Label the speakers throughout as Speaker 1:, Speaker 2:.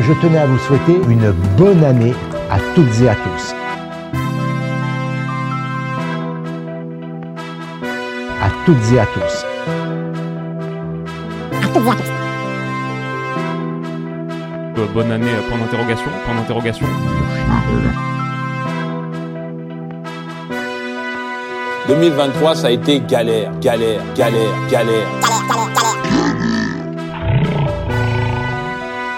Speaker 1: je tenais à vous souhaiter une bonne année à toutes et à tous. À toutes et à tous.
Speaker 2: Euh, bonne année, euh, point d'interrogation, point d'interrogation.
Speaker 3: Voilà. 2023, ça a été galère, galère, galère, galère.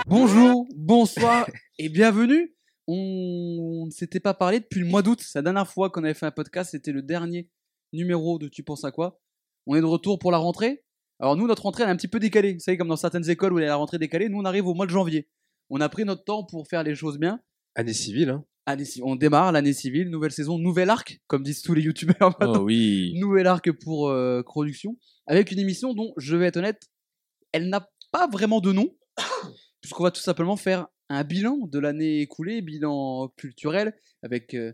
Speaker 4: Bonjour, bonsoir et bienvenue. On ne s'était pas parlé depuis le mois d'août. C'est la dernière fois qu'on avait fait un podcast. C'était le dernier numéro de Tu penses à quoi On est de retour pour la rentrée. Alors nous, notre rentrée, elle est un petit peu décalée. Vous savez, comme dans certaines écoles où il y a la rentrée décalée, nous, on arrive au mois de janvier. On a pris notre temps pour faire les choses bien.
Speaker 5: Année civile, hein
Speaker 4: Année ci- On démarre l'année civile, nouvelle saison, nouvel arc, comme disent tous les youtubeurs maintenant.
Speaker 5: oui
Speaker 4: nouvel arc pour euh, production, avec une émission dont, je vais être honnête, elle n'a pas vraiment de nom, puisqu'on va tout simplement faire un bilan de l'année écoulée, bilan culturel, avec euh,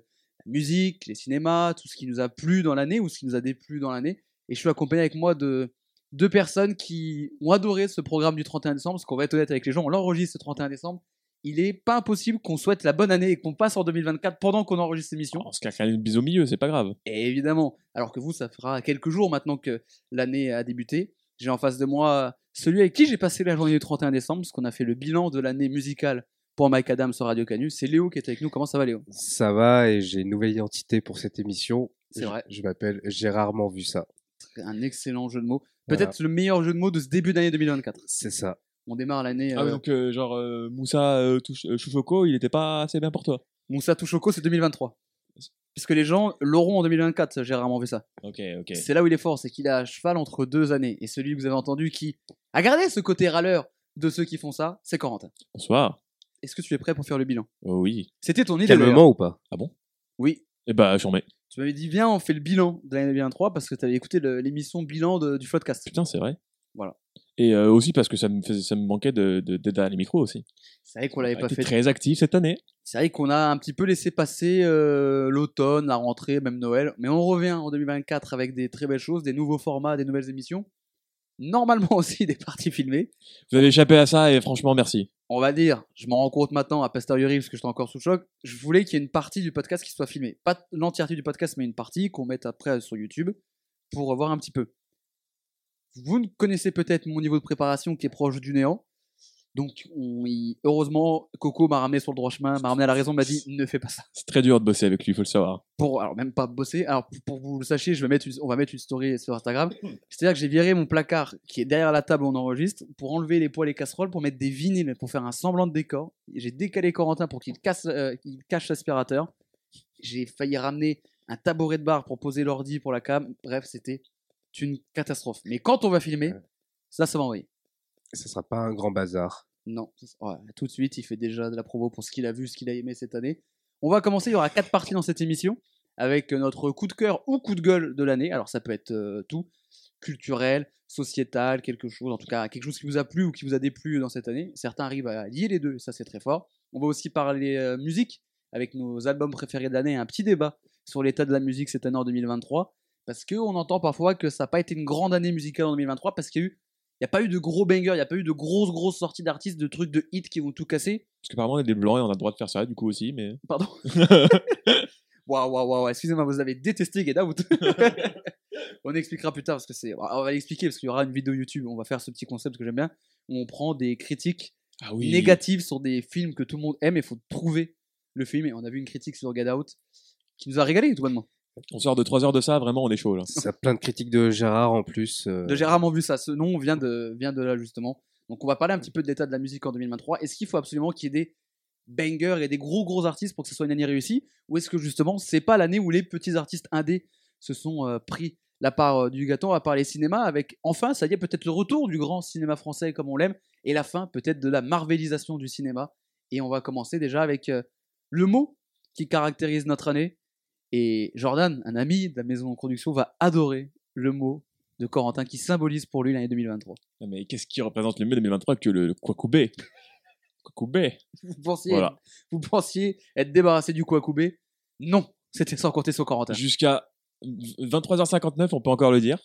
Speaker 4: la musique, les cinémas, tout ce qui nous a plu dans l'année ou ce qui nous a déplu dans l'année. Et je suis accompagné avec moi de deux personnes qui ont adoré ce programme du 31 décembre, parce qu'on va être honnête avec les gens, on l'enregistre le 31 décembre. Il est pas impossible qu'on souhaite la bonne année et qu'on passe en 2024 pendant qu'on enregistre l'émission.
Speaker 2: On se claque une bise au milieu, c'est pas grave.
Speaker 4: Et évidemment, alors que vous, ça fera quelques jours maintenant que l'année a débuté. J'ai en face de moi celui avec qui j'ai passé la journée du 31 décembre, parce qu'on a fait le bilan de l'année musicale pour Mike Adams sur Radio Canu. C'est Léo qui est avec nous. Comment ça va, Léo
Speaker 5: Ça va et j'ai une nouvelle identité pour cette émission.
Speaker 4: C'est
Speaker 5: Je-
Speaker 4: vrai.
Speaker 5: Je m'appelle J'ai rarement vu ça.
Speaker 4: Un excellent jeu de mots.
Speaker 5: Voilà.
Speaker 4: Peut-être le meilleur jeu de mots de ce début d'année 2024.
Speaker 5: C'est ça.
Speaker 4: On démarre l'année.
Speaker 2: Ah oui,
Speaker 4: euh,
Speaker 2: donc euh, genre euh, Moussa euh, Touch- euh, Chouchoko, il était pas assez bien pour toi.
Speaker 4: Moussa Touchoko, c'est 2023. Puisque les gens l'auront en 2024, j'ai rarement vu ça.
Speaker 2: Ok, ok.
Speaker 4: C'est là où il est fort, c'est qu'il est à cheval entre deux années. Et celui que vous avez entendu qui a gardé ce côté râleur de ceux qui font ça, c'est Corentin.
Speaker 2: Bonsoir.
Speaker 4: Est-ce que tu es prêt pour faire le bilan
Speaker 2: Oh oui.
Speaker 4: C'était ton idée. d'ailleurs.
Speaker 5: Calmement ou pas
Speaker 4: Oui.
Speaker 2: Eh bah, j'en mets.
Speaker 4: Tu m'avais dit, viens, on fait le bilan de l'année 2023 parce que tu avais écouté le- l'émission bilan de- du podcast.
Speaker 2: Putain, c'est vrai.
Speaker 4: Voilà.
Speaker 2: Et euh, aussi parce que ça me, faisait- ça me manquait de- de- d'être derrière les micros aussi.
Speaker 4: C'est vrai qu'on l'avait
Speaker 2: Ah,
Speaker 4: pas
Speaker 2: t'es
Speaker 4: fait.
Speaker 2: très actif cette année.
Speaker 4: C'est vrai qu'on a un petit peu laissé passer euh, l'automne, la rentrée, même Noël. Mais on revient en 2024 avec des très belles choses, des nouveaux formats, des nouvelles émissions. Normalement aussi des parties filmées.
Speaker 2: Vous avez échappé à ça et franchement, merci.
Speaker 4: On va dire, je m'en rends compte maintenant à posteriori parce que j'étais encore sous le choc. Je voulais qu'il y ait une partie du podcast qui soit filmée. Pas t- l'entièreté du podcast, mais une partie qu'on mette après euh, sur YouTube pour voir un petit peu. Vous ne connaissez peut-être mon niveau de préparation qui est proche du néant. Donc, on y- heureusement, Coco m'a ramené sur le droit chemin, m'a ramené à la raison, m'a dit ne fais pas ça.
Speaker 2: C'est très dur de bosser avec lui, faut le savoir.
Speaker 4: Pour, alors, même pas bosser. Alors, pour- pour que vous le sachiez, je vais mettre une- on va mettre une story sur Instagram. C'est-à-dire que j'ai viré mon placard qui est derrière la table où on enregistre pour enlever les poêles et casseroles, pour mettre des vinyles, pour faire un semblant de décor. J'ai décalé Corentin pour qu'il casse, euh, qu'il cache l'aspirateur. J'ai failli ramener un tabouret de bar pour poser l'ordi pour la cam. Bref, c'était une catastrophe. Mais quand on va filmer,
Speaker 5: Ouais.
Speaker 4: ça, ça va envoyer.
Speaker 5: Ça sera pas un grand bazar.
Speaker 4: Non, ça, ça- ouais, tout de suite, il fait déjà de la promo pour ce qu'il a vu, ce qu'il a aimé cette année. On va commencer, il y aura quatre parties dans cette émission, avec notre coup de cœur ou coup de gueule de l'année. Alors ça peut être euh, tout, culturel, sociétal, quelque chose, en tout cas quelque chose qui vous a plu ou qui vous a déplu dans cette année. Certains arrivent à lier les deux, ça c'est très fort. On va aussi parler euh, musique, avec nos albums préférés de l'année, un petit débat sur l'état de la musique cette année en 2023, parce qu'on entend parfois que ça n'a pas été une grande année musicale en 2023, parce qu'il y a eu il n'y a pas eu de gros banger, il n'y a pas eu de grosses, grosses sorties d'artistes, de trucs de hits qui vont tout casser.
Speaker 2: Parce qu'apparemment, on est des blancs et on a le droit de faire ça, du coup aussi, mais.
Speaker 4: Pardon. Waouh, waouh, waouh, excusez-moi, vous avez détesté Get Out. on expliquera plus tard parce que c'est. On va l'expliquer parce qu'il y aura une vidéo YouTube, on va faire ce petit concept que j'aime bien, où on prend des critiques
Speaker 2: Ah
Speaker 4: négatives sur des films que tout le monde aime et il faut trouver le film. Et on a vu une critique sur Get Out qui nous a régalé tout bonnement.
Speaker 2: On sort de 3 heures de ça, vraiment, on est chaud là.
Speaker 5: Ça a plein de critiques de Gérard en plus. euh,
Speaker 4: De J'ai rarement vu ça. Ce nom vient de, vient de là, justement. Donc, on va parler un petit peu de l'état de la musique en 2023. Est-ce qu'il faut absolument qu'il y ait des bangers et des gros, gros artistes pour que ce soit une année réussie Ou est-ce que, justement, c'est pas l'année où les petits artistes indés se sont euh, pris la part euh, du gâteau, à part les cinémas, avec enfin, ça y est, peut-être le retour du grand cinéma français comme on l'aime, et la fin, peut-être, de la marvelisation du cinéma. Et on va commencer déjà avec euh, le mot qui caractérise notre année. Et Jordan, un ami de la maison en production, va adorer le mot de Corentin qui symbolise pour lui l'année 2023.
Speaker 2: Non, Mais qu'est-ce qui représente le mieux 2023 que le, le Kwakubé Kwakubé
Speaker 4: Vous pensiez,
Speaker 2: Voilà.
Speaker 4: vous pensiez être débarrassé du Kouakoubé Non, c'était sans compter sur Corentin.
Speaker 2: Jusqu'à 23h59, on peut encore le dire.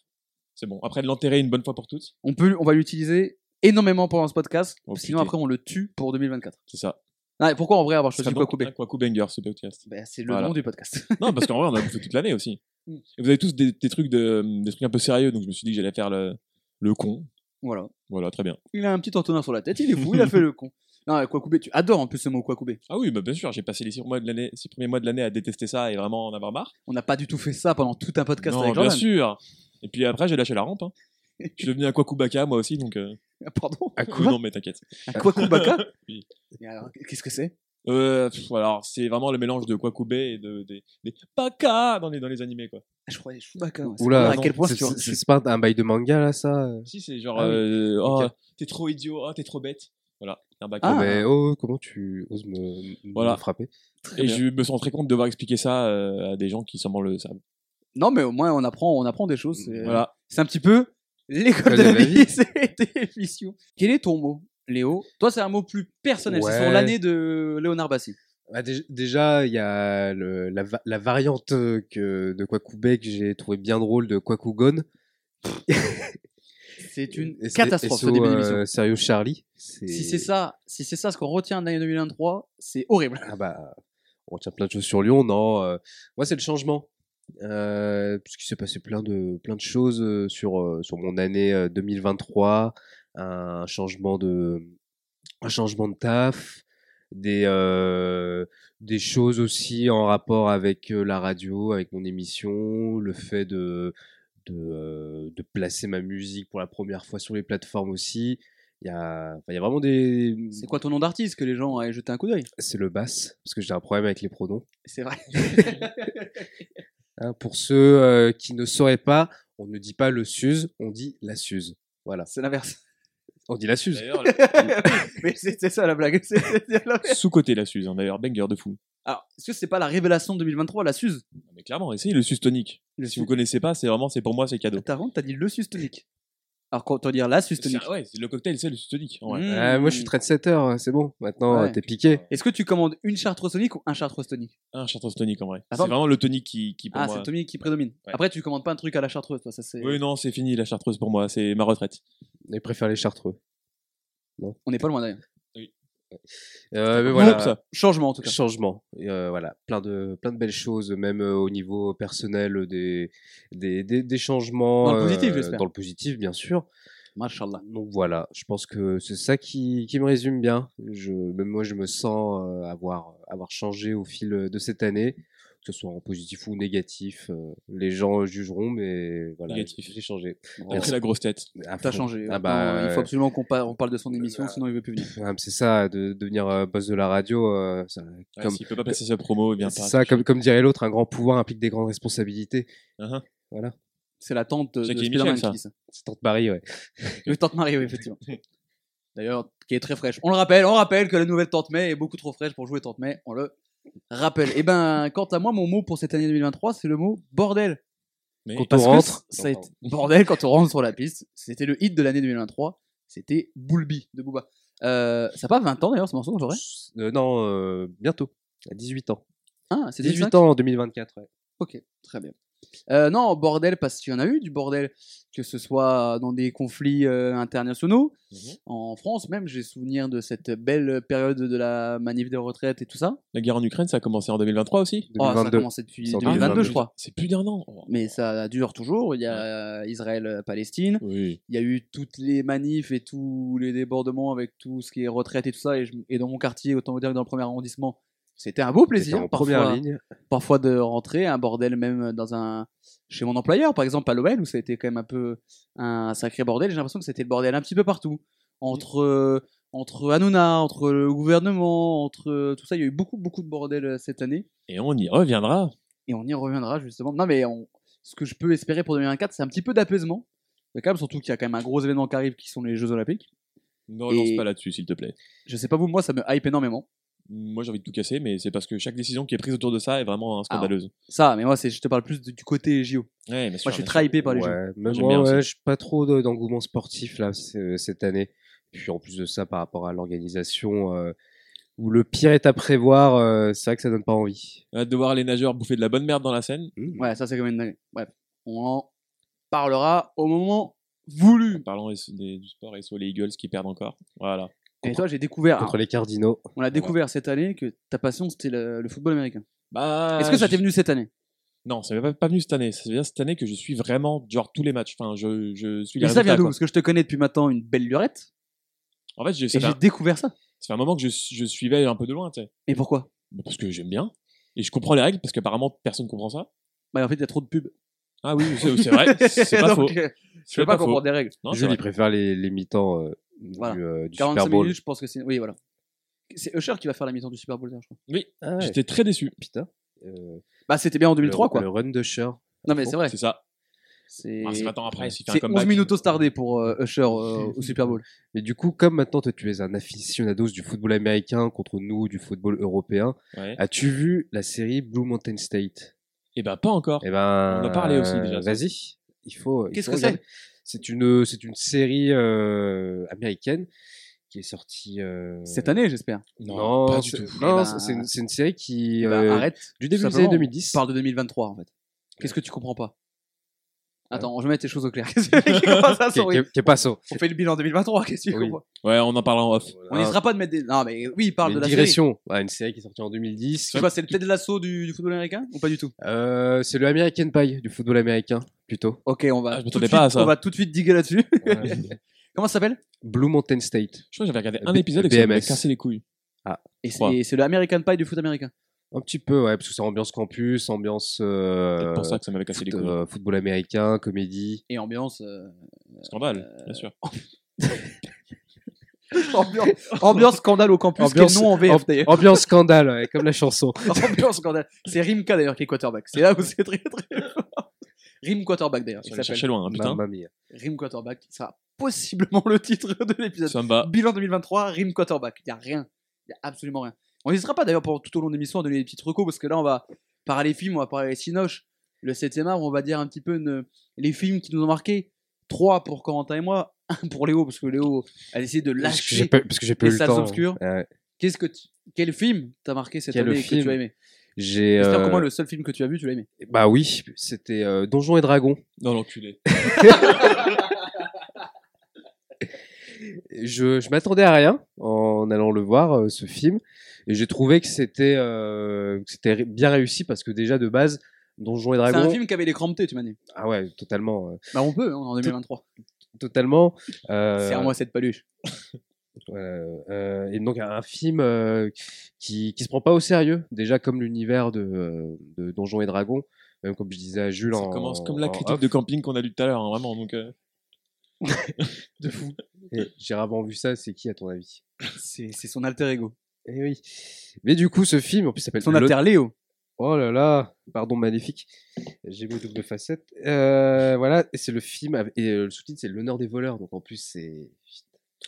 Speaker 2: C'est bon. Après de l'enterrer une bonne fois pour toutes.
Speaker 4: On, peut, on va l'utiliser énormément pendant ce podcast.
Speaker 2: Oh,
Speaker 4: sinon,
Speaker 2: putain.
Speaker 4: après, on le tue pour 2024.
Speaker 2: C'est ça.
Speaker 4: Non, Ah, et pourquoi en vrai avoir
Speaker 2: Ce
Speaker 4: choisi
Speaker 2: serait
Speaker 4: Kwakubé
Speaker 2: donc un Kwakubanger, ce podcast.
Speaker 4: Bah, C'est le
Speaker 2: Voilà.
Speaker 4: nom du podcast.
Speaker 2: Non, parce qu'en vrai, on a bouffé toute l'année aussi.
Speaker 4: Mm.
Speaker 2: Et vous avez tous des, des trucs de, des trucs un peu sérieux, donc je me suis dit que j'allais faire le, le con.
Speaker 4: voilà.
Speaker 2: Voilà, très bien.
Speaker 4: Il a un petit entonnoir sur la tête, il est fou, il a fait le con. Non, Kwakubé, tu adores en plus ce mot Kwakubé.
Speaker 2: Ah oui, bah bien sûr, j'ai passé les six, mois de l'année, six premiers mois de l'année à détester ça et vraiment en avoir marre.
Speaker 4: On n'a pas du tout fait ça pendant tout un podcast
Speaker 2: non,
Speaker 4: avec
Speaker 2: bien
Speaker 4: Jordan.
Speaker 2: sûr. Et puis après, j'ai lâché la rampe. hein. Je suis devenu un Kwakubaka, moi aussi, donc. euh,
Speaker 4: Ah, Pardon
Speaker 5: À
Speaker 2: non, mais t'inquiète.
Speaker 4: Un Kwakubaka
Speaker 2: Oui.
Speaker 4: Et alors, qu'est-ce que c'est
Speaker 2: Euh, pff, alors, c'est vraiment le mélange de Kwakube et de, des, des Baka dans les, dans les animés, quoi.
Speaker 4: Ah, Je croyais Chewbacca. ouais.
Speaker 5: Oula,
Speaker 4: à quel point
Speaker 5: c'est-
Speaker 4: tu-
Speaker 5: c'est c'est pas un bail de manga là, ça
Speaker 2: Si, c'est genre,
Speaker 5: Ah oui.
Speaker 2: euh, oh,
Speaker 5: Ok.
Speaker 2: t'es trop idiot, oh, t'es trop bête. Voilà, un Baka.
Speaker 4: Ah.
Speaker 5: Mais oh, comment tu oses me, me
Speaker 2: Voilà.
Speaker 5: frapper
Speaker 2: et
Speaker 4: bien.
Speaker 2: je me suis rendu compte de devoir expliquer ça euh, à des gens qui semblent le savent.
Speaker 4: Non, mais au moins, on apprend, on apprend des choses. c'est-
Speaker 2: Voilà.
Speaker 4: C'est un petit peu l'école
Speaker 5: L'école
Speaker 4: de la
Speaker 5: de la
Speaker 4: vie, cette émission. Quel est ton mot, Léo Toi, c'est un mot plus personnel. C'est sur
Speaker 5: Ouais.
Speaker 4: l'année de Léonard Bassi.
Speaker 5: Bah, dé- déjà, il y a le- la, va- la variante euh, que, de Kwakubé que j'ai trouvé bien drôle de Kwakugon.
Speaker 4: C'est une
Speaker 5: Et- et-
Speaker 4: catastrophe,
Speaker 5: et
Speaker 4: ce
Speaker 5: so,
Speaker 4: début
Speaker 5: euh,
Speaker 4: d'émission.
Speaker 5: Sérieux Charlie.
Speaker 4: Si c'est ça, si c'est ça ce qu'on retient de l'année 2023, c'est horrible.
Speaker 5: Ah bah, on retient plein de choses sur Lyon, non. euh, moi, c'est le changement. Euh, puisqu'il s'est passé plein de, plein de choses euh, sur, euh, sur mon année euh, 2023. Un changement de, un changement de taf. Des, euh, des choses aussi en rapport avec euh, la radio, avec mon émission, le fait de, de, euh, de placer ma musique pour la première fois sur les plateformes aussi. Il y a, enfin, il y a vraiment des.
Speaker 4: C'est quoi ton nom d'artiste que les gens aient jeté un coup d'œil
Speaker 5: C'est le bass, parce que j'ai un problème avec les pronoms.
Speaker 4: C'est vrai.
Speaker 5: Hein, pour ceux euh, qui ne sauraient pas, on ne dit pas le Suze, on dit la Suze. Voilà,
Speaker 4: C'est l'inverse.
Speaker 5: on dit la Suze.
Speaker 2: D'ailleurs,
Speaker 4: Mais c'est c'est ça la blague. c'est- c'est l'inverse.
Speaker 2: sous-côté la Suze, hein, d'ailleurs, banger de fou.
Speaker 4: Alors, est-ce que c'est pas la révélation de 2023, la Suze
Speaker 2: Non, Mais clairement, essayez le Suze tonique.
Speaker 4: Le
Speaker 2: Si vous connaissez pas, c'est vraiment, c'est pour moi, c'est cadeau.
Speaker 4: T'as vraiment- t'as dit le Suze tonique. Alors, quand on dit la Suze tonique.
Speaker 2: C'est- Ouais, c'est- le cocktail, c'est le Suze tonique. en vrai.
Speaker 4: Mmh.
Speaker 5: Ah, moi, je suis trendsetter, c'est bon. Maintenant,
Speaker 4: Ouais.
Speaker 5: euh, t'es piqué.
Speaker 4: Est-ce que tu commandes une chartreuse tonique ou un chartreuse tonique
Speaker 2: Un chartreuse tonique, en vrai.
Speaker 4: Ah,
Speaker 2: c'est
Speaker 4: pardon.
Speaker 2: vraiment le tonique qui, qui pour
Speaker 4: Ah, c'est
Speaker 2: moi.
Speaker 4: le tonique qui prédomine.
Speaker 2: Ouais.
Speaker 4: Après, tu commandes pas un truc à la chartreuse, toi, ça c'est.
Speaker 2: Oui, non, c'est fini la chartreuse pour moi, c'est ma retraite.
Speaker 5: Et préfère les chartreux.
Speaker 4: On n'est pas loin d'ailleurs.
Speaker 5: Euh, mais
Speaker 2: Hop,
Speaker 5: voilà,
Speaker 2: ça.
Speaker 4: Changement en tout cas.
Speaker 5: changement. Et, euh, voilà, plein de, plein de belles choses, même euh, au niveau personnel, des, des, des, des changements. euh,
Speaker 4: Dans le positif, j'espère.
Speaker 5: Dans le positif, bien sûr.
Speaker 4: Machallah.
Speaker 2: Mm.
Speaker 5: Donc voilà, je pense que c'est ça qui, qui me résume bien. Je, même moi, je me sens euh, avoir, avoir changé au fil de cette année, que ce soit en positif ou négatif. euh, les gens jugeront, mais voilà,
Speaker 2: Négatif.
Speaker 5: j'ai changé.
Speaker 2: Après la grosse tête.
Speaker 5: À
Speaker 4: T'as
Speaker 5: fond.
Speaker 4: changé.
Speaker 5: Ah bah,
Speaker 4: Attends, Il faut absolument qu'on par- on parle de son émission,
Speaker 2: Bah.
Speaker 4: sinon il veut plus venir.
Speaker 5: pff, ah, mais c'est ça, de devenir euh, boss de la radio. euh, ça-
Speaker 2: Ouais,
Speaker 5: comme,
Speaker 2: S'il peut pas passer sa promo, il vient
Speaker 5: c'est
Speaker 2: pas.
Speaker 5: ça, comme, comme dirait l'autre, un grand pouvoir implique des grandes responsabilités.
Speaker 2: Uh-huh.
Speaker 4: C'est la tante de
Speaker 2: Jackie et
Speaker 4: Spider-Man
Speaker 2: Michel, ça.
Speaker 4: qui dit ça.
Speaker 5: C'est Tante Marie, ouais.
Speaker 4: Le tante Marie, oui, effectivement. D'ailleurs, qui est très fraîche. On le rappelle, on rappelle que la nouvelle tante May est beaucoup trop fraîche pour jouer tante May. On le rappelle. Et ben, quant à moi, mon mot pour cette année 2023, c'est le mot bordel.
Speaker 2: Mais
Speaker 5: Quand on
Speaker 4: Parce que
Speaker 5: rentre,
Speaker 4: ça a été bordel quand on rentre sur la piste. C'était le hit de l'année 2023. C'était Boulby de Booba. Euh, ça a pas 20 ans d'ailleurs ce morceau, en vrai
Speaker 5: Euh, non, euh, bientôt, à 18 ans.
Speaker 4: Ah, c'est
Speaker 5: 18
Speaker 4: 18
Speaker 5: ans en 2024,
Speaker 4: Oh,
Speaker 5: ouais.
Speaker 4: Ok, très bien. Euh, non, bordel, parce qu'il y en a eu du bordel, que ce soit dans des conflits euh, internationaux,
Speaker 2: Mhm.
Speaker 4: en France même, j'ai souvenir de cette belle période de la manif des retraites et tout ça.
Speaker 2: La guerre en Ukraine, ça a commencé en 2023 aussi
Speaker 4: Oh, ça a
Speaker 5: 2022.
Speaker 4: commencé depuis
Speaker 5: C'est en
Speaker 4: 2022,
Speaker 5: 2022,
Speaker 4: je crois.
Speaker 2: C'est plus d'un an.
Speaker 4: Mais ça dure toujours. Il y a Israël-Palestine,
Speaker 2: Oui.
Speaker 4: il y a eu toutes les manifs et tous les débordements avec tout ce qui est retraite et tout ça. Et, je- et dans mon quartier, autant vous dire que dans le premier arrondissement, c'était un beau plaisir.
Speaker 5: J'étais en
Speaker 4: parfois,
Speaker 5: première ligne.
Speaker 4: parfois de rentrer, un bordel même dans un chez mon employeur, par exemple à l'OL, où ça a été quand même un peu un sacré bordel. J'ai l'impression que c'était le bordel un petit peu partout. Entre, euh, entre Hanouna, entre le gouvernement, entre euh, tout ça, il y a eu beaucoup, beaucoup de bordel euh, cette année.
Speaker 2: Et on y reviendra.
Speaker 4: Et on y reviendra justement. Non, mais on- ce que je peux espérer pour 2024, c'est un petit peu d'apaisement. Mais Quand même, surtout qu'il y a quand même un gros événement qui arrive qui sont les Jeux Olympiques.
Speaker 2: Ne relance
Speaker 4: Et-
Speaker 2: pas là-dessus, s'il te plaît.
Speaker 4: Je sais pas vous, moi ça me hype énormément.
Speaker 2: Moi, j'ai envie de tout casser, mais c'est parce que chaque décision qui est prise autour de ça est vraiment hein,
Speaker 4: Ah,
Speaker 2: scandaleuse.
Speaker 4: Ça, mais moi c'est, je te parle plus du du côté JO. Ah.
Speaker 2: Ouais, bien sûr,
Speaker 4: Moi je suis
Speaker 2: bien
Speaker 4: très
Speaker 2: sûr.
Speaker 4: hypé par les
Speaker 5: ouais,
Speaker 4: Jeux.
Speaker 5: Même
Speaker 2: J'aime bien
Speaker 5: moi,
Speaker 2: aussi.
Speaker 5: ouais, je suis pas trop de- d'engouement sportif là c- euh, cette année. Puis en plus de ça, par rapport à l'organisation, euh, où le pire est à prévoir, euh, c'est vrai que ça donne pas envie.
Speaker 2: On a hâte de voir les nageurs bouffer de la bonne merde dans la Seine.
Speaker 4: Ouais, ça c'est quand même dingue. Bref, on en parlera au moment voulu.
Speaker 2: Parlons des- des- du sport et soit les Eagles qui perdent encore. Voilà.
Speaker 4: Et toi, j'ai
Speaker 2: Ah.
Speaker 4: découvert,
Speaker 5: contre les Cardinaux.
Speaker 4: on a découvert cette année que ta passion c'était le, le football américain.
Speaker 2: Bah,
Speaker 4: Est-ce que ça
Speaker 2: je-
Speaker 4: t'est venu cette année
Speaker 2: Non, ça m'est pas, pas venu cette année. Ça vient cette année que je suis vraiment, genre, tous les matchs. Enfin, je, je suis les
Speaker 4: Et ça vient
Speaker 2: résultats,
Speaker 4: d'où
Speaker 2: quoi.
Speaker 4: Parce que je te connais depuis maintenant une belle lurette
Speaker 2: En fait, j'ai-
Speaker 4: et
Speaker 2: ça fait
Speaker 4: j'ai
Speaker 2: un-
Speaker 4: découvert ça.
Speaker 2: ça fait un moment que je, je suivais un peu de loin, tu sais.
Speaker 4: Et pourquoi
Speaker 2: Bah, Parce que j'aime bien. Et je comprends les règles parce qu'apparemment personne comprend ça.
Speaker 4: Bah en fait, il y a trop de pubs.
Speaker 2: Ah oui, c'est c'est vrai. C'est pas
Speaker 4: Donc,
Speaker 2: faux.
Speaker 4: euh, Je
Speaker 2: C'est
Speaker 4: peux pas
Speaker 2: faux.
Speaker 4: comprendre des règles.
Speaker 2: Non, c'est
Speaker 5: Jules,
Speaker 2: vrai.
Speaker 5: il préfère les, les mi-temps euh, du,
Speaker 4: Voilà.
Speaker 5: euh, du Super
Speaker 4: 45
Speaker 5: Bowl.
Speaker 4: minutes, je pense que c'est. Oui, voilà. C'est Usher qui va faire la mi-temps du Super Bowl, je crois.
Speaker 2: Oui,
Speaker 5: Ah ouais,
Speaker 2: j'étais très déçu.
Speaker 5: putain. Euh,
Speaker 4: Bah, c'était bien en 2003,
Speaker 5: le-
Speaker 4: quoi.
Speaker 5: Le run de Cher.
Speaker 4: non, mais c'est vrai.
Speaker 2: C'est ça.
Speaker 4: C'est
Speaker 2: Enfin, Ah, c'est 20 ans après, s'il fait un
Speaker 4: c'est
Speaker 2: comeback.
Speaker 4: 11 minutes tardées pour euh, Usher euh, au Super Bowl.
Speaker 5: Mais du coup, comme maintenant toi, tu es un aficionados du football américain contre nous, du football européen,
Speaker 2: Ouais.
Speaker 5: as-tu vu la série Blue Mountain State
Speaker 2: Et bah, pas encore.
Speaker 5: Eh ben,
Speaker 2: On en parlait aussi, déjà, ça.
Speaker 5: Vas-y, il faut. il
Speaker 4: Qu'est-ce
Speaker 5: faut
Speaker 4: que c'est
Speaker 5: regarder. C'est une, c'est une série euh, américaine qui est sortie. euh,
Speaker 4: Cette année, j'espère.
Speaker 5: Non,
Speaker 2: pas du
Speaker 5: c'est-
Speaker 2: tout.
Speaker 5: non,
Speaker 4: Eh ben-
Speaker 5: c'est une, c'est une série qui
Speaker 4: Eh ben,
Speaker 5: euh,
Speaker 4: arrête.
Speaker 5: du début
Speaker 4: tout
Speaker 5: des années
Speaker 4: simplement.
Speaker 5: 2010.
Speaker 4: Parle de 2023, en fait. Qu'est-ce que tu comprends pas Attends, je vais mettre les choses au clair. Qu'est-ce que- Comment ça,
Speaker 5: Qui est-
Speaker 4: sorry
Speaker 5: qui est- qui est pas ça.
Speaker 4: On fait le bilan 2023. Qu'est-ce que tu
Speaker 5: Oui.
Speaker 4: comprends
Speaker 2: Ouais, on en parlera en off.
Speaker 4: On n'hésitera pas de mettre des. Non, Ah. mais oui, il
Speaker 5: Parle
Speaker 4: parle de la série.
Speaker 5: digression. Ouais, une série qui est sortie en 2010.
Speaker 4: C'est quoi C'est le tête de l'assaut du, du football américain ou pas du tout
Speaker 5: Euh, c'est le American Pie du football américain plutôt.
Speaker 4: Ok, on va,
Speaker 2: Ah,
Speaker 4: tout,
Speaker 2: je
Speaker 4: de
Speaker 2: m'attendais
Speaker 4: suite,
Speaker 2: pas à ça.
Speaker 4: on va tout de suite diguer là-dessus.
Speaker 2: je
Speaker 4: Comment ça s'appelle
Speaker 5: Blue Mountain State.
Speaker 2: crois que j'avais regardé un
Speaker 5: B-
Speaker 2: épisode et que ça m'a
Speaker 5: BMS.
Speaker 2: cassé les couilles.
Speaker 4: Et
Speaker 2: Quoi
Speaker 4: c'est et c'est le American Pie du foot américain.
Speaker 5: Un petit peu, ouais, parce que c'est ambiance campus, ambiance euh,
Speaker 2: C'est pour ça que ça m'avait cassé les
Speaker 5: foot-
Speaker 2: couilles.
Speaker 5: euh, football américain, comédie.
Speaker 4: Et ambiance. euh,
Speaker 2: Scandale, bien sûr.
Speaker 4: ambiance, ambiance scandale au campus,
Speaker 5: Ambiance-
Speaker 4: qui est non en
Speaker 5: Am-
Speaker 4: VF d'ailleurs.
Speaker 5: ambiance scandale, ouais, comme la chanson.
Speaker 4: ambiance scandale. C'est Rimka d'ailleurs qui est quarterback. C'est là où c'est très très fort. Rim quarterback d'ailleurs.
Speaker 2: Je
Speaker 4: Il
Speaker 2: vais chercher
Speaker 4: s'appelle
Speaker 2: loin, hein, putain.
Speaker 5: Mamma mia.
Speaker 4: Rim quarterback. qui sera possiblement le titre de l'épisode.
Speaker 2: Ça me va.
Speaker 4: Bilan 2023, Rim quarterback. Il y a rien. Il y a absolument rien. On n'hésitera pas d'ailleurs pour tout au long de l'émission à donner des petites recos parce que là on va parler films, on va parler Sinoche, le 7ème art, on va dire un petit peu ne- les films qui nous ont marqués. Trois pour Corentin et moi, un pour Léo parce que Léo a essayé de
Speaker 5: Parce que j'ai
Speaker 4: lâcher.
Speaker 5: pas, parce que j'ai pas
Speaker 4: les
Speaker 5: eu le
Speaker 4: salles
Speaker 5: temps.
Speaker 4: obscures.
Speaker 5: Ouais.
Speaker 4: Qu'est-ce que tu- quel film t'a marqué cette
Speaker 5: Quel
Speaker 4: année et que
Speaker 5: film
Speaker 4: tu as aimé
Speaker 5: J'ai.
Speaker 4: J'espère qu'au
Speaker 5: euh,
Speaker 4: moins le seul film que tu as vu, tu l'as aimé.
Speaker 5: Bah oui, c'était euh, Donjons et Dragons.
Speaker 2: Non, l'enculé.
Speaker 5: Je, je m'attendais à rien en allant le voir, euh, ce film. Et j'ai trouvé que c'était euh, que c'était ré- bien réussi parce que déjà de base, Donjons et
Speaker 4: C'est
Speaker 5: Dragons.
Speaker 4: un film qui avait les crampes, tu m'as dit.
Speaker 5: Ah ouais, totalement. euh,
Speaker 4: Bah on peut, hein, on est en 2023.
Speaker 5: totalement. euh,
Speaker 4: C'est à moi cette paluche.
Speaker 5: Euh, euh, et donc un film euh, qui qui se prend pas au sérieux déjà comme l'univers de, euh, de Donjons et Dragons même comme je disais à Jules
Speaker 2: Ça
Speaker 5: en-
Speaker 2: commence comme la
Speaker 5: en
Speaker 2: critique
Speaker 5: off.
Speaker 2: de camping qu'on a lu tout à l'heure, hein, vraiment. Donc, euh,
Speaker 5: de fou
Speaker 4: Mmh.
Speaker 5: Et j'ai rarement vu ça c'est qui à ton avis
Speaker 4: C'est c'est son alter ego.
Speaker 5: Eh oui mais du coup ce film en plus s'appelle
Speaker 4: Son
Speaker 5: Le-
Speaker 4: alter Léo.
Speaker 5: oh là là pardon magnifique j'ai mes doubles facettes Euh, voilà et c'est le film avec- et euh, le sous-titre c'est l'honneur des voleurs donc en plus c'est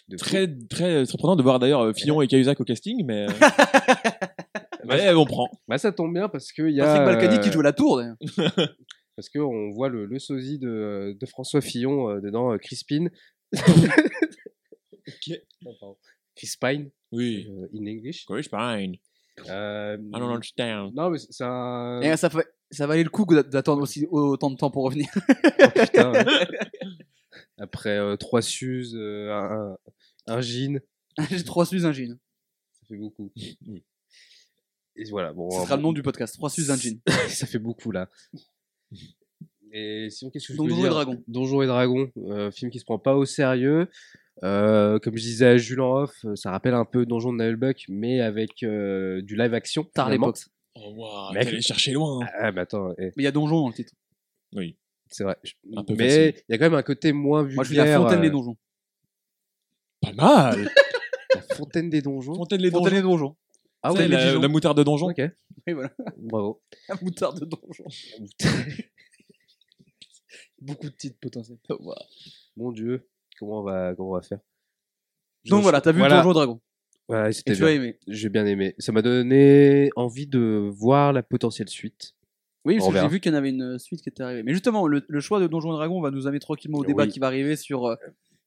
Speaker 5: de fou.
Speaker 2: très, très, très prenant de voir d'ailleurs euh, Fillon et Cahuzac au casting, mais. euh, Ouais, on prend.
Speaker 5: bah ça tombe bien parce que il y a
Speaker 4: Patrick Balkany
Speaker 5: euh,
Speaker 4: qui joue la tour d'ailleurs.
Speaker 5: parce que on voit le, le sosie de, de François Fillon euh, dedans, euh, Crispin. Non, pardon. Crispine
Speaker 2: Oui. Mm.
Speaker 5: euh, in English.
Speaker 2: Chris Pine.
Speaker 4: Ah
Speaker 5: Euh,
Speaker 2: I don't understand.
Speaker 5: non mais c'est c'est un.
Speaker 4: Et ça, fa- ça valait le coup que d'a- d'attendre aussi autant de temps pour revenir.
Speaker 5: Putain, ouais. Après euh, trois Suze, euh, un, un, un jean,
Speaker 4: J'ai trois sus un jean.
Speaker 5: ça fait beaucoup. Et voilà bon.
Speaker 4: Ce
Speaker 5: euh,
Speaker 4: sera le
Speaker 5: bon,
Speaker 4: nom du podcast. Trois sus un jean.
Speaker 5: ça fait beaucoup là. Et sinon qu'est-ce que je peux
Speaker 4: Donjons et
Speaker 5: dire
Speaker 4: Dragons.
Speaker 5: Donjons et Dragons, euh, film qui se prend pas au sérieux. Euh, comme je disais à Jules en off, euh, ça rappelle un peu Donjon de Nullbuck, mais avec euh, du live action.
Speaker 4: Tard
Speaker 5: finalement.
Speaker 4: l'époque.
Speaker 2: Oh, waouh,
Speaker 5: Mec.
Speaker 2: t'es allé chercher loin. hein.
Speaker 5: Ah, mais attends, eh,
Speaker 4: Mais il y a Donjon dans le titre.
Speaker 5: c'est vrai. Je-
Speaker 2: Un peu
Speaker 5: mais
Speaker 2: facile.
Speaker 5: il y a quand même un côté moins vulgaire.
Speaker 4: Moi je suis la Fontaine
Speaker 5: euh,
Speaker 4: des Donjons.
Speaker 2: Pas mal.
Speaker 5: la Fontaine des Donjons.
Speaker 2: Fontaine les
Speaker 4: Fontaine des
Speaker 2: donjons.
Speaker 4: Donjons.
Speaker 5: Ah
Speaker 2: Tu sais,
Speaker 5: ouais,
Speaker 2: la,
Speaker 5: Donjons.
Speaker 2: la moutarde de donjon.
Speaker 5: Ok,
Speaker 4: Oui voilà.
Speaker 5: bravo.
Speaker 4: La moutarde de Donjon. Beaucoup de titres potentiels. Voilà.
Speaker 5: Mon Dieu, comment on va, comment on va faire
Speaker 4: Donc voilà, t'as vu
Speaker 5: Voilà.
Speaker 4: Donjon et Dragon.
Speaker 5: Ouais,
Speaker 4: Et
Speaker 5: c'était
Speaker 4: tu as
Speaker 5: bien.
Speaker 4: aimé.
Speaker 5: J'ai bien aimé. Ça m'a donné envie de voir la potentielle suite.
Speaker 4: Oui,
Speaker 5: On
Speaker 4: parce que j'ai
Speaker 5: verra.
Speaker 4: vu qu'il y en avait une suite qui était arrivée. Mais justement, le, le choix de Donjon Dragon va nous amener tranquillement au
Speaker 5: Oui.
Speaker 4: débat qui va arriver sur euh,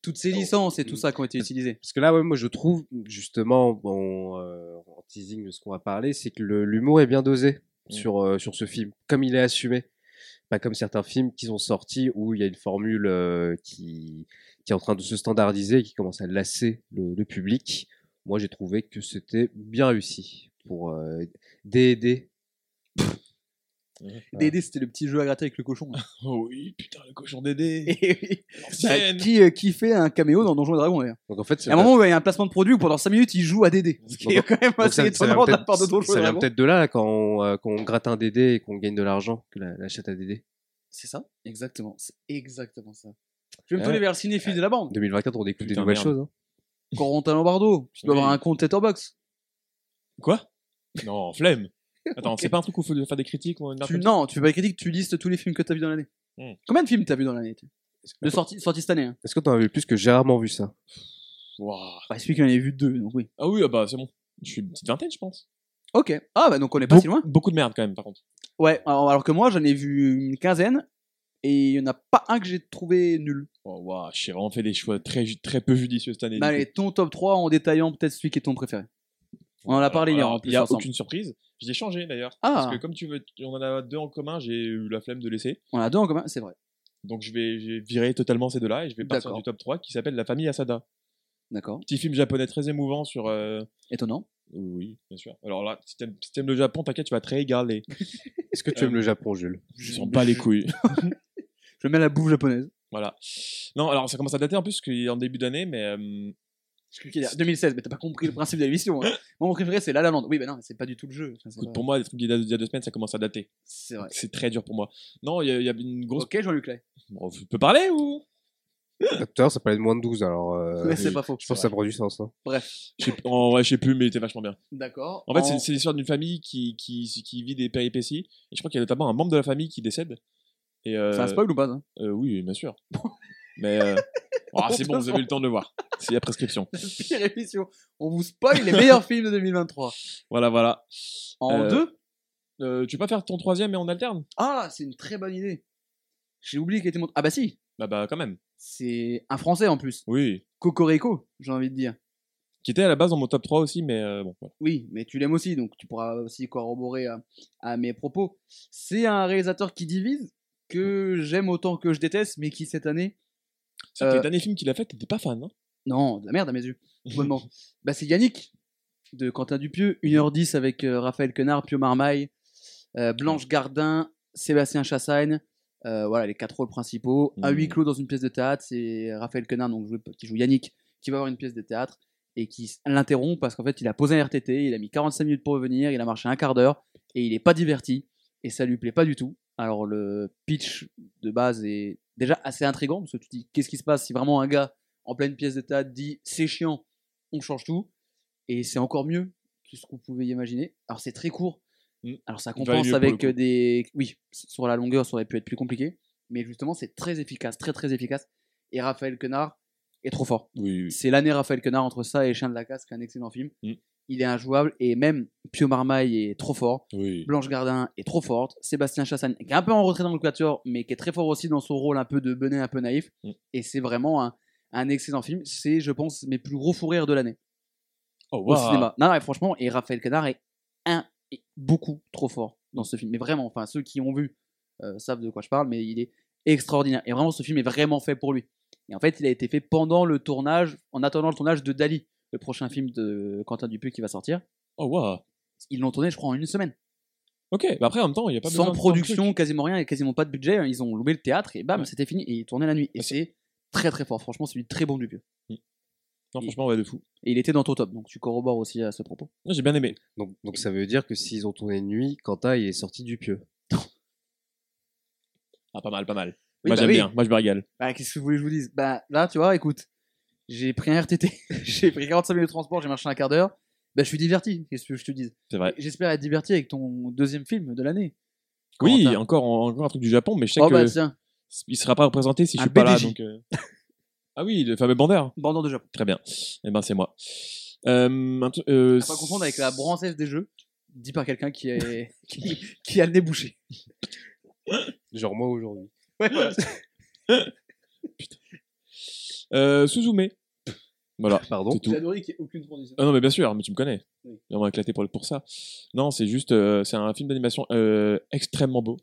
Speaker 4: toutes ces
Speaker 5: Oh.
Speaker 4: licences et tout ça qui ont été utilisées.
Speaker 5: Parce que là, ouais, moi, je trouve, justement, bon, euh, en
Speaker 4: Mmh.
Speaker 5: teasing de ce qu'on va parler, c'est que le- l'humour est bien dosé
Speaker 2: Mm.
Speaker 5: sur, euh, sur ce film, comme il est assumé. Pas comme certains films qui sont sortis où il y a une formule euh, qui, qui est en train de se standardiser et qui commence à lasser le, le public. Moi, j'ai trouvé que c'était bien réussi pour euh, D&D.
Speaker 4: DD, c'était le petit jeu à gratter avec le cochon.
Speaker 2: Oh oui, putain, le cochon d'aider.
Speaker 4: Et oui. qui, euh, qui fait un caméo dans Donjons et Dragons d'ailleurs.
Speaker 5: Donc en fait, c'est
Speaker 4: Il y a un moment où il y a un placement de produit où pendant 5 minutes il joue à DD. Ce qui est quand même
Speaker 5: Donc,
Speaker 4: assez
Speaker 5: ça- ça vient
Speaker 4: étonnant de la
Speaker 5: peut-être-
Speaker 4: part de Donjons
Speaker 5: Ça
Speaker 4: et
Speaker 5: vient
Speaker 4: Dragons.
Speaker 5: peut-être de là, quand on, euh, quand on gratte un DD et qu'on gagne de l'argent, que la, la chatte à DD.
Speaker 4: C'est ça Exactement. C'est exactement ça. Je vais me
Speaker 5: Ouais.
Speaker 4: tourner vers le cinéphile de la
Speaker 5: En
Speaker 4: bande.
Speaker 5: 2024, on découvre
Speaker 2: Putain,
Speaker 5: des nouvelles
Speaker 2: merde.
Speaker 5: choses. hein.
Speaker 4: Corentin Lombardo. Tu dois
Speaker 2: Oui.
Speaker 4: avoir un compte Letterboxd.
Speaker 2: Quoi Non, flemme. Attends, c'est pas un truc où il faut faire des critiques ou une
Speaker 4: Tu, non, tu fais pas les critiques, tu listes tous les films que t'as vu dans l'année.
Speaker 2: Hmm.
Speaker 4: Combien de films t'as vu dans l'année tu- De sortie, sortie cette année. Hein.
Speaker 5: Est-ce que t'en avais plus que j'ai rarement vu ça
Speaker 2: Ouah.
Speaker 4: Bah, celui qui en a vu deux, donc oui.
Speaker 2: Ah oui, ah bah c'est bon. Je suis une petite vingtaine, je pense.
Speaker 4: Ok. Ah bah donc on est pas
Speaker 2: Be-
Speaker 4: si loin.
Speaker 2: Beaucoup de merde quand même, par contre.
Speaker 4: Ouais. Alors, alors que moi j'en ai vu une quinzaine et il y en a pas un que j'ai trouvé nul.
Speaker 2: Oh, waouh, j'ai vraiment fait des choix très, ju- très peu judicieux cette année.
Speaker 4: Bah,
Speaker 2: du
Speaker 4: allez,
Speaker 2: coup.
Speaker 4: ton top 3 en détaillant peut-être celui qui est ton préféré. On en a parlé hier
Speaker 2: Alors,
Speaker 4: en
Speaker 2: Il
Speaker 4: plus
Speaker 2: n'y a
Speaker 4: ensemble.
Speaker 2: aucune surprise. Je l'ai changé d'ailleurs.
Speaker 4: Ah.
Speaker 2: Parce que comme tu veux, on en a deux en commun, j'ai eu la flemme de laisser.
Speaker 4: On a deux en commun, c'est vrai.
Speaker 2: Donc je vais, je vais virer totalement ces deux-là et je vais partir
Speaker 4: D'accord.
Speaker 2: du top 3 qui s'appelle La famille Asada.
Speaker 4: D'accord.
Speaker 2: Petit film japonais très émouvant sur. euh,
Speaker 4: Étonnant.
Speaker 2: Oui, oui, bien sûr. Alors là, si t'aimes si t'aimes le Japon, t'inquiète, tu vas très égaler.
Speaker 5: Est-ce que tu
Speaker 2: Euh,
Speaker 5: aimes le Japon, Jules
Speaker 2: Je sens pas les couilles.
Speaker 4: Je mets la bouffe japonaise.
Speaker 2: Voilà. Non, alors ça commence à dater en plus qu'il est en début d'année, mais euh,
Speaker 4: Je suis qui derrière 2016, mais t'as pas compris le principe de l'émission. hein. Moi, mon préféré, c'est La La Land. Oui, mais non, mais c'est pas du tout le jeu. Enfin, c'est
Speaker 2: écoute,
Speaker 4: pas-
Speaker 2: pour moi, les trucs d'il y a d'il y a deux semaines, ça commence à dater.
Speaker 4: C'est vrai.
Speaker 2: C'est très dur pour moi. Non, il y, a- il y a une grosse.
Speaker 4: Ok, Jean-Luc Lay.
Speaker 2: Bon, je peux parler ou
Speaker 5: Docteur, ça parlait de moins de 12, alors. euh,
Speaker 4: Mais c'est
Speaker 5: oui.
Speaker 4: pas faux.
Speaker 5: Je pense que ça prend du sens. hein.
Speaker 2: je sais- En vrai, je sais plus, mais était vachement bien.
Speaker 4: D'accord.
Speaker 2: En fait, c'est- c'est l'histoire d'une famille qui, qui, qui vit des péripéties. Et je crois qu'il y a notamment un membre de la famille qui décède. Et, euh,
Speaker 4: C'est un spoil ou pas hein ça
Speaker 2: euh, Oui, bien sûr. mais euh, ah, c'est bon, vous avez eu le temps de le voir. C'est la prescription.
Speaker 4: Pire émission. On vous spoil les meilleurs films de 2023.
Speaker 2: Voilà, voilà.
Speaker 4: En
Speaker 2: Euh,
Speaker 4: deux
Speaker 2: Euh, tu veux pas faire ton troisième et on alterne
Speaker 4: Ah, c'est une très bonne idée. J'ai oublié qu'il était monté. Ah bah si,
Speaker 2: Bah, bah, quand même.
Speaker 4: c'est un français en plus.
Speaker 2: Oui.
Speaker 4: Cocorico, j'ai envie de dire.
Speaker 2: Qui était à la base dans mon top 3 aussi, mais euh, bon. voilà.
Speaker 4: Oui, mais tu l'aimes aussi, donc tu pourras aussi corroborer à, à mes propos. C'est un réalisateur qui divise, que j'aime autant que je déteste, mais qui cette année
Speaker 2: C'est que
Speaker 4: Euh,
Speaker 2: les derniers films qu'il a fait, t'étais pas fan. Hein
Speaker 4: Non, de la merde à mes yeux. Complètement. bah, c'est Yannick de Quentin Dupieux, 1h10 avec euh, Raphaël Quenard, Pio Marmaille, euh, Blanche Gardin, Sébastien Chassagne. Euh, voilà les quatre rôles principaux. À
Speaker 2: Mhm.
Speaker 4: huis clos dans une pièce de théâtre, c'est Raphaël Quenard donc, joué- qui joue Yannick qui va avoir une pièce de théâtre et qui s- l'interrompt parce qu'en fait il a posé un RTT, il a mis 45 minutes pour revenir, il a marché un quart d'heure et il n'est pas diverti et ça lui plaît pas du tout. Alors le pitch de base est déjà assez intrigant parce que tu te dis qu'est-ce qui se passe si vraiment un gars en pleine pièce de théâtre dit c'est chiant, on change tout et c'est encore mieux que ce qu'on pouvait imaginer. Alors c'est très court.
Speaker 2: Mm.
Speaker 4: Alors ça
Speaker 2: Il valait mieux
Speaker 4: compense
Speaker 2: pour
Speaker 4: avec
Speaker 2: le coup.
Speaker 4: des oui, sur la longueur ça aurait pu être plus compliqué, mais justement c'est très efficace, très très efficace et Raphaël Quenard est trop fort.
Speaker 2: Oui,
Speaker 4: C'est l'année Raphaël Quenard entre ça et Chien de la Casse, qui est un excellent film.
Speaker 2: Mm.
Speaker 4: Il est injouable et même Pio Marmaille est trop fort.
Speaker 2: oui.
Speaker 4: Blanche Gardin est trop forte. Sébastien Chassagne, qui est un peu en retrait dans le quatuor, mais qui est très fort aussi dans son rôle un peu de benet, un peu naïf.
Speaker 2: Mm.
Speaker 4: Et c'est vraiment un, un excellent film. C'est, je pense, mes plus gros fous rires de l'année
Speaker 2: Oh,
Speaker 4: au
Speaker 2: waouh.
Speaker 4: cinéma. Non, non, mais franchement, et Raphaël Quenard est un et beaucoup trop fort dans ce film. Mais vraiment, enfin, ceux qui ont vu euh, savent de quoi je parle, mais il est extraordinaire. Et vraiment, ce film est vraiment fait pour lui. Et en fait, il a été fait pendant le tournage, en attendant le tournage de Dali, le prochain film de Quentin Dupieux qui va sortir.
Speaker 2: Oh, waouh.
Speaker 4: Ils l'ont tourné, je crois, en une semaine.
Speaker 2: Ok, bah après en même temps, il n'y a pas besoin
Speaker 4: Sans
Speaker 2: de
Speaker 4: production, quasiment rien, et quasiment pas de budget. hein. Ils ont loué le théâtre et bam,
Speaker 2: Ouais.
Speaker 4: c'était fini. Et ils tournaient la nuit. Et
Speaker 2: Bah,
Speaker 4: c'est très très fort. Franchement, c'est du très bon Dupieux.
Speaker 2: Non, franchement, ouais, de fou.
Speaker 4: Et il était dans ton top, donc tu corrobores aussi à ce propos.
Speaker 2: Moi, j'ai bien aimé.
Speaker 5: Donc, donc ça veut dire que s'ils ont tourné de nuit, Quentin il est sorti du pieu.
Speaker 2: Ah, pas mal, pas mal.
Speaker 4: Oui,
Speaker 2: moi,
Speaker 4: bah
Speaker 2: j'aime
Speaker 4: oui.
Speaker 2: bien. Moi, je me régale.
Speaker 4: Bah, qu'est-ce que vous voulez que je vous dise Bah, là, tu vois, écoute, j'ai pris un RTT, j'ai pris 45 minutes de transport, j'ai marché un quart d'heure. Bah, je suis diverti, qu'est-ce que je te dise
Speaker 2: C'est vrai.
Speaker 4: J'espère être diverti avec ton deuxième film de l'année.
Speaker 2: Oui,
Speaker 4: Corentin.
Speaker 2: encore, encore un truc du Japon, mais je sais
Speaker 4: Oh,
Speaker 2: que
Speaker 4: bah, tiens,
Speaker 2: il sera pas représenté si je
Speaker 4: Un
Speaker 2: suis pas là.
Speaker 4: BDJ.
Speaker 2: Donc, euh, ah oui, le fameux Bander.
Speaker 4: Bandant de Japon.
Speaker 2: Très bien. Eh ben, c'est moi. Euh, un tru- euh,
Speaker 4: À pas confondre avec la branchesse des jeux, dit par quelqu'un qui, est... qui, qui a le nez bouché.
Speaker 5: Genre moi aujourd'hui.
Speaker 4: Ouais, voilà.
Speaker 2: euh, Suzume. Voilà.
Speaker 5: Pardon
Speaker 2: C'est tout.
Speaker 4: J'ai adoré qu'il n'y ait aucune transition.
Speaker 2: Ah non, mais bien sûr, mais tu me connais.
Speaker 4: Oui.
Speaker 2: On va éclater pour, pour ça. Non, c'est juste, euh, c'est un film d'animation euh, extrêmement beau.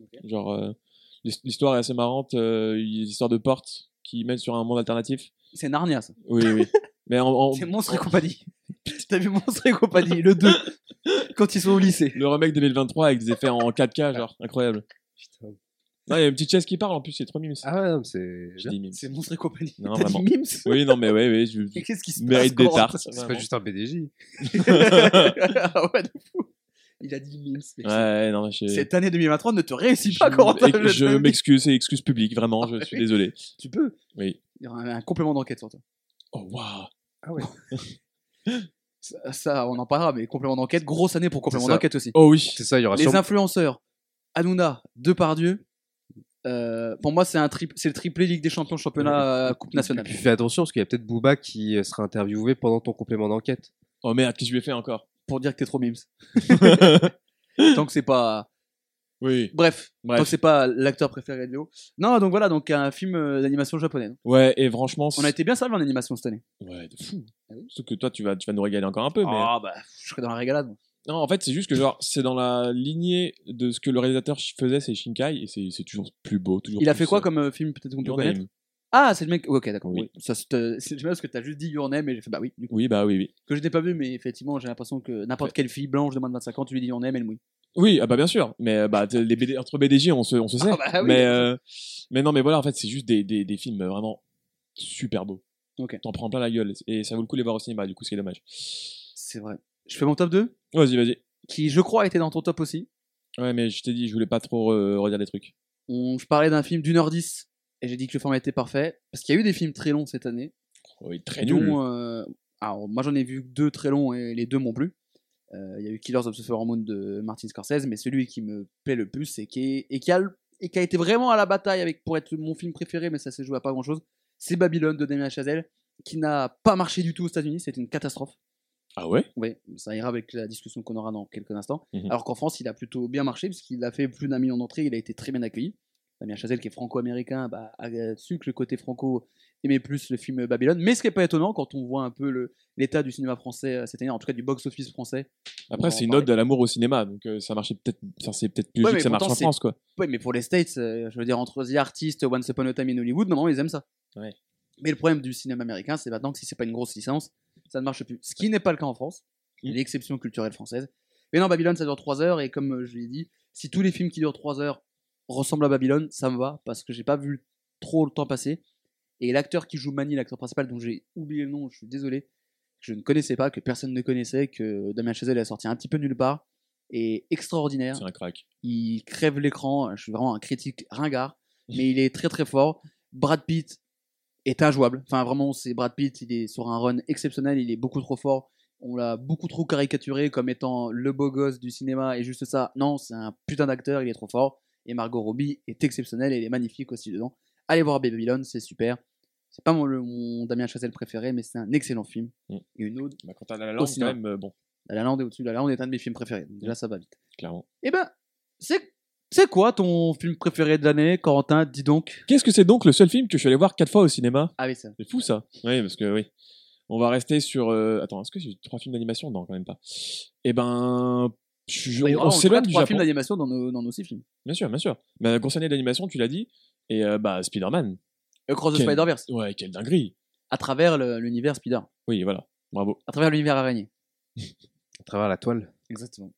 Speaker 4: Ok.
Speaker 2: Genre, euh, L'his- L'histoire est assez marrante. euh, il y a des histoires de portes qui mènent sur un monde alternatif.
Speaker 4: C'est Narnia, ça.
Speaker 2: Oui, oui. Mais en- en-
Speaker 4: C'est Monstre et compagnie. T'as vu Monstre et compagnie, le 2, quand ils sont au lycée.
Speaker 2: le remake 2023 avec des effets en
Speaker 4: Ah.
Speaker 2: 4K, genre, incroyable.
Speaker 5: Putain.
Speaker 2: Non, il y a une petite chaise qui parle en plus, c'est trop mimes.
Speaker 5: Ah ouais, non, mais c'est.
Speaker 2: Je dis mimes.
Speaker 4: C'est Monstre et compagnie.
Speaker 2: Non,
Speaker 4: T'as dit
Speaker 2: vraiment.
Speaker 4: Mims
Speaker 2: Oui, non, mais ouais, ouais, je-
Speaker 4: Mais Qu'est-ce qui se
Speaker 2: mérite des
Speaker 4: passe Corentin
Speaker 2: tartes.
Speaker 5: C'est pas juste un BDJ.
Speaker 4: ah ouais, de fou. Il a dit Mims. mec.
Speaker 2: Ouais, non, mais je...
Speaker 4: Cette année 2023 ne te réussit pas, Corentin.
Speaker 2: je, je
Speaker 4: te le Ah dis.
Speaker 2: m'excuse, c'est excuse publique, vraiment, je suis désolé.
Speaker 4: Tu peux.
Speaker 2: Oui.
Speaker 4: Il y aura un, un complément d'enquête sur toi.
Speaker 2: Oh, waouh.
Speaker 4: Ça, ça, on en parlera, mais complément d'enquête, grosse année pour complément
Speaker 5: C'est ça.
Speaker 4: d'enquête aussi.
Speaker 2: Oh oui.
Speaker 5: C'est ça, il y aura
Speaker 4: Les
Speaker 5: sûrement-
Speaker 4: influenceurs, Hanouna, Depardieu. euh, pour moi, c'est un tri- c'est le triplé Ligue des Champions, championnat, euh, Coupe
Speaker 5: Et
Speaker 4: nationale.
Speaker 5: puis fais attention parce qu'il y a peut-être Booba qui euh, sera interviewé pendant ton complément d'enquête.
Speaker 2: Oh merde, qu'est-ce que je lui ai fait encore
Speaker 4: Pour dire que t'es trop mimes. Tant que c'est pas.
Speaker 2: Oui.
Speaker 4: Bref,
Speaker 2: Bref.
Speaker 4: tant que c'est pas l'acteur préféré de Léo. Non, donc voilà, donc un film euh, d'animation japonais. donc.
Speaker 2: Ouais, et franchement,
Speaker 4: On a été bien servi en animation cette année.
Speaker 2: Ouais, de fou. Sauf que toi, tu vas, tu vas nous régaler encore un peu. Mais...
Speaker 4: Ah bah, je serais dans la régalade. moi.
Speaker 2: Non, en fait, c'est juste que genre, c'est dans la lignée de ce que le réalisateur ch- faisait, c'est Shinkai, et c'est c'est toujours plus beau. Toujours
Speaker 4: Il a
Speaker 2: plus,
Speaker 4: fait quoi
Speaker 2: euh,
Speaker 4: comme euh, film peut-être qu'on peut
Speaker 2: Your
Speaker 4: connaître
Speaker 2: Name.
Speaker 4: Ah, c'est le mec. Ok, d'accord.
Speaker 2: Oui.
Speaker 4: Oui. Ça, c'est euh, c'est génial parce que t'as juste dit Your Name et j'ai fait bah oui. du coup.
Speaker 2: Oui, bah oui, oui.
Speaker 4: Que je n'ai pas vu, mais effectivement, j'ai l'impression que n'importe quelle fille blanche de moins de 25 ans, tu lui dis Your Name, elle mouille.
Speaker 2: Oui, ah bah bien sûr. Mais euh, bah, t'es- les BD, entre BDJ, on se, on se sait.
Speaker 4: Ah bah oui,
Speaker 2: mais,
Speaker 4: bien sûr.
Speaker 2: euh, mais non, mais voilà, en fait, c'est juste des, des, des films euh, vraiment super beaux.
Speaker 4: Ok.
Speaker 2: T'en prends plein la gueule. Et ça vaut le coup de les voir au cinéma, du coup, ce qui est dommage.
Speaker 4: C'est vrai. Je fais mon top 2,
Speaker 2: Vas-y, vas-y.
Speaker 4: qui je crois était dans ton top aussi.
Speaker 2: Ouais, mais je t'ai dit, je voulais pas trop euh, redire des trucs.
Speaker 4: On, je parlais d'un film d'une heure dix et j'ai dit que le format était parfait parce qu'il y a eu des films très longs cette année.
Speaker 2: Oui, Oh, très
Speaker 4: dont,
Speaker 2: nul.
Speaker 4: euh, alors, moi j'en ai vu deux très longs et les deux m'ont plu. Euh, Il y a eu Killers of the Flower Moon de Martin Scorsese, mais celui qui me plaît le plus et qui, est- et qui, a, le- et qui a été vraiment à la bataille avec, pour être mon film préféré, mais ça s'est joué à pas grand chose, c'est Babylone de Damien Chazelle qui n'a pas marché du tout aux États-Unis, c'était une catastrophe.
Speaker 2: Ah ouais
Speaker 4: Oui, ça ira avec la discussion qu'on aura dans quelques instants.
Speaker 2: Mhm.
Speaker 4: Alors qu'en France, il a plutôt bien marché, puisqu'il a fait plus d'un million d'entrées, il a été très bien accueilli. Damien Chazelle, qui est franco-américain, bah, a su que le côté franco aimait plus le film Babylone. Mais ce qui n'est pas étonnant quand on voit un peu le- l'état du cinéma français euh, cette année, en tout cas du box-office français. On va
Speaker 2: Après,
Speaker 4: en
Speaker 2: c'est une
Speaker 4: parler.
Speaker 2: ode à l'amour au cinéma, donc euh, ça marchait peut-être, ça c'est peut-être plus
Speaker 4: Ouais,
Speaker 2: logique
Speaker 4: mais
Speaker 2: que ça marche
Speaker 4: pourtant,
Speaker 2: en
Speaker 4: c'est-
Speaker 2: France, quoi.
Speaker 4: Oui, mais pour les States, euh, je veux dire, entre The Artist, Once Upon a Time in Hollywood, normalement, ils aiment ça.
Speaker 2: Ouais.
Speaker 4: Mais le problème du cinéma américain, c'est maintenant que si c'est pas une grosse licence, ça ne marche plus. Ce qui n'est pas le cas en France. Il y a l'exception culturelle française. Mais non, Babylone, ça dure 3 heures, et comme euh, je l'ai dit, si tous les films qui durent 3 heures ressemblent à Babylone, ça me va, parce que j'ai pas vu trop le temps passer. Et l'acteur qui joue Mani, l'acteur principal, dont j'ai oublié le nom, je suis désolé, que je ne connaissais pas, que personne ne connaissait, que Damien Chazelle a sorti un petit peu nulle part, est extraordinaire
Speaker 2: C'est un crack.
Speaker 4: il crève l'écran. hein, Je suis vraiment un critique ringard, mais il est très très fort. Brad Pitt est injouable. Enfin, vraiment, c'est Brad Pitt. Il est sur un run exceptionnel. Il est beaucoup trop fort. On l'a beaucoup trop caricaturé comme étant le beau gosse du cinéma et juste ça. Non, c'est un putain d'acteur. Il est trop fort. Et Margot Robbie est exceptionnelle. Et elle est magnifique aussi dedans. Allez voir Babylone, c'est super. C'est pas mon, le- mon Damien Chazelle préféré, mais c'est un excellent film.
Speaker 2: Mm.
Speaker 4: Et une autre,
Speaker 2: Bah, quand t'as la
Speaker 4: Au
Speaker 2: langue, quand
Speaker 4: cinéma.
Speaker 2: même, euh, bon,
Speaker 4: La La Land est au-dessus. La La Land est un de mes films préférés. Donc déjà, ça va vite.
Speaker 2: clairement.
Speaker 4: Eh ben, c'est, c'est quoi ton film préféré de l'année, Corentin Dis donc.
Speaker 2: Qu'est-ce que c'est donc le seul film que je suis allé voir quatre fois au cinéma
Speaker 4: Ah oui, ça.
Speaker 2: C'est fou ça. Oui, parce que oui. On va rester sur. euh, Attends, est-ce que j'ai trois films d'animation Non, quand même pas. Eh ben, je- je- on, on s'éloigne du
Speaker 4: trois
Speaker 2: Japon.
Speaker 4: films d'animation dans nos, dans nos six films.
Speaker 2: Bien sûr, bien sûr. Mais la grosse année d'animation, tu l'as dit. Et euh, bah Spider-Man.
Speaker 4: Across the
Speaker 2: Quel-
Speaker 4: Spider-Verse.
Speaker 2: Ouais, quelle dinguerie.
Speaker 4: À travers le- l'univers Spider.
Speaker 2: Oui, voilà. Bravo.
Speaker 4: À travers l'univers araignée.
Speaker 5: À travers la toile.
Speaker 4: Exactement.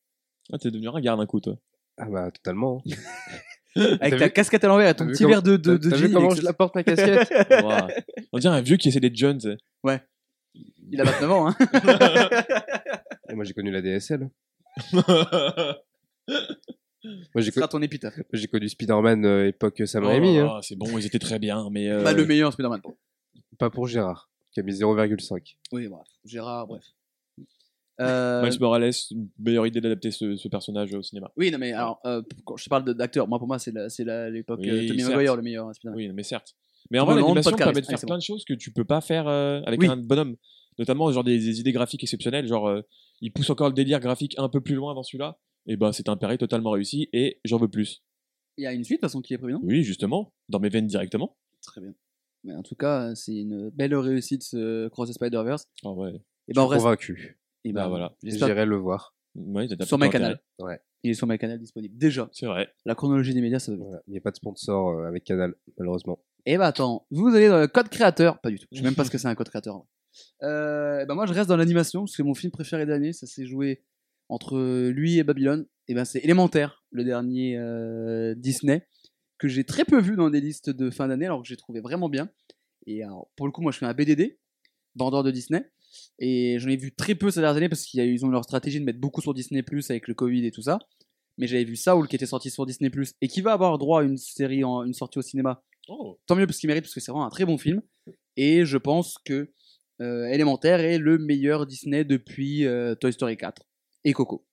Speaker 2: Ah, t'es devenu un garde d'un coup, toi.
Speaker 5: Ah bah totalement. hein.
Speaker 4: Avec
Speaker 5: T'as
Speaker 4: ta
Speaker 5: vu-
Speaker 4: casquette à l'envers et ton
Speaker 5: t'as vu
Speaker 4: petit
Speaker 5: comment-
Speaker 4: verre de, de,
Speaker 5: T'as-
Speaker 4: de
Speaker 5: t'as
Speaker 4: gin,
Speaker 5: vu comment
Speaker 4: il est
Speaker 5: je la porte ma casquette
Speaker 2: Ouah. On dirait un vieux qui essaie d'être jeune. tu sais.
Speaker 4: excellent. Il a 29 ans, hein.
Speaker 5: Et Moi j'ai connu la DSL. Moi j'ai
Speaker 4: Ce
Speaker 5: co-
Speaker 4: sera ton épitaphe.
Speaker 5: moi, j'ai connu Spider-Man euh, époque Sam
Speaker 2: Oh
Speaker 5: Raimi.
Speaker 2: là
Speaker 5: hein.
Speaker 2: là, C'est bon, ils étaient très bien, mais. euh,
Speaker 4: Bah, le meilleur Spider-Man.
Speaker 5: Pas pour Gérard, qui a mis 0,5.
Speaker 4: Oui, bref. Gérard, bref. Euh,
Speaker 2: Miles Morales, meilleure idée d'adapter ce, ce personnage au cinéma.
Speaker 4: oui, non, mais alors, euh, quand je parle de- d'acteur, moi pour moi, c'est la- c'est la- l'époque
Speaker 2: Oui,
Speaker 4: euh, Tommy
Speaker 2: certes.
Speaker 4: Maguire, le meilleur Spider-Man.
Speaker 2: Oui, mais certes. Mais en
Speaker 4: Tom
Speaker 2: vrai,
Speaker 4: Holland,
Speaker 2: l'animation
Speaker 4: pas de
Speaker 2: permet de
Speaker 4: charisme.
Speaker 2: faire plein de choses que tu peux pas faire euh, avec
Speaker 4: Oui.
Speaker 2: un bonhomme. Notamment, genre des, des idées graphiques exceptionnelles. Genre, euh, il pousse encore le délire graphique un peu plus loin dans celui-là. Et ben, c'est un pari totalement réussi et j'en veux plus.
Speaker 4: Il y a une suite, de toute façon, qui est prévue, non
Speaker 2: Oui, justement, dans mes veines directement.
Speaker 4: Très bien. Mais en tout cas, euh, c'est une belle réussite ce Cross the Spider-Verse.
Speaker 2: Ah ouais.
Speaker 5: Bah,
Speaker 4: Et ben on reste.
Speaker 5: Convaincu.
Speaker 4: Et ben,
Speaker 2: Bah voilà.
Speaker 4: j'espère-
Speaker 5: J'irai le voir.
Speaker 2: Ouais, t'as- t'as
Speaker 4: Sur
Speaker 2: pas
Speaker 4: ma
Speaker 2: intérêt.
Speaker 4: canal.
Speaker 5: Ouais.
Speaker 4: Il est sur ma canal disponible. Déjà,
Speaker 2: C'est vrai.
Speaker 4: la chronologie des médias, ça va vite.
Speaker 5: Voilà. Il n'y a pas de sponsor euh, avec Canal, malheureusement.
Speaker 4: Et bah attends, vous allez dans le code créateur. Pas du tout. Je sais même pas ce que c'est un code créateur. en vrai. Euh, et ben moi, je reste dans l'animation parce que mon film préféré de l'année, ça s'est joué entre lui et Babylone. Et ben c'est élémentaire, le dernier euh, Disney que j'ai très peu vu dans des listes de fin d'année, alors que j'ai trouvé vraiment bien. Et alors, pour le coup, moi, je suis un BDD, vendeur de Disney, et j'en ai vu très peu ces dernières années parce qu'ils ont eu leur stratégie de mettre beaucoup sur Disney Plus avec le Covid et tout ça. Mais j'avais vu Saul qui était sorti sur Disney Plus et qui va avoir droit à une série, en, une sortie au cinéma
Speaker 2: Oh,
Speaker 4: tant mieux parce qu'il mérite parce que c'est vraiment un très bon film et je pense que euh, Élémentaire est le meilleur Disney depuis euh, Toy Story 4 et Coco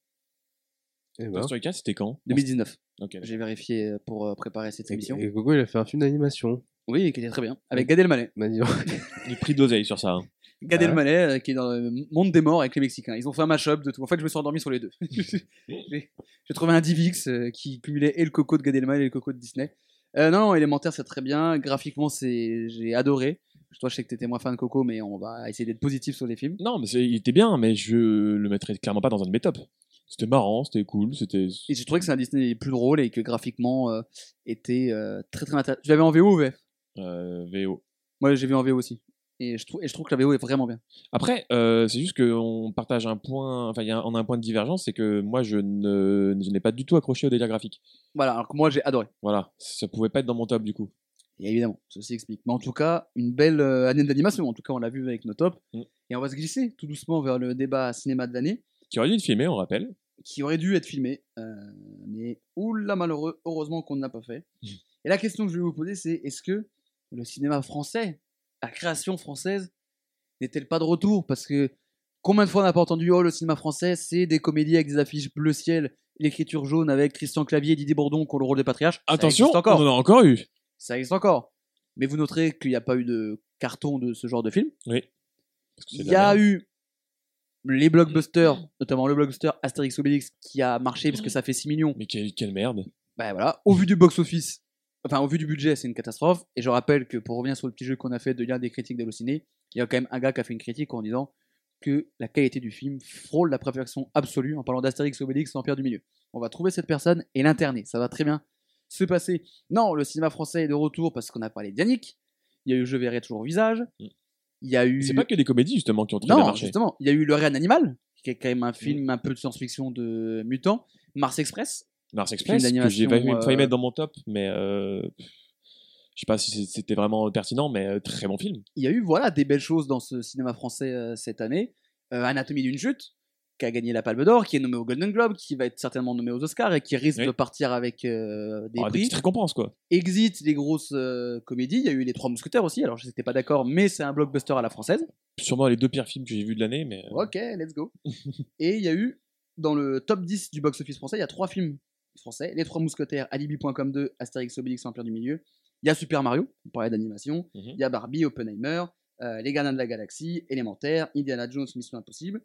Speaker 5: Et
Speaker 2: Toy Story 4, c'était quand
Speaker 4: 2019
Speaker 2: Ok, d'accord.
Speaker 4: j'ai vérifié euh, pour euh, préparer cette émission
Speaker 5: Et Gogo, il a fait un film d'animation.
Speaker 4: oui qui était très bien avec Gad Elmaleh
Speaker 5: Bah, dis donc.
Speaker 2: Du prix d'oseille sur ça. hein.
Speaker 4: Gad
Speaker 5: Ah ouais
Speaker 4: Elmaleh euh, qui est dans le monde des morts avec les Mexicains ils ont fait un mash-up de tout en fait je me suis endormi sur les deux j'ai j'ai trouvé un Divix euh, qui cumulait et le Coco de Gad Elmaleh et le Coco de Disney Euh, non, non, élémentaire, c'est très bien. Graphiquement, c'est, j'ai adoré. Toi, je sais que t'étais moins fan de Coco, mais on va essayer d'être positif sur les films.
Speaker 2: Non, mais c'est- il était bien, mais je le mettrais clairement pas dans un de mes tops. C'était marrant, c'était cool, c'était.
Speaker 4: Et j'ai trouvé que c'est un Disney des plus drôle et que graphiquement euh, était euh, très très intéressant. Tu l'avais en VO ou VF
Speaker 2: euh, VO.
Speaker 4: Moi j'ai vu en VO aussi. Et je, trouve, et je trouve que la VO est vraiment bien.
Speaker 2: Après, euh, c'est juste qu'on partage un point, enfin, il y a un- on a un point de divergence, c'est que moi, je ne, je n'ai pas du tout accroché au délire graphique.
Speaker 4: Voilà, alors que moi j'ai adoré.
Speaker 2: Voilà, ça pouvait pas être dans mon top du coup.
Speaker 4: Et évidemment, ceci explique. Mais en tout cas, une belle euh, année d'animation. En tout cas, on l'a vu avec nos tops.
Speaker 2: Mm.
Speaker 4: Et on va se glisser tout doucement vers le débat cinéma de l'année
Speaker 2: Qui aurait dû être filmé, on rappelle.
Speaker 4: qui aurait dû être filmé. euh, mais oula malheureux, heureusement qu'on ne l'a pas fait.
Speaker 2: Mmh.
Speaker 4: Et la question que je vais vous poser, c'est est-ce que le cinéma français, la création française, n'est-elle pas de retour Parce que combien de fois on n'a pas entendu oh le cinéma français, c'est des comédies avec des affiches bleu ciel, l'écriture jaune avec Christian Clavier et Didier Bourdon qui ont le rôle des patriarches. Ça
Speaker 2: Attention,
Speaker 4: existe encore.
Speaker 2: on en a encore eu.
Speaker 4: Ça existe encore. Mais vous noterez qu'il n'y a pas eu de carton de ce genre de film.
Speaker 2: Parce que c'est
Speaker 4: Il
Speaker 2: de
Speaker 4: y
Speaker 2: la
Speaker 4: a
Speaker 2: merde.
Speaker 4: eu les blockbusters, notamment le blockbuster Astérix Obélix qui a marché parce que ça fait 6 millions.
Speaker 2: Mais quelle, quelle merde.
Speaker 4: Bah voilà, au vu du box-office, enfin au vu du budget, c'est une catastrophe. Et je rappelle que pour revenir sur le petit jeu qu'on a fait de lien des critiques d'Allociné, il y a quand même un gars qui a fait une critique en disant que la qualité du film frôle la perfection absolue en parlant d'Astérix, Obélix, l'Empire du Milieu. On va trouver cette personne et l'interner, ça va très bien se passer. Non, le cinéma français est de retour parce qu'on a parlé d'Yannick, il y a eu Je verrai toujours visage,
Speaker 2: Mm.
Speaker 4: il y a eu...
Speaker 2: C'est pas que des comédies justement qui ont très bien
Speaker 4: Non,
Speaker 2: marché.
Speaker 4: justement, il y Mm. a eu Le Rien Animal, qui est quand même un film un peu de science-fiction de mutants, Mars Express,
Speaker 2: Mars
Speaker 4: Film
Speaker 2: Express, que j'ai failli,
Speaker 4: d'animation,
Speaker 2: failli
Speaker 4: euh,
Speaker 2: mettre dans mon top, mais euh, pff, je sais pas si c'est- c'était vraiment pertinent, mais euh, très bon film.
Speaker 4: il y a eu voilà des belles choses dans ce cinéma français euh, cette année. Euh, Anatomie d'une chute, qui a gagné la Palme d'Or, qui est nommé au Golden Globe, qui va être certainement nommé aux Oscars et qui risque
Speaker 2: Oui.
Speaker 4: de partir avec euh, des
Speaker 2: Ah, des
Speaker 4: prix.
Speaker 2: petites récompenses quoi.
Speaker 4: Exit les grosses euh, comédies. Il y a eu les Trois Mousquetaires aussi. Alors je n'étais pas d'accord, mais c'est un blockbuster à la française.
Speaker 2: Sûrement les deux pires films que j'ai vus de l'année, mais. euh,
Speaker 4: Ok, let's go. et il y a eu dans le top 10 du box-office français, il y a trois films français Les Trois Mousquetaires, Alibi.com 2, Astérix Obélix Empire du Milieu. Il y a Super Mario, on parlait d'animation.
Speaker 2: mhm.
Speaker 4: Il y a Barbie, Oppenheimer, euh, Les Gardiens de la Galaxie, Élémentaire, Indiana Jones, Mission Impossible.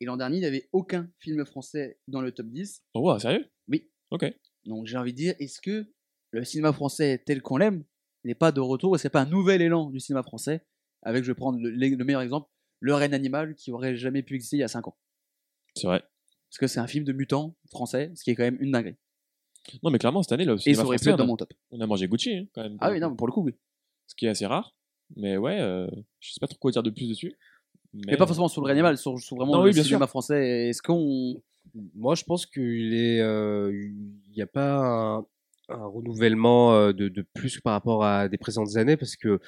Speaker 4: Et l'an dernier, il n'y avait aucun film français dans le top 10.
Speaker 2: Oh, wow, sérieux
Speaker 4: Donc j'ai envie de dire, est-ce que le cinéma français tel qu'on l'aime n'est pas de retour Est-ce qu'il n'y a pas un nouvel élan du cinéma français Avec, je vais prendre le, le meilleur exemple, Le Reine Animal qui aurait jamais pu exister il y a 5 ans.
Speaker 2: C'est vrai.
Speaker 4: Parce que c'est un film de mutants français, ce qui est quand même une dinguerie.
Speaker 2: Non, mais clairement, cette année, là, au
Speaker 4: Et
Speaker 2: cinéma
Speaker 4: ça aurait pu
Speaker 2: français,
Speaker 4: être dans
Speaker 2: on a-
Speaker 4: mon top.
Speaker 2: on a mangé Gucci, hein, quand même.
Speaker 4: Ah oui, non, pour le coup, oui.
Speaker 2: Ce qui est assez rare. Mais ouais, euh, je sais pas trop quoi dire de plus dessus.
Speaker 4: Mais, pas forcément sur le Reine Animal, sur, sur vraiment
Speaker 2: Non,
Speaker 4: le
Speaker 2: oui, bien
Speaker 4: cinéma français. Est-ce qu'on.
Speaker 5: Moi, je pense qu'il est, euh, il n'y a pas un, un renouvellement euh, de, de plus par rapport à des précédentes années, parce que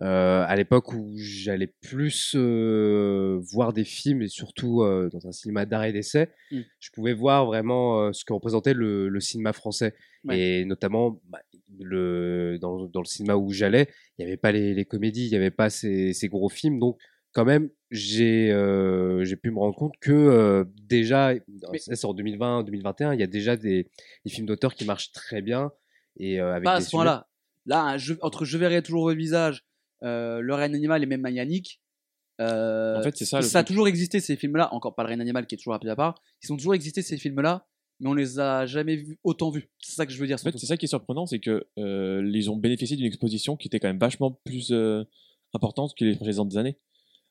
Speaker 5: euh, à l'époque où j'allais plus euh, voir des films et surtout euh, dans un cinéma d'arrêt d'essai,
Speaker 4: Mm.
Speaker 5: je pouvais voir vraiment euh, ce que représentait le, le cinéma français
Speaker 4: Ouais.
Speaker 5: et notamment bah, le dans, dans le cinéma où j'allais, il n'y avait pas les, les comédies, il n'y avait pas ces, ces gros films, donc quand même, j'ai euh, j'ai pu me rendre compte que euh, déjà, ça c'est en 2020-2021, il y a déjà des, des films d'auteurs qui marchent très bien. Et, euh, avec
Speaker 4: Pas à
Speaker 5: des
Speaker 4: ce point-là. Là, un jeu- entre Je verrai toujours le visage, euh, Le Reine Animal et même Manianique. euh,
Speaker 2: En fait, c'est ça. le
Speaker 4: ça a
Speaker 2: truc.
Speaker 4: toujours existé ces films-là, encore pas le Reine Animal qui est toujours appelé à part, ils ont toujours existé ces films-là, mais on les a jamais vus, autant vus. C'est ça que je veux dire.
Speaker 2: En fait,
Speaker 4: surtout.
Speaker 2: c'est ça qui est surprenant, c'est que euh, ils ont bénéficié d'une exposition qui était quand même vachement plus euh, importante que les précédentes années.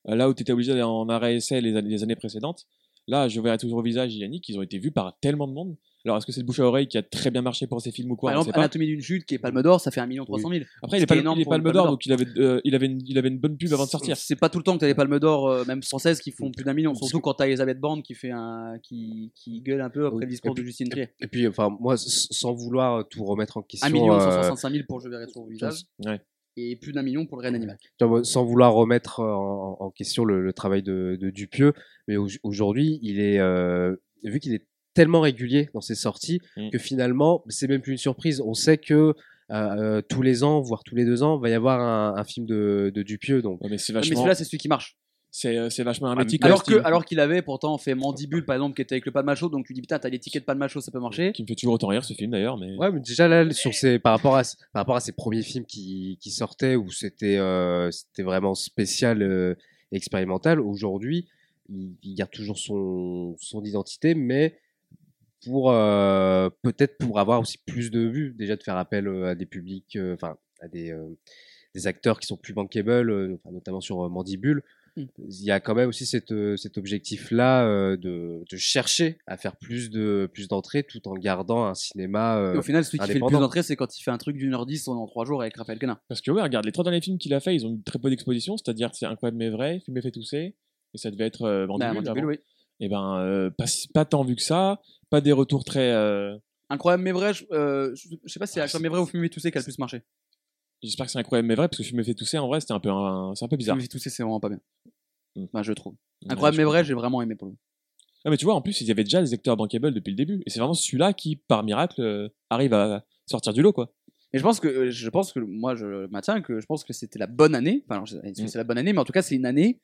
Speaker 2: Euh, là où tu étais obligé d'aller en arrêt essai les, an- les années précédentes, Là, je verrai toujours au visage Yannick, ils ont été vus par tellement de monde. Alors, est-ce que c'est le bouche à oreille qui a très bien marché pour ces films ou quoi
Speaker 4: Par
Speaker 2: on
Speaker 4: exemple,
Speaker 2: sait pas.
Speaker 4: Anatomie d'une chute qui est Palme d'Or, ça fait 1 300 000.
Speaker 2: Après, il
Speaker 4: ce qui est
Speaker 2: est, palme,
Speaker 4: énorme
Speaker 2: il est
Speaker 4: pour le
Speaker 2: Palme d'or,
Speaker 4: Palme
Speaker 2: donc il avait, euh, il, avait une, il avait une bonne pub avant de sortir.
Speaker 4: C'est pas tout le temps que t'as des palmes d'or, euh, même françaises, qui font plus d'un million. Surtout quand t'as Elisabeth Borne qui fait un, qui, qui gueule un peu après
Speaker 5: Oui.
Speaker 4: le discours
Speaker 5: Et puis-
Speaker 4: de Justine Trier.
Speaker 5: Et puis, enfin, moi, s- sans vouloir euh, tout remettre en question,
Speaker 4: 1 million
Speaker 5: euh,
Speaker 4: 165 000 pour Je verrai son visage
Speaker 2: Ouais.
Speaker 4: et plus d'un million pour le Reine animal.
Speaker 5: tu vois, sans vouloir remettre euh, en, en question le, le travail de, de Dupieux, mais au- aujourd'hui, il est euh, vu qu'il est tellement régulier dans ses sorties
Speaker 2: Mm.
Speaker 5: que finalement, c'est même plus une surprise. On sait que euh, euh, tous les ans, voire tous les deux ans, va y avoir un, un film de, de Dupieux. Donc,
Speaker 2: Ouais, mais
Speaker 4: Ah,
Speaker 2: c'est
Speaker 4: Mais
Speaker 2: vachement,
Speaker 4: celui-là, c'est celui qui marche.
Speaker 2: c'est, euh, c'est vachement hermétique.
Speaker 4: Alors
Speaker 2: comme
Speaker 4: que,
Speaker 2: style,
Speaker 4: alors qu'il avait pourtant fait Mandibule, par exemple, qui était avec le Palma Show, donc tu dis putain, t'as les tickets de Palma Show, ça peut marcher.
Speaker 2: Qui me fait toujours autant rire ce film d'ailleurs, mais
Speaker 5: ouais, mais déjà là, sur ses, par rapport à s- par rapport à ses premiers films qui, qui sortaient où c'était euh, c'était vraiment spécial, euh, expérimental. Aujourd'hui, il, il garde toujours son son identité, mais pour euh, peut-être pour avoir aussi plus de vues, déjà de faire appel euh, à des publics, euh, enfin à des euh, des acteurs qui sont plus bankable, euh, enfin, notamment sur euh, Mandibule.
Speaker 4: Mm.
Speaker 5: Il y a quand même aussi cette, euh, cet objectif-là euh, de, de chercher à faire plus de plus d'entrées tout en gardant un cinéma. euh,
Speaker 4: Et au final, celui qui fait le plus
Speaker 5: indépendant.
Speaker 4: d'entrées, c'est quand il fait un truc d'une heure dix en trois jours avec Raphaël Quenin.
Speaker 2: parce que ouais, regarde, les trois derniers films qu'il a fait, ils ont eu très peu d'exposition, c'est-à-dire que c'est Incroyable mais vrai, Film fait tousser, et ça devait être euh, Mandibule,
Speaker 4: Bah, Mandibule,
Speaker 2: avant.
Speaker 4: oui.
Speaker 2: Et ben, euh, pas, si- pas tant vu que ça, pas des retours très. euh,
Speaker 4: Incroyable mais vrai, je, euh, je- je sais pas si c'est
Speaker 2: Ah,
Speaker 4: Incroyable mais vrai ou Fumer Toussé qui a le plus marché.
Speaker 2: J'espère que c'est incroyable mais vrai, parce que Film fait tousser, en vrai, c'était un peu, un- c'est un peu bizarre.
Speaker 4: Fumer Toussé, c'est vraiment pas bien.
Speaker 2: Mm.
Speaker 4: Bah, je trouve.
Speaker 2: Ouais,
Speaker 4: Incroyable
Speaker 2: je
Speaker 4: mais vrai, j'ai vraiment aimé pour le coup.
Speaker 2: Ah, mais tu vois, en plus, ils avaient déjà les acteurs bankable depuis le début. Et c'est vraiment celui-là qui, par miracle, euh, arrive à sortir du lot, quoi.
Speaker 4: Et je pense que euh, je pense que moi je maintiens que je pense que c'était la bonne année. Enfin, alors, je sais pas
Speaker 2: Mm.
Speaker 4: si c'est la bonne année, mais en tout cas c'est une année